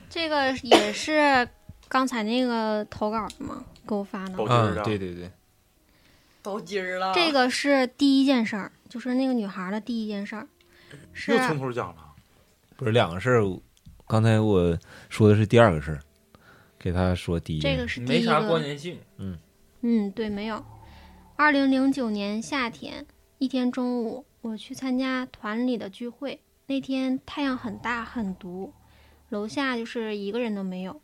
[SPEAKER 7] 这个也是刚才那个投稿的吗？给我发的
[SPEAKER 1] 宝。
[SPEAKER 6] 嗯
[SPEAKER 1] 鸡，的。
[SPEAKER 6] 对对对，
[SPEAKER 4] 包鸡儿了
[SPEAKER 7] 这个是第一件事儿，就是那个女孩的第一件事儿，是
[SPEAKER 4] 啊
[SPEAKER 1] 又从头讲了。
[SPEAKER 6] 不是两个事儿。刚才我说的是第二个事儿，给他说第一
[SPEAKER 7] 这个是第
[SPEAKER 2] 没
[SPEAKER 7] 一
[SPEAKER 2] 啥关
[SPEAKER 7] 个。
[SPEAKER 2] 联性。
[SPEAKER 7] 嗯，对，没有。二零零九年夏天，一天中午，我去参加团里的聚会。那天太阳很大很毒，楼下就是一个人都没有。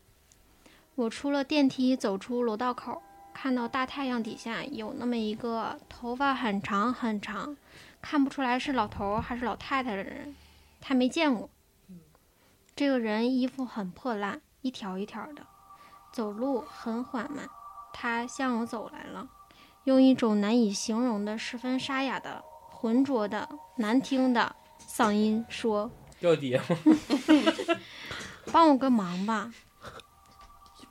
[SPEAKER 7] 我出了电梯，走出楼道口，看到大太阳底下有那么一个头发很长很长，看不出来是老头儿还是老太太的人，他没见过。这个人衣服很破烂，一条一条的，走路很缓慢。他向我走来了，用一种难以形容的、十分沙哑的、浑浊的、难听的嗓音说
[SPEAKER 2] 掉爹吗？：“
[SPEAKER 7] 帮我个忙吧。”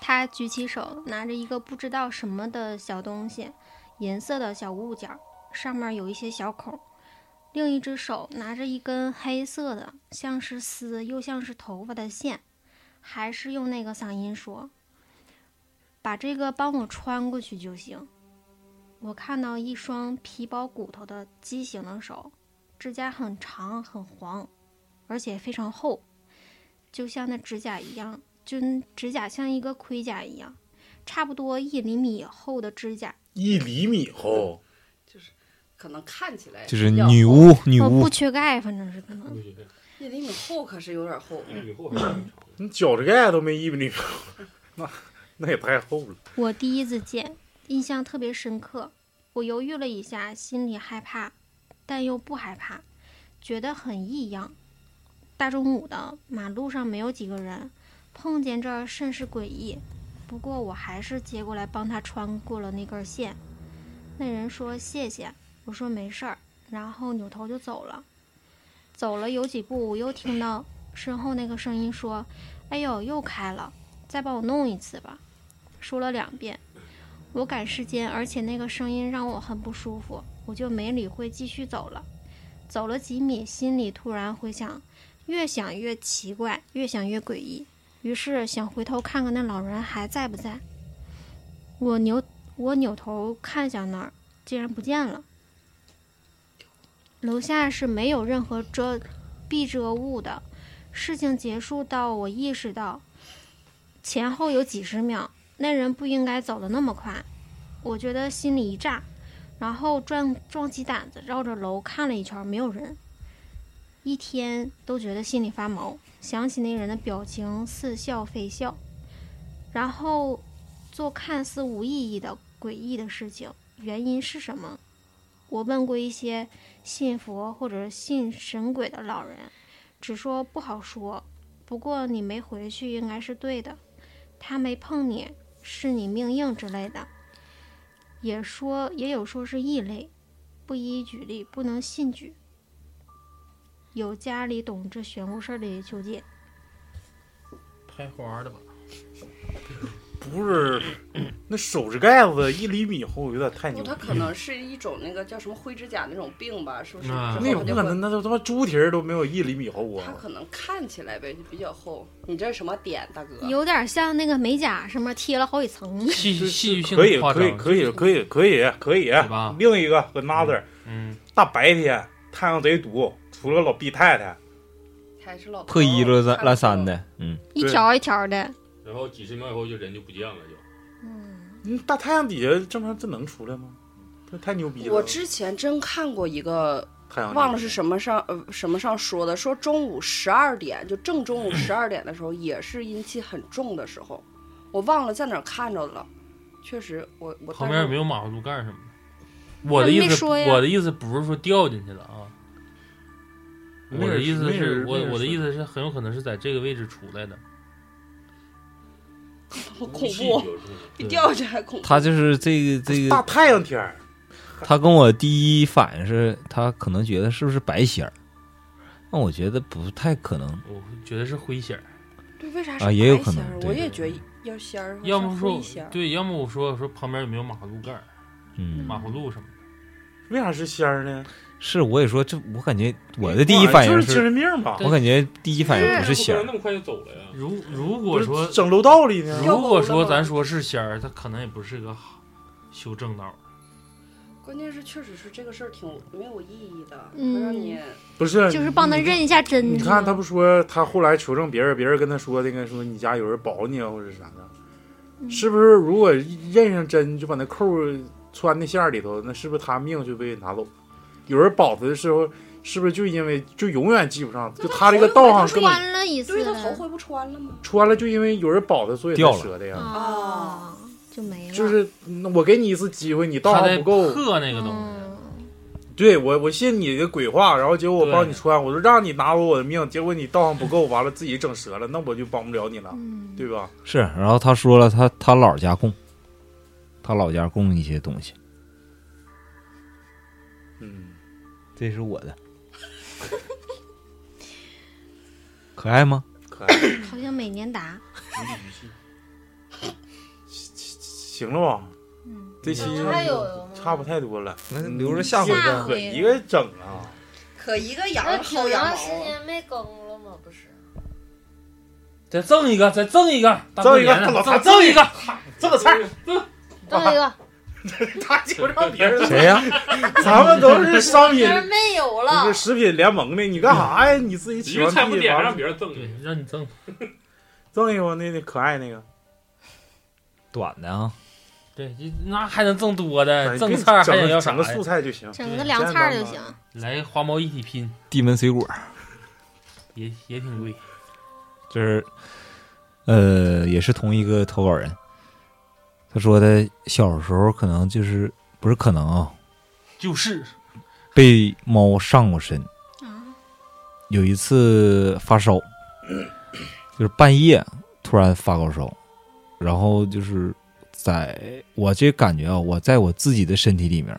[SPEAKER 7] 他举起手，拿着一个不知道什么的小东西，银色的小物件儿，上面有一些小孔。另一只手拿着一根黑色的，像是丝又像是头发的线，还是用那个嗓音说：“把这个帮我穿过去就行。”我看到一双皮包骨头的畸形的手，指甲很长很黄，而且非常厚，就像那指甲一样，就指甲像一个盔甲一样，差不多一厘米厚的指甲。
[SPEAKER 1] 一厘米厚，
[SPEAKER 4] 可能看起来
[SPEAKER 6] 就是
[SPEAKER 4] 比较
[SPEAKER 6] 女
[SPEAKER 4] 厚，
[SPEAKER 6] 巫，女
[SPEAKER 7] 哦，
[SPEAKER 6] 巫
[SPEAKER 7] 不缺钙，反正是可能。
[SPEAKER 4] 一厘米厚可是有点厚。
[SPEAKER 6] 嗯
[SPEAKER 7] 嗯
[SPEAKER 5] 以后还正常。
[SPEAKER 1] 你脚趾盖都没一厘米厚，那那也太厚了。
[SPEAKER 7] 我第一次见，印象特别深刻。我犹豫了一下，心里害怕，但又不害怕，觉得很异样。大中午的，马路上没有几个人，碰见这儿甚是诡异。不过我还是接过来帮他穿过了那根线。那人说谢谢，我说没事儿，然后扭头就走了。走了有几步，我又听到身后那个声音说：“哎呦，又开了，再帮我弄一次吧。”说了两遍。我赶时间，而且那个声音让我很不舒服，我就没理会，继续走了。走了几米，心里突然回想，越想越奇怪，越想越诡异，于是想回头看看那老人还在不在。我扭我扭头看向那儿，竟然不见了。楼下是没有任何遮蔽遮物的，事情结束到我意识到，前后有几十秒，那人不应该走的那么快，我觉得心里一炸，然后壮壮起胆子绕着楼看了一圈，没有人，一天都觉得心里发毛，想起那人的表情似笑非笑，然后做看似无意义的诡异的事情，原因是什么？我问过一些信佛或者信神鬼的老人，只说不好说。不过你没回去应该是对的，他没碰你是你命硬之类的。也说也有说是异类，不一一举例，不能信举。有家里懂这玄乎事儿的求解。
[SPEAKER 5] 拍花的吧？
[SPEAKER 1] 不是，那手指盖子一厘米厚有点太
[SPEAKER 4] 不，
[SPEAKER 1] 牛
[SPEAKER 4] 嗯它
[SPEAKER 1] 逼
[SPEAKER 4] 可能是一种那个叫什么灰指甲那种病吧，是不是？
[SPEAKER 5] 啊
[SPEAKER 1] 了，
[SPEAKER 4] 之
[SPEAKER 1] 那
[SPEAKER 4] 后
[SPEAKER 1] 有
[SPEAKER 4] 它
[SPEAKER 1] 不
[SPEAKER 4] 就
[SPEAKER 1] 可
[SPEAKER 4] 会
[SPEAKER 1] 能，那都他妈猪蹄儿都没有一厘米厚
[SPEAKER 4] 它
[SPEAKER 1] 啊！
[SPEAKER 4] 可能看起来呗，就比较厚。你这是什么点，大哥？
[SPEAKER 7] 有点像那个美甲上面贴了好几层。
[SPEAKER 2] 戏戏剧性
[SPEAKER 1] 可以，
[SPEAKER 2] 的夸
[SPEAKER 1] 可以，
[SPEAKER 2] 张，
[SPEAKER 1] 可以，可以，可以，可以
[SPEAKER 2] 吧。
[SPEAKER 1] 另一个 another，
[SPEAKER 2] 嗯，
[SPEAKER 1] 大白天太阳贼毒，除了老毕太太，
[SPEAKER 4] 还是老
[SPEAKER 6] 破一
[SPEAKER 4] 了
[SPEAKER 6] 了三拉三。的，嗯，
[SPEAKER 7] 一条一条的。
[SPEAKER 5] 然后几十秒以后就人就不见了，就
[SPEAKER 7] 嗯，
[SPEAKER 1] 嗯大太阳底下正常这能出来吗？这太牛逼了！
[SPEAKER 4] 我之前真看过一个，
[SPEAKER 1] 太
[SPEAKER 6] 嗯
[SPEAKER 1] 阳
[SPEAKER 4] 忘了是什么上呃什么上说的，说中午十二点，就正中午十二点的时候，也是阴气很重的时候，我忘了在哪儿看着了。确实，我我
[SPEAKER 2] 旁边有没
[SPEAKER 4] 有？
[SPEAKER 2] 有马路干什么的？我的
[SPEAKER 7] 那
[SPEAKER 2] 意
[SPEAKER 7] 没
[SPEAKER 2] 思，
[SPEAKER 7] 说呀
[SPEAKER 2] 我的意思不是说掉进去了啊。
[SPEAKER 1] 那
[SPEAKER 2] 我的
[SPEAKER 1] 是
[SPEAKER 2] 意思
[SPEAKER 1] 那是
[SPEAKER 2] 是我
[SPEAKER 1] 那是
[SPEAKER 2] 我的意思是很有可能是在这个位置出来的，
[SPEAKER 4] 好恐
[SPEAKER 5] 空气
[SPEAKER 4] 怖，啊
[SPEAKER 5] 就是
[SPEAKER 4] 比掉下来恐怖。
[SPEAKER 6] 他就是这个这
[SPEAKER 1] 大
[SPEAKER 6] 个，
[SPEAKER 1] 太阳天儿，
[SPEAKER 6] 他跟我第一反应是他可能觉得是不是白仙儿，那我觉得不太可能，
[SPEAKER 2] 我觉得是灰仙儿，
[SPEAKER 4] 对，为啥是
[SPEAKER 6] 啊也有
[SPEAKER 4] 白
[SPEAKER 6] 可
[SPEAKER 4] 仙
[SPEAKER 6] 能
[SPEAKER 4] 儿
[SPEAKER 6] 对
[SPEAKER 4] 我
[SPEAKER 6] 对
[SPEAKER 4] 也觉得要仙儿，
[SPEAKER 2] 要么
[SPEAKER 4] 说
[SPEAKER 2] 说对，要么我说说旁边有没有马路盖儿、
[SPEAKER 6] 嗯，
[SPEAKER 2] 马葫芦什么的。
[SPEAKER 1] 为啥是仙儿呢？
[SPEAKER 6] 是我也说这，我感觉我的第一反应
[SPEAKER 1] 就是精
[SPEAKER 6] 是，
[SPEAKER 1] 神病吧？
[SPEAKER 6] 我感觉第一反应不是仙
[SPEAKER 5] 不可能
[SPEAKER 6] 儿，
[SPEAKER 5] 那么快就走了呀。
[SPEAKER 2] 如如
[SPEAKER 1] 不
[SPEAKER 2] 果
[SPEAKER 1] 是
[SPEAKER 2] 说
[SPEAKER 1] 整楼道里呢？
[SPEAKER 2] 如果说咱说是仙儿，他可能也不是个好修正道儿。
[SPEAKER 4] 关键是确实是这个事儿挺没有意义的，
[SPEAKER 7] 嗯
[SPEAKER 4] 会让你
[SPEAKER 1] 不是，
[SPEAKER 7] 就是帮他
[SPEAKER 1] 你
[SPEAKER 7] 认一下真。
[SPEAKER 1] 你
[SPEAKER 7] 是吗
[SPEAKER 1] 看他不说他后来求证别人，别人跟他说那个说你家有人保你啊或者啥的，
[SPEAKER 7] 嗯
[SPEAKER 1] 是不是？如果认上真就把那扣穿那线儿里头，那是不是他命就被拿走了？有人保他的时候，是不是就因为就永远记不上？就他这个道上根本
[SPEAKER 7] 穿了一次
[SPEAKER 4] 对他
[SPEAKER 7] 了
[SPEAKER 4] 头回不穿了吗？
[SPEAKER 1] 穿了，就因为有人保他，所以
[SPEAKER 6] 掉
[SPEAKER 1] 他
[SPEAKER 6] 了
[SPEAKER 1] 折的呀。
[SPEAKER 7] 啊，就没了。
[SPEAKER 1] 就是嗯我给你一次机会，你道
[SPEAKER 2] 他
[SPEAKER 1] 上
[SPEAKER 2] 在
[SPEAKER 1] 不够，
[SPEAKER 2] 破那个东西，
[SPEAKER 1] 啊
[SPEAKER 7] 嗯，
[SPEAKER 1] 对我我信你的鬼话，然后结果我帮你穿，我说让你拿走我的命，结果你道上不够，完了自己整折了，那我就帮不了你了，
[SPEAKER 7] 嗯
[SPEAKER 1] 对吧？
[SPEAKER 6] 是，然后他说了他他姥儿家供，他老家供一些东西，
[SPEAKER 1] 嗯。
[SPEAKER 6] 这是我的， 可爱吗？
[SPEAKER 1] 可爱，
[SPEAKER 7] 好像每年达。
[SPEAKER 1] 行了吧？
[SPEAKER 7] 嗯，
[SPEAKER 1] 这期
[SPEAKER 3] 还有吗
[SPEAKER 1] 差不太多了，
[SPEAKER 6] 那留着下
[SPEAKER 7] 回再
[SPEAKER 1] 可一个整啊！
[SPEAKER 4] 可一个
[SPEAKER 3] 那
[SPEAKER 4] 羊
[SPEAKER 3] 挺
[SPEAKER 4] 薅羊
[SPEAKER 3] 长
[SPEAKER 4] 毛啊
[SPEAKER 3] 时间没更了吗？不是，
[SPEAKER 2] 再赠一个，再赠一个，大
[SPEAKER 1] 赠
[SPEAKER 2] 过
[SPEAKER 1] 一个
[SPEAKER 2] 年的
[SPEAKER 1] 大佬
[SPEAKER 2] 赠
[SPEAKER 1] 他赠
[SPEAKER 2] 一个，
[SPEAKER 1] 这个菜儿，
[SPEAKER 3] 这么 一个，
[SPEAKER 1] 他就让别 人，
[SPEAKER 6] 谁呀、
[SPEAKER 1] 咱们都是商
[SPEAKER 3] 这
[SPEAKER 1] 品，
[SPEAKER 3] 儿没有了
[SPEAKER 1] 不是。食品联盟的，你干啥呀？你自己
[SPEAKER 5] 一
[SPEAKER 1] 喜
[SPEAKER 5] 个
[SPEAKER 1] 欢
[SPEAKER 5] 菜不
[SPEAKER 1] 自己
[SPEAKER 5] 点，还让
[SPEAKER 1] 玩，
[SPEAKER 5] 别人赠
[SPEAKER 2] 对
[SPEAKER 5] 你，，
[SPEAKER 2] 让你赠。
[SPEAKER 1] 赠一个吧那那可爱那个，
[SPEAKER 6] 短的啊，
[SPEAKER 2] 对，你那还能赠多
[SPEAKER 1] 咱
[SPEAKER 2] 的，哎 赠
[SPEAKER 1] 别
[SPEAKER 2] 菜儿还
[SPEAKER 1] 哎整
[SPEAKER 2] 想要
[SPEAKER 1] 个
[SPEAKER 2] 啥
[SPEAKER 1] 整
[SPEAKER 2] 呀
[SPEAKER 1] 个？素菜就行。
[SPEAKER 7] 整个凉菜儿就行。
[SPEAKER 2] 来个花猫一体拼，
[SPEAKER 6] 地门水果，
[SPEAKER 2] 也也挺贵。
[SPEAKER 6] 这是呃，也是同一个投稿人，他说他小时候可能就是不是可能啊，
[SPEAKER 2] 就是
[SPEAKER 6] 被猫上过身，
[SPEAKER 7] 啊，
[SPEAKER 6] 有一次发烧，就是半夜突然发高烧，然后就是在我这感觉啊，我在我自己的身体里面，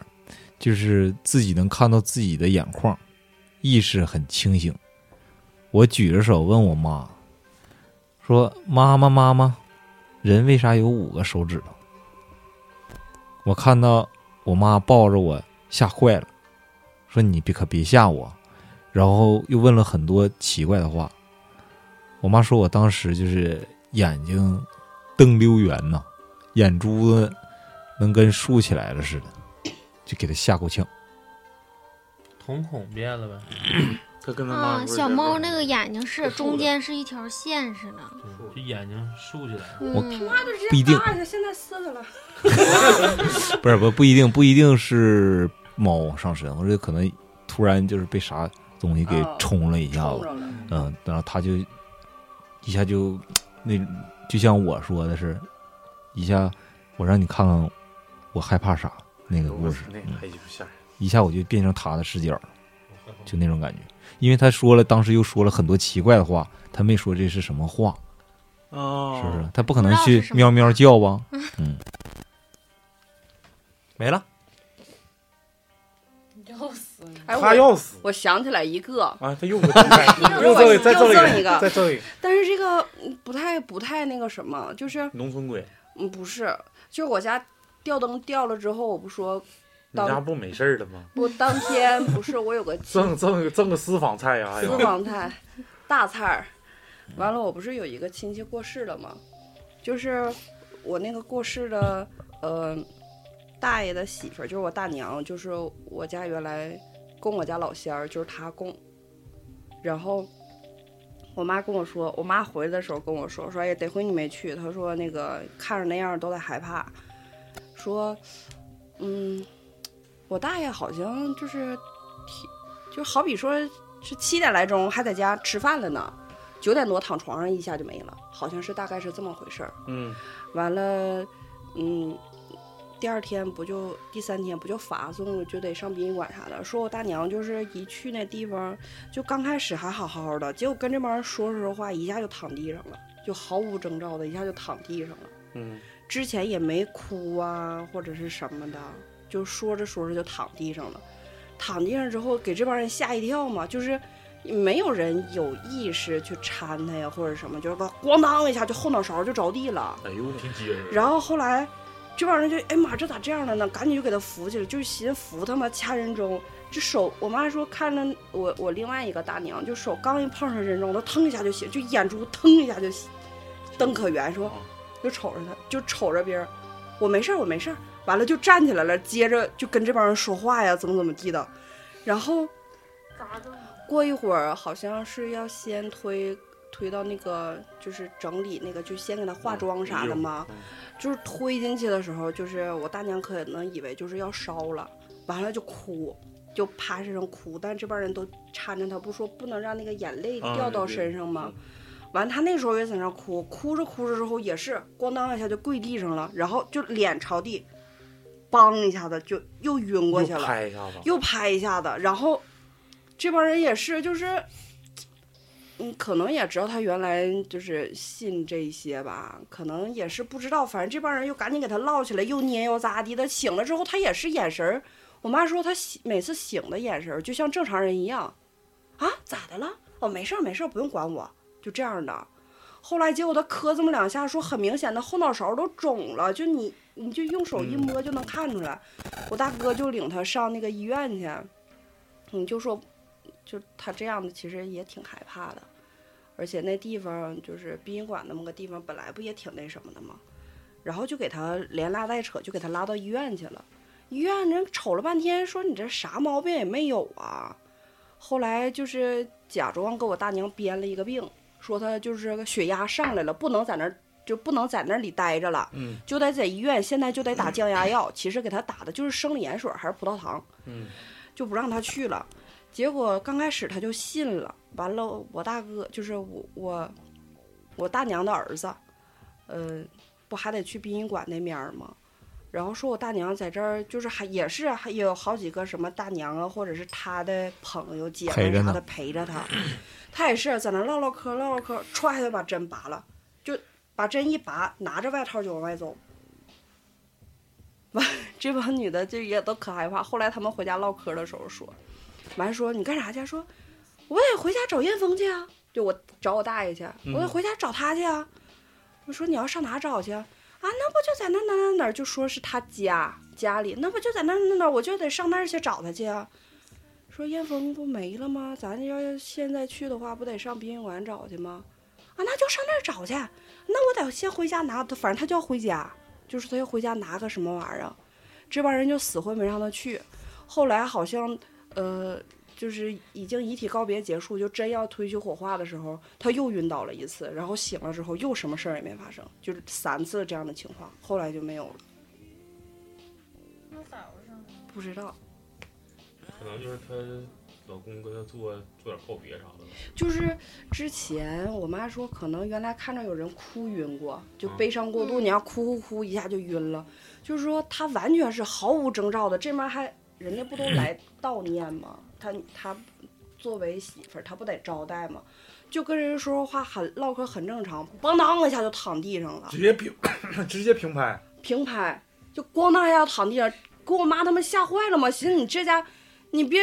[SPEAKER 6] 就是自己能看到自己的眼眶，意识很清醒。我举着手问我妈，说：“妈妈，妈妈，人为啥有五个手指头？”我看到我妈抱着我，吓坏了，说：“你别可别吓我。”然后又问了很多奇怪的话。我妈说我当时就是眼睛瞪溜圆呐，眼珠子能跟竖起来了似的，就给她吓够呛。
[SPEAKER 2] 瞳孔变了呗，
[SPEAKER 1] 他跟他妈
[SPEAKER 7] 啊
[SPEAKER 1] 不，是
[SPEAKER 7] 小
[SPEAKER 1] 这
[SPEAKER 7] 猫
[SPEAKER 1] 样
[SPEAKER 7] 那个眼睛是
[SPEAKER 5] 竖着
[SPEAKER 7] 中间是一条线似的。
[SPEAKER 2] 就眼睛竖起来。
[SPEAKER 6] 我
[SPEAKER 7] 嗯，
[SPEAKER 4] 那就直
[SPEAKER 6] 不一
[SPEAKER 4] 接
[SPEAKER 6] 定
[SPEAKER 4] 扒下，现在四个了。
[SPEAKER 6] 不是不不一定不一定是猫上身，或者可能突然就是被啥东西给
[SPEAKER 4] 哦
[SPEAKER 6] 冲了一下
[SPEAKER 4] 冲
[SPEAKER 6] 子，
[SPEAKER 4] 着了，
[SPEAKER 6] 嗯，然后它就一下就那就像我说的是，一下我让你看看我害怕啥那个故事，
[SPEAKER 1] 那
[SPEAKER 6] 嗯
[SPEAKER 1] 哎呦吓人！
[SPEAKER 6] 一下我就变成他的视角，就那种感觉。因为他说了，当时又说了很多奇怪的话，他没说这是什么话，
[SPEAKER 1] 哦，
[SPEAKER 6] 是不是？他不可能
[SPEAKER 7] 不知道
[SPEAKER 6] 去
[SPEAKER 7] 是什么
[SPEAKER 6] 喵喵叫 吧？嗯，没了。
[SPEAKER 4] 要死了！哎，
[SPEAKER 1] 他
[SPEAKER 4] 我
[SPEAKER 1] 要死
[SPEAKER 4] 我想起来一个，
[SPEAKER 1] 啊！他又给我整开 又
[SPEAKER 4] 又
[SPEAKER 1] 一个，再
[SPEAKER 4] 又
[SPEAKER 1] 造
[SPEAKER 4] 赠一个
[SPEAKER 1] 再造一个
[SPEAKER 4] 但是这个嗯不太不太那个什么，就是
[SPEAKER 1] 农村鬼。
[SPEAKER 4] 嗯不是，就是我家吊灯掉了之后，我不说
[SPEAKER 1] 你家
[SPEAKER 4] 当
[SPEAKER 1] 不没事儿了吗？
[SPEAKER 4] 不当天不是我有个
[SPEAKER 1] 赠赠个赠个私房菜啊呀、还
[SPEAKER 4] 私
[SPEAKER 1] 有
[SPEAKER 4] 房菜、大菜儿。完了，我不是有一个亲戚过世了吗？就是我那个过世的，呃，大爷的媳妇儿，就是我大娘，就是我家原来供我家老仙儿，就是她供。然后我妈跟我说，我妈回来的时候跟我说，说哎呀，得亏你没去，她说那个看着那样儿都得害怕，说，嗯，我大爷好像就是挺，就好比说是七点来钟还在家吃饭了呢，九点多躺床上一下就没了，好像是大概是这么回事儿。
[SPEAKER 1] 嗯，
[SPEAKER 4] 完了，嗯，第二天不就第三天不就发送就得上殡仪馆啥的。说我大娘就是一去那地方，就刚开始还好好的，结果跟这帮人说说说话，一下就躺地上了，就毫无征兆的一下就躺地上了。
[SPEAKER 1] 嗯，
[SPEAKER 4] 之前也没哭啊，或者是什么的，就说着说着就躺地上了。躺地上之后，给这帮人吓一跳嘛，就是没有人有意识去搀他呀，或者什么，就是吧咣当一下就后脑勺就着地了。
[SPEAKER 1] 哎呦，
[SPEAKER 5] 挺结实。
[SPEAKER 4] 然后后来这帮人就哎妈，这咋这样了呢？赶紧就给他扶起来，就是寻思扶他妈掐人中，这手我妈说看着我我另外一个大娘，就手刚一碰上人中，她腾一下就血，就眼珠腾一下就血，瞪可圆
[SPEAKER 1] 啊
[SPEAKER 4] 说，就瞅着他，就瞅着别人，我没事儿，我没事儿。完了就站起来了，接着就跟这帮人说话呀，怎么怎么地的，然后。过一会儿好像是要先推推到那个就是整理那个，就先给他化妆啥的嘛。
[SPEAKER 1] 嗯
[SPEAKER 4] 就是推进去的时候，就是我大娘可能以为就是要烧了，完了就哭，就趴身上哭，但这帮人都搀着她，不说不能让那个眼泪
[SPEAKER 1] 啊
[SPEAKER 4] 掉到
[SPEAKER 1] 对
[SPEAKER 4] 身上吗？
[SPEAKER 1] 嗯
[SPEAKER 4] 完，她那时候也在那儿哭，哭着哭着之后也是咣当一下就跪地上了，然后就脸朝地，梆一下子就又晕过去
[SPEAKER 1] 又
[SPEAKER 4] 了。
[SPEAKER 1] 拍一下子，
[SPEAKER 4] 又拍一下子，然后这帮人也是，就是，嗯，可能也知道他原来就是信这些吧，可能也是不知道，反正这帮人又赶紧给他唠起来，又捏又咋地的。醒了之后，他也是眼神儿，我妈说他醒每次醒的眼神儿就像正常人一样，啊，咋的了？哦，没事儿没事儿，不用管我，就这样的。后来结果他磕这么两下，说很明显的后脑勺都肿了，就你你就用手一摸就能看出来。我大哥就领他上那个医院去，你就说，就他这样的其实也挺害怕的，而且那地方就是殡仪馆那么个地方，本来不也挺那什么的吗？然后就给他连拉带扯，就给他拉到医院去了。医院人瞅了半天，说你这啥毛病也没有啊。后来就是假装给我大娘编了一个病，说他就是个血压上来了，不能在那儿就不能在那里待着了。
[SPEAKER 1] 嗯
[SPEAKER 4] 就得在医院，现在就得打降压药。其实给他打的就是生理盐水还是葡萄糖，
[SPEAKER 1] 嗯，
[SPEAKER 4] 就不让他去了。结果刚开始他就信了，完了我大哥就是我我我大娘的儿子，嗯、不还得去殡仪馆那面儿吗？然后说我大娘在这儿就是还也是还有好几个什么大娘啊，或者是她的朋友姐
[SPEAKER 6] 陪
[SPEAKER 4] 们
[SPEAKER 6] 着
[SPEAKER 4] 啥
[SPEAKER 6] 呢
[SPEAKER 4] 的陪着她，她也是在那唠唠嗑唠唠嗑，歘就把针拔了，就把针一拔，拿着外套就往外走。 完，这帮女的就也都可害怕。后来他们回家唠嗑的时候说，完说你干啥去？啊说我得回家找燕峰去啊，就我找我大爷去，啊我得回家找他去啊。我说你要上哪找去啊？啊，那不就在那哪哪哪儿？就说是他家家里，那不就在那那哪儿？我就得上那儿去找他去啊。说燕峰不没了吗？咱要是现在去的话，不得上殡仪馆找去吗？啊，那就上那儿找去。那我得先回家拿，反正他就要回家，就是他要回家拿个什么玩意儿啊。这帮人就死活没让他去。后来好像，呃，就是已经遗体告别结束，就真要推去火化的时候，他又晕倒了一次，然后醒了之后又什么事儿也没发生，就是三次这样的情况，后来就没有了。
[SPEAKER 3] 那咋回事？
[SPEAKER 4] 不知道，
[SPEAKER 5] 可能就是她老公跟她做做点告别啥的吧。
[SPEAKER 4] 就是之前我妈说，可能原来看着有人哭晕过，就悲伤过度，你要哭哭哭一下就晕了，就是说她完全是毫无征兆的，这面还人家不都来悼念吗？她她作为媳妇儿，她不得招待吗？就跟人说说话很唠嗑很正常，咣当一下就躺地上了，
[SPEAKER 1] 直接平 直接平拍，
[SPEAKER 4] 平拍就咣当一下躺地上，给我妈他们吓坏了嘛，寻思你这家，你别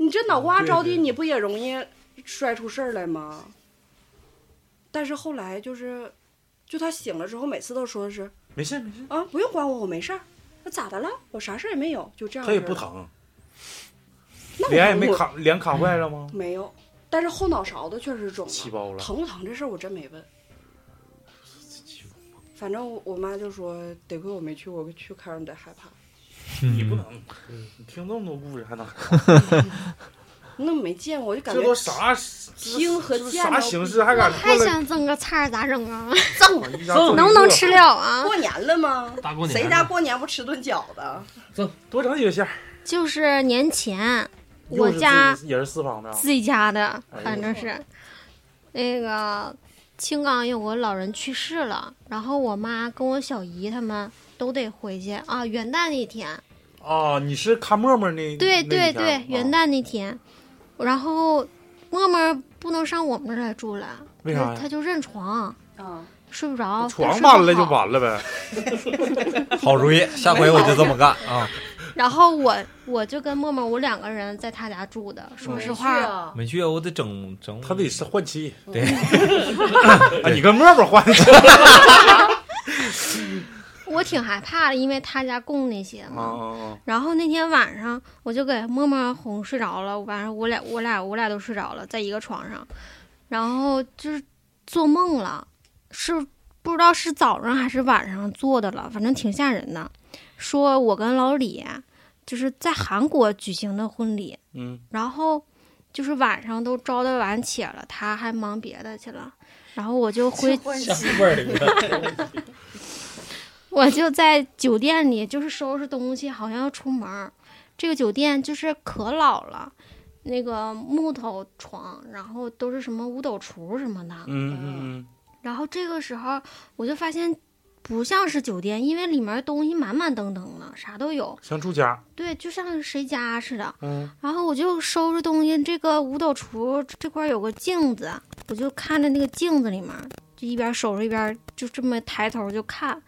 [SPEAKER 4] 你这脑瓜着
[SPEAKER 1] 嗯对
[SPEAKER 4] 地，
[SPEAKER 1] 对
[SPEAKER 4] 你不也容易摔出事儿来吗？但是后来就是，就他醒了之后，每次都说是
[SPEAKER 1] 没事没事，
[SPEAKER 4] 啊，不用管我，我没事儿。那咋的了？我啥事儿也没有，就这样。
[SPEAKER 1] 他也不，疼，
[SPEAKER 4] 那 我
[SPEAKER 1] 脸也没
[SPEAKER 4] 我
[SPEAKER 1] 卡，脸卡坏了吗？
[SPEAKER 4] 没有，但是后脑勺子确实肿了。
[SPEAKER 1] 气包了，
[SPEAKER 4] 疼不疼这事儿我真没问。反正我我妈就说，得亏我没去，我去看着得害怕。
[SPEAKER 1] 你不能，你听这么多故事还能，
[SPEAKER 4] 那没见过，我就感
[SPEAKER 1] 这
[SPEAKER 4] 觉
[SPEAKER 1] 都啥
[SPEAKER 4] 听和
[SPEAKER 1] 这都
[SPEAKER 4] 见
[SPEAKER 1] 啥
[SPEAKER 4] 都
[SPEAKER 1] 形
[SPEAKER 4] 不
[SPEAKER 1] 式还敢过
[SPEAKER 7] 还
[SPEAKER 1] 来
[SPEAKER 7] 想蒸个菜儿咋 整啊？
[SPEAKER 1] 赠我一家赠一个
[SPEAKER 7] 能不能吃了啊？
[SPEAKER 4] 过年了吗？
[SPEAKER 2] 大过年的
[SPEAKER 4] 谁 家过年不吃顿饺子？
[SPEAKER 1] 多整几个馅儿，
[SPEAKER 7] 就是年前
[SPEAKER 1] 又
[SPEAKER 7] 我
[SPEAKER 1] 是自己
[SPEAKER 7] 家
[SPEAKER 1] 也是四方的啊，
[SPEAKER 7] 自己家的，
[SPEAKER 1] 哎呦
[SPEAKER 7] 反正是那个青冈有个老人去世了，然后我妈跟我小姨他们都得回去啊，元旦那天。
[SPEAKER 1] 啊，你是看陌陌那
[SPEAKER 7] 对
[SPEAKER 1] 那
[SPEAKER 7] 对
[SPEAKER 1] 一家
[SPEAKER 7] 对
[SPEAKER 1] 啊，
[SPEAKER 7] 元旦那天，然后默默不能上我们这儿来住了，
[SPEAKER 1] 为
[SPEAKER 7] 他
[SPEAKER 1] 啥呀
[SPEAKER 7] 他就认床，
[SPEAKER 4] 啊，
[SPEAKER 7] 睡不着，
[SPEAKER 1] 床
[SPEAKER 7] 睡不
[SPEAKER 1] 完了就
[SPEAKER 7] 好。
[SPEAKER 1] 完了呗，
[SPEAKER 6] 好主意，下回我就这么干啊！
[SPEAKER 7] 然后我我就跟默默，我两个人在他家住的。说实话，
[SPEAKER 3] 啊，
[SPEAKER 6] 没去，我得整整。
[SPEAKER 1] 他得是换妻，
[SPEAKER 6] 对，
[SPEAKER 1] 啊，你跟陌陌 换妻
[SPEAKER 7] 我挺害怕的，因为他家供那些
[SPEAKER 1] 啊
[SPEAKER 7] 嘛。
[SPEAKER 1] 啊啊，
[SPEAKER 7] 然后那天晚上我就给默默哄睡着了，晚上我俩我俩我俩都睡着了，在一个床上，然后就是做梦了，是不知道是早上还是晚上做的了，反正挺吓人的。说我跟老李就是在韩国举行的婚礼，
[SPEAKER 1] 嗯，
[SPEAKER 7] 然后就是晚上都招待完且了，他还忙别的去了，然后我就回
[SPEAKER 6] 下边儿一
[SPEAKER 4] 啊
[SPEAKER 6] 个，
[SPEAKER 7] 我就在酒店里，就是收拾东西，好像要出门儿。这个酒店就是可老了，那个木头床，然后都是什么五斗橱什么的。
[SPEAKER 1] 嗯嗯
[SPEAKER 7] 然后这个时候我就发现不像是酒店，因为里面东西满满登登的，啥都有
[SPEAKER 1] 嗯，，像住家，
[SPEAKER 7] 对，就像谁家似的。
[SPEAKER 1] 嗯，
[SPEAKER 7] 然后我就收拾东西，这个五斗橱这块儿有个镜子，我就看着那个镜子里面，就一边收拾一边就这么抬头就看，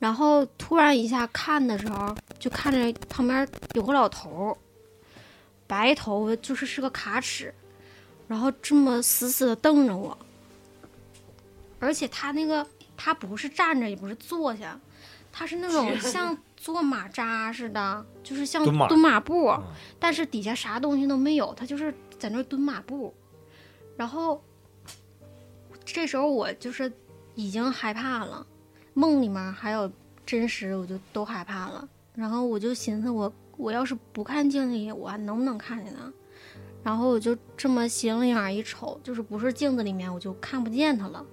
[SPEAKER 7] 然后突然一下看的时候，就看着旁边有个老头儿，白头发，就是是个卡尺，然后这么死死的瞪着我，而且他那个他不是站着也不是坐下，他是那种像坐马扎似的，就是像
[SPEAKER 6] 蹲马
[SPEAKER 7] 蹲马步。
[SPEAKER 6] 嗯
[SPEAKER 7] 但是底下啥东西都没有，他就是在那儿蹲马步。然后这时候我就是已经害怕了，梦里面还有真实，我就都害怕了。然后我就寻思我，我要是不看镜里，我还能不能看见他？然后我就这么斜楞眼儿一瞅，就是不是镜子里面，我就看不见他了。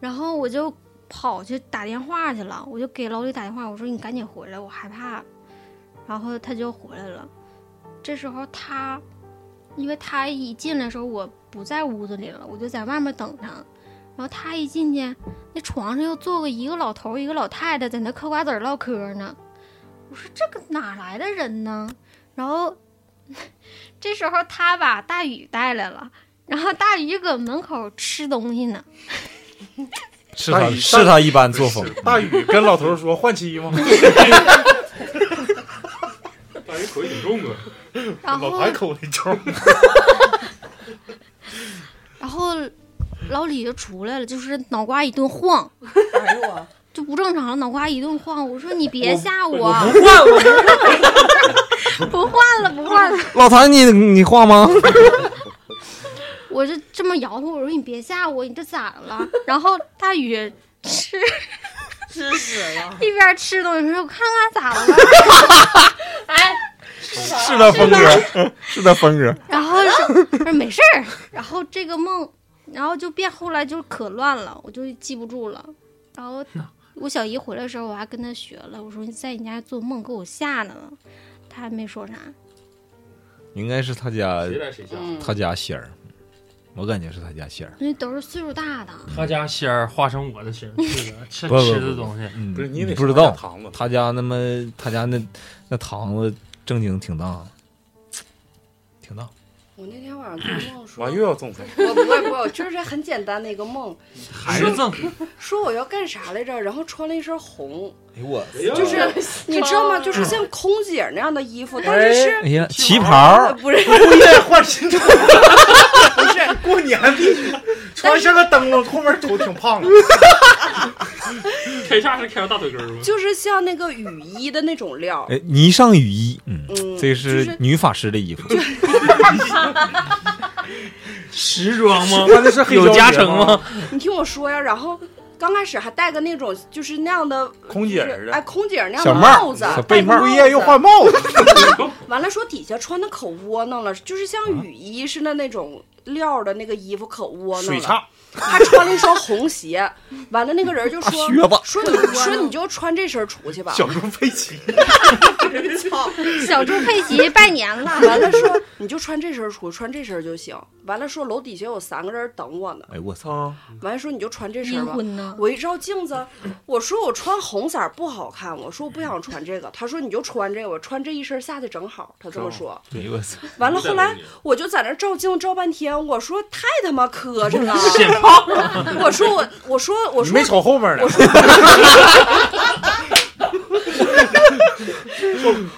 [SPEAKER 7] 然后我就跑去打电话去了，我就给老李打电话，我说你赶紧回来，我害怕了。然后他就回来了。这时候他，因为他一进来的时候我不在屋子里了，我就在外面等他。然后他一进去，那床上又坐个一个老头儿一个老太太在那嗑瓜子儿唠嗑呢。我说这个哪来的人呢？然后 这时候他把大宇带来了，然后大宇搁门口吃东西呢。
[SPEAKER 6] 是
[SPEAKER 1] 大
[SPEAKER 6] 他
[SPEAKER 1] 姨
[SPEAKER 6] 是他一般作风，
[SPEAKER 1] 大宇跟老头说换妻 吗？
[SPEAKER 5] 大姨口味挺重啊。
[SPEAKER 7] 然后
[SPEAKER 1] 老白口的 重，
[SPEAKER 7] 然后老李就出来了，就是脑瓜一顿晃，
[SPEAKER 4] 哎呦我，
[SPEAKER 7] 就不正常了，脑瓜一顿晃。我说你别吓我， 不换了，不换了。
[SPEAKER 6] 老谭你你画吗？
[SPEAKER 7] 我就这么摇头，我说你别吓我，你这咋了？ 然后大宇吃
[SPEAKER 3] 吃 屎了！
[SPEAKER 7] 一边吃东西，说我看看咋了吧。
[SPEAKER 3] 哎，
[SPEAKER 5] 是
[SPEAKER 6] 是他风 格，是他风格。
[SPEAKER 7] 然后是说没事儿，然后这个梦，然后就变后来就可乱了，我就记不住了。然后我小姨回来的时候，我还跟她学了，我说你在你家做梦给我吓的呢，她还没说啥。
[SPEAKER 6] 应该是他家
[SPEAKER 5] 谁来谁
[SPEAKER 1] 啊
[SPEAKER 5] 下？
[SPEAKER 4] 嗯，
[SPEAKER 6] 他家仙儿，我感觉是他家仙儿。
[SPEAKER 7] 因为都是岁数大的，
[SPEAKER 2] 他家仙儿化成我的仙儿，是的吃
[SPEAKER 6] 不不
[SPEAKER 2] 吃
[SPEAKER 6] 不
[SPEAKER 2] 的东西，
[SPEAKER 6] 嗯，
[SPEAKER 1] 不是你得
[SPEAKER 6] 不知
[SPEAKER 1] 上点
[SPEAKER 6] 道
[SPEAKER 1] 堂子，
[SPEAKER 6] 他家那么他家那那堂子正经挺大，挺大。
[SPEAKER 4] 我那天晚上做梦说，
[SPEAKER 1] 完又要粽子，
[SPEAKER 4] 我不会不会，就是很简单的一个梦，
[SPEAKER 2] 孩子赠
[SPEAKER 4] 说我要干啥来着，然后穿了一身红，
[SPEAKER 6] 哎呦我，
[SPEAKER 1] 嗯
[SPEAKER 4] 就是你知道吗？就是像空姐那样的衣服，但是是。
[SPEAKER 6] 哎呀，旗
[SPEAKER 4] 呃
[SPEAKER 6] 袍，
[SPEAKER 4] 不是
[SPEAKER 1] 换新裤，
[SPEAKER 4] 不是，
[SPEAKER 1] 过年必须穿像个灯笼，后面走挺胖的。
[SPEAKER 5] 开下是开到大腿根儿吗？
[SPEAKER 4] 就是像那个雨衣的那种料，
[SPEAKER 6] 哎，霓裳羽衣，嗯，
[SPEAKER 4] 嗯，
[SPEAKER 6] 这
[SPEAKER 4] 就是是
[SPEAKER 6] 女法师的衣服。
[SPEAKER 2] 时装吗？
[SPEAKER 1] 那是
[SPEAKER 2] 有加成吗？？
[SPEAKER 4] 你听我说呀，然后刚开始还戴个那种就是那样的
[SPEAKER 1] 空姐儿
[SPEAKER 4] 就是
[SPEAKER 1] 的
[SPEAKER 4] 哎，空姐儿那样
[SPEAKER 6] 小
[SPEAKER 4] 的
[SPEAKER 6] 帽儿
[SPEAKER 4] 帽子，
[SPEAKER 6] 小
[SPEAKER 4] 戴
[SPEAKER 6] 贝帽儿哎
[SPEAKER 4] 帽
[SPEAKER 1] 物
[SPEAKER 4] 子
[SPEAKER 1] 业又换帽子，
[SPEAKER 4] 完了说底下穿的可窝囊了，就是像
[SPEAKER 6] 啊
[SPEAKER 4] 雨衣似的那种料儿的那个衣服可窝囊
[SPEAKER 1] 水
[SPEAKER 4] 了，
[SPEAKER 1] 叉
[SPEAKER 4] 还穿了一双红鞋。完了那个人就说
[SPEAKER 6] 大靴子
[SPEAKER 4] 说你说你就穿这身出去吧。
[SPEAKER 1] 小猪佩奇，
[SPEAKER 4] 操！
[SPEAKER 7] 小猪佩奇拜年了，
[SPEAKER 4] 完了说你就穿这身出，穿这身就行。完了说楼底下有三个人等我呢。
[SPEAKER 6] 哎呦我操，
[SPEAKER 1] 啊，
[SPEAKER 4] 完了说你就穿这身
[SPEAKER 7] 阴
[SPEAKER 4] 吧。
[SPEAKER 7] 婚呢？
[SPEAKER 4] 我一照镜子，我说我穿红色儿不好看，我说我不想穿这个。他说你就穿这个，我穿这一身下去正好。他这么说，
[SPEAKER 6] 哎呦我操，
[SPEAKER 4] 完了后来我就在那照镜子照半天，我说太他妈磕 碜了，
[SPEAKER 2] 显胖，
[SPEAKER 4] 我说我我说我
[SPEAKER 1] 你
[SPEAKER 4] 说
[SPEAKER 1] 没瞅后面呢？哎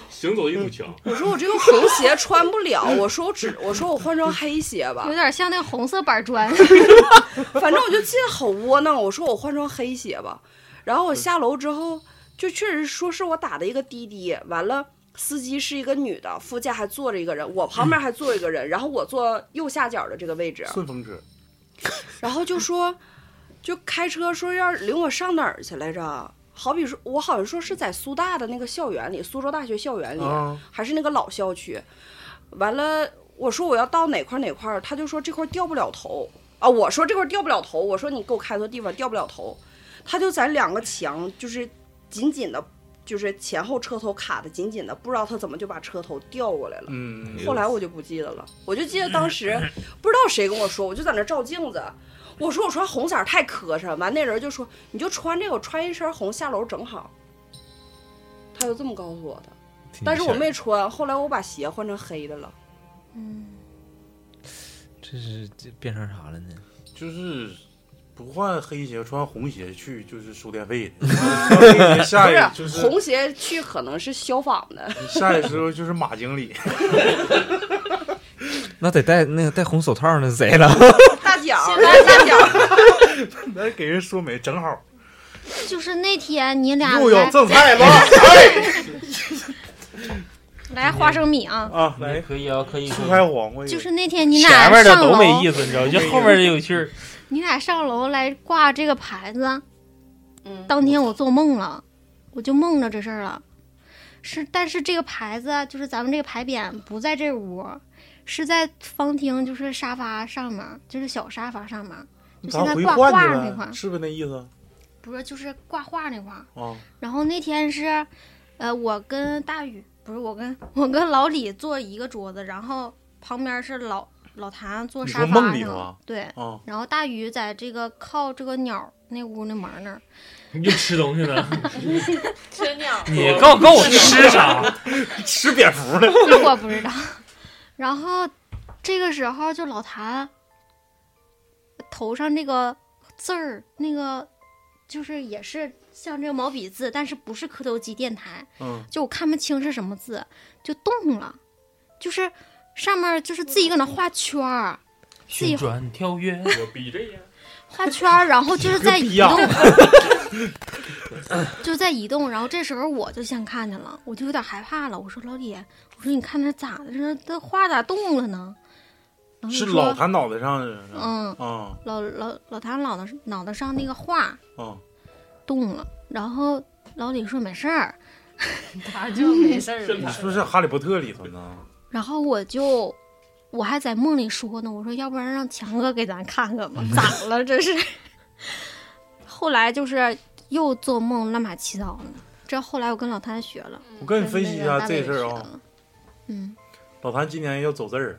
[SPEAKER 5] 行走一堵墙，
[SPEAKER 4] 我说我这个红鞋穿不了，我说我只我说我换双黑鞋吧
[SPEAKER 7] 有，点像那个红色板砖，
[SPEAKER 4] 反正我就记得好窝囊，我说我换双黑鞋吧。
[SPEAKER 1] 嗯
[SPEAKER 4] 然后我下楼之后，就确实说是我打的一个滴滴，完了。司机是一个女的，副驾还坐着一个人，我旁边还坐一个人，然后我坐右下角的这个位置，
[SPEAKER 1] 顺风车，
[SPEAKER 4] 然后就说，就开车说要领我上哪儿去来着？好比说，我好像说是在苏大的那个校园里，苏州大学校园里，
[SPEAKER 1] 啊
[SPEAKER 4] 还是那个老校区。完了，我说我要到哪块儿哪块儿，他就说这块儿掉不了头啊。我说这块儿掉不了头，我说你给我开个地方掉不了头。他就在两个墙，就是紧紧的，就是前后车头卡的紧紧的，不知道他怎么就把车头调过来了。
[SPEAKER 1] 嗯，
[SPEAKER 4] 后来我就不记得了，我就记得当时不知道谁跟我说，我就在那照镜子，我说我穿红色儿太磕碜，完那人就说你就穿这个，我穿一身红下楼正好。他就这么告诉我的，
[SPEAKER 6] 挺
[SPEAKER 4] 但是我
[SPEAKER 6] 吓人
[SPEAKER 4] 没穿，后来我把鞋换成黑的了。
[SPEAKER 7] 嗯，
[SPEAKER 6] 这是这变成啥了呢？
[SPEAKER 1] 就是不换黑鞋，穿红鞋去就是收电 费的。黑鞋下
[SPEAKER 4] 不，
[SPEAKER 1] 一哎就是是
[SPEAKER 4] 红鞋去可能是消防的，
[SPEAKER 1] 下一时候就是马经理，
[SPEAKER 6] 那得戴那个戴红手套那是谁了？
[SPEAKER 4] 大脚儿
[SPEAKER 7] 现在
[SPEAKER 4] 大脚儿，
[SPEAKER 1] 那给人说没正好
[SPEAKER 7] 就是那天你俩
[SPEAKER 1] 又要
[SPEAKER 7] 来
[SPEAKER 1] 赠 菜了
[SPEAKER 7] 来花生米啊，
[SPEAKER 1] 啊！来，
[SPEAKER 2] 可以啊，可以。
[SPEAKER 1] 醋拍黄瓜，
[SPEAKER 7] 就是那天你
[SPEAKER 2] 前
[SPEAKER 7] 俩
[SPEAKER 2] 面的
[SPEAKER 7] 上
[SPEAKER 2] 都
[SPEAKER 7] 楼，
[SPEAKER 2] 没意思，你知道，就后面的有趣儿。
[SPEAKER 7] 你俩上楼来挂这个牌子，
[SPEAKER 4] 嗯，
[SPEAKER 7] 当天我做梦了，我就梦着这事儿了。是，但是这个牌子就是咱们这个牌匾不在这屋，是在方厅，就是沙发上面，就是小沙发上面，就
[SPEAKER 1] 咱
[SPEAKER 7] 现在
[SPEAKER 1] 回
[SPEAKER 7] 挂
[SPEAKER 1] 换
[SPEAKER 7] 画
[SPEAKER 1] 去
[SPEAKER 7] 那块
[SPEAKER 1] 了，
[SPEAKER 7] 儿，
[SPEAKER 1] 是不是那意思
[SPEAKER 7] 不是就是挂画那块儿。
[SPEAKER 1] 啊？
[SPEAKER 7] 然后那天是，呃，我跟大宇不是我跟 我跟老李坐一个桌子，然后旁边是老老谭坐
[SPEAKER 1] 你
[SPEAKER 7] 沙
[SPEAKER 1] 说
[SPEAKER 7] 发
[SPEAKER 1] 梦里
[SPEAKER 7] 上，
[SPEAKER 1] 头啊
[SPEAKER 7] 对，
[SPEAKER 1] 啊，
[SPEAKER 7] 然后大宇在这个靠这个鸟那屋那门那儿，
[SPEAKER 2] 你就吃东西呢，
[SPEAKER 4] 真鸟
[SPEAKER 2] 你告告我吃 啥？
[SPEAKER 1] 吃蝙蝠呢？
[SPEAKER 7] 我不知道。 然后这个时候就老谭头上那个字儿，那个就是也是像这个毛笔字，但是不是磕头机电台，
[SPEAKER 1] 嗯，
[SPEAKER 7] 就我看不清是什么字，就动了，就是上面就是自己搁那画圈儿，自己
[SPEAKER 2] 旋转跳跃，
[SPEAKER 5] 我闭着眼，
[SPEAKER 7] 画圈儿，然后就是在
[SPEAKER 1] 一
[SPEAKER 7] 移
[SPEAKER 1] 样
[SPEAKER 7] 动，就在移动。然后这时候我就先看见了，我就有点害怕了。我说老李，我说你看这咋的？这这画咋动了呢？然后
[SPEAKER 1] 嗯是
[SPEAKER 7] 就
[SPEAKER 1] 老
[SPEAKER 7] 说，
[SPEAKER 1] 弹脑袋上的，
[SPEAKER 7] 嗯，
[SPEAKER 1] 啊
[SPEAKER 7] 老老老谭脑袋脑袋上那个画
[SPEAKER 1] 啊，
[SPEAKER 7] 动了。然后老李说没事儿，
[SPEAKER 3] 他就没事儿
[SPEAKER 5] 身
[SPEAKER 1] 你
[SPEAKER 5] 材
[SPEAKER 3] 了。
[SPEAKER 1] 是不是《哈利波特》里头呢？
[SPEAKER 7] 然后我就我还在梦里说呢，我说要不然让强哥给咱看看 吧，咋了这是？ 后来就是又做梦乱码七糟呢，这后来我跟老谭学了，
[SPEAKER 1] 我跟你分析一下这事儿啊、
[SPEAKER 7] 啊，嗯
[SPEAKER 1] 老谭今年要走字儿了，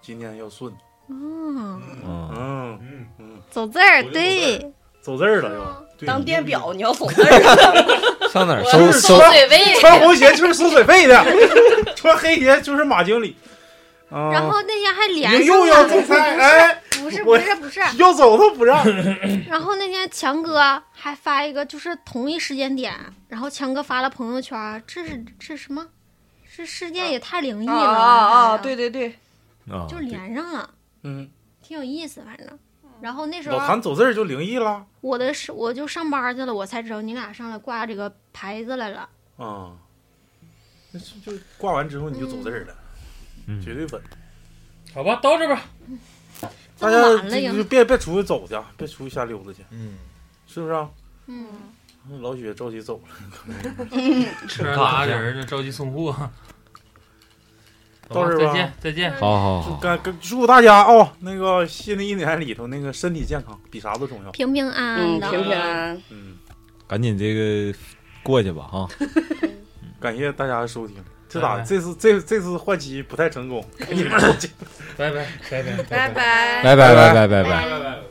[SPEAKER 1] 今年要顺，
[SPEAKER 7] 啊，
[SPEAKER 6] 嗯，
[SPEAKER 1] 嗯，
[SPEAKER 5] 嗯，
[SPEAKER 7] 走字儿
[SPEAKER 5] 我就走字儿
[SPEAKER 7] 对，
[SPEAKER 1] 走字儿了又。对
[SPEAKER 4] 当
[SPEAKER 1] 你
[SPEAKER 4] 电表你要走字儿，
[SPEAKER 6] 上哪儿
[SPEAKER 4] 我
[SPEAKER 6] 收
[SPEAKER 4] 是
[SPEAKER 6] 收
[SPEAKER 4] 说
[SPEAKER 3] 水位
[SPEAKER 1] 穿红鞋就是收水费的， 穿黑鞋就是马经理。啊、
[SPEAKER 7] 然后那天还连
[SPEAKER 1] 你又要
[SPEAKER 7] 上
[SPEAKER 1] 种
[SPEAKER 7] 了，
[SPEAKER 1] 菜，哎，
[SPEAKER 7] 不是
[SPEAKER 1] 我
[SPEAKER 7] 不是不是，
[SPEAKER 1] 要走都不让。
[SPEAKER 6] 嗯
[SPEAKER 7] 然后那天强哥还发一个，就是同一时间点，然后强哥发了朋友圈，这是这是什么？是事件也太灵异了，
[SPEAKER 4] 啊啊啊！对，对对，
[SPEAKER 6] 啊
[SPEAKER 7] 就连上了，
[SPEAKER 1] 嗯，
[SPEAKER 7] 挺有意思，反正。然后那时
[SPEAKER 1] 老
[SPEAKER 7] 候
[SPEAKER 1] 谭走字儿就灵异了
[SPEAKER 7] 我的是我就上班去了，我才知道你俩上来挂这个牌子来了。
[SPEAKER 1] 啊。那是就挂完之后你就走字儿了，
[SPEAKER 6] 嗯
[SPEAKER 1] 绝对稳。
[SPEAKER 2] 好吧，到这吧。
[SPEAKER 7] 这
[SPEAKER 1] 大
[SPEAKER 7] 么
[SPEAKER 1] 家
[SPEAKER 7] 晚了也
[SPEAKER 1] 就就别别出去走去，啊，别出去瞎溜达去，
[SPEAKER 6] 嗯，
[SPEAKER 1] 是不是、啊？
[SPEAKER 7] 嗯，
[SPEAKER 1] 老许也着急走了，
[SPEAKER 2] 吃完拉人呢，着急送货。好吧
[SPEAKER 1] 到这儿吧
[SPEAKER 2] 再见，再见。
[SPEAKER 6] 好
[SPEAKER 5] 啊
[SPEAKER 6] 好
[SPEAKER 1] 就
[SPEAKER 6] 好，
[SPEAKER 1] 干跟祝大家哦，那个新的一年里头那个身体健康比啥都重要。
[SPEAKER 7] 平平安安
[SPEAKER 4] 嗯，
[SPEAKER 7] 的。
[SPEAKER 4] 平平安安。
[SPEAKER 1] 嗯，
[SPEAKER 6] 赶紧这个过去吧哈。
[SPEAKER 1] 感谢大家的收听。这咋
[SPEAKER 2] 拜拜
[SPEAKER 1] 这次这这次换期不太成功，赶紧
[SPEAKER 2] 拜拜，拜拜，
[SPEAKER 4] 拜。拜。哎
[SPEAKER 6] 拜拜拜拜拜
[SPEAKER 1] 拜
[SPEAKER 6] 拜。
[SPEAKER 5] 拜拜拜。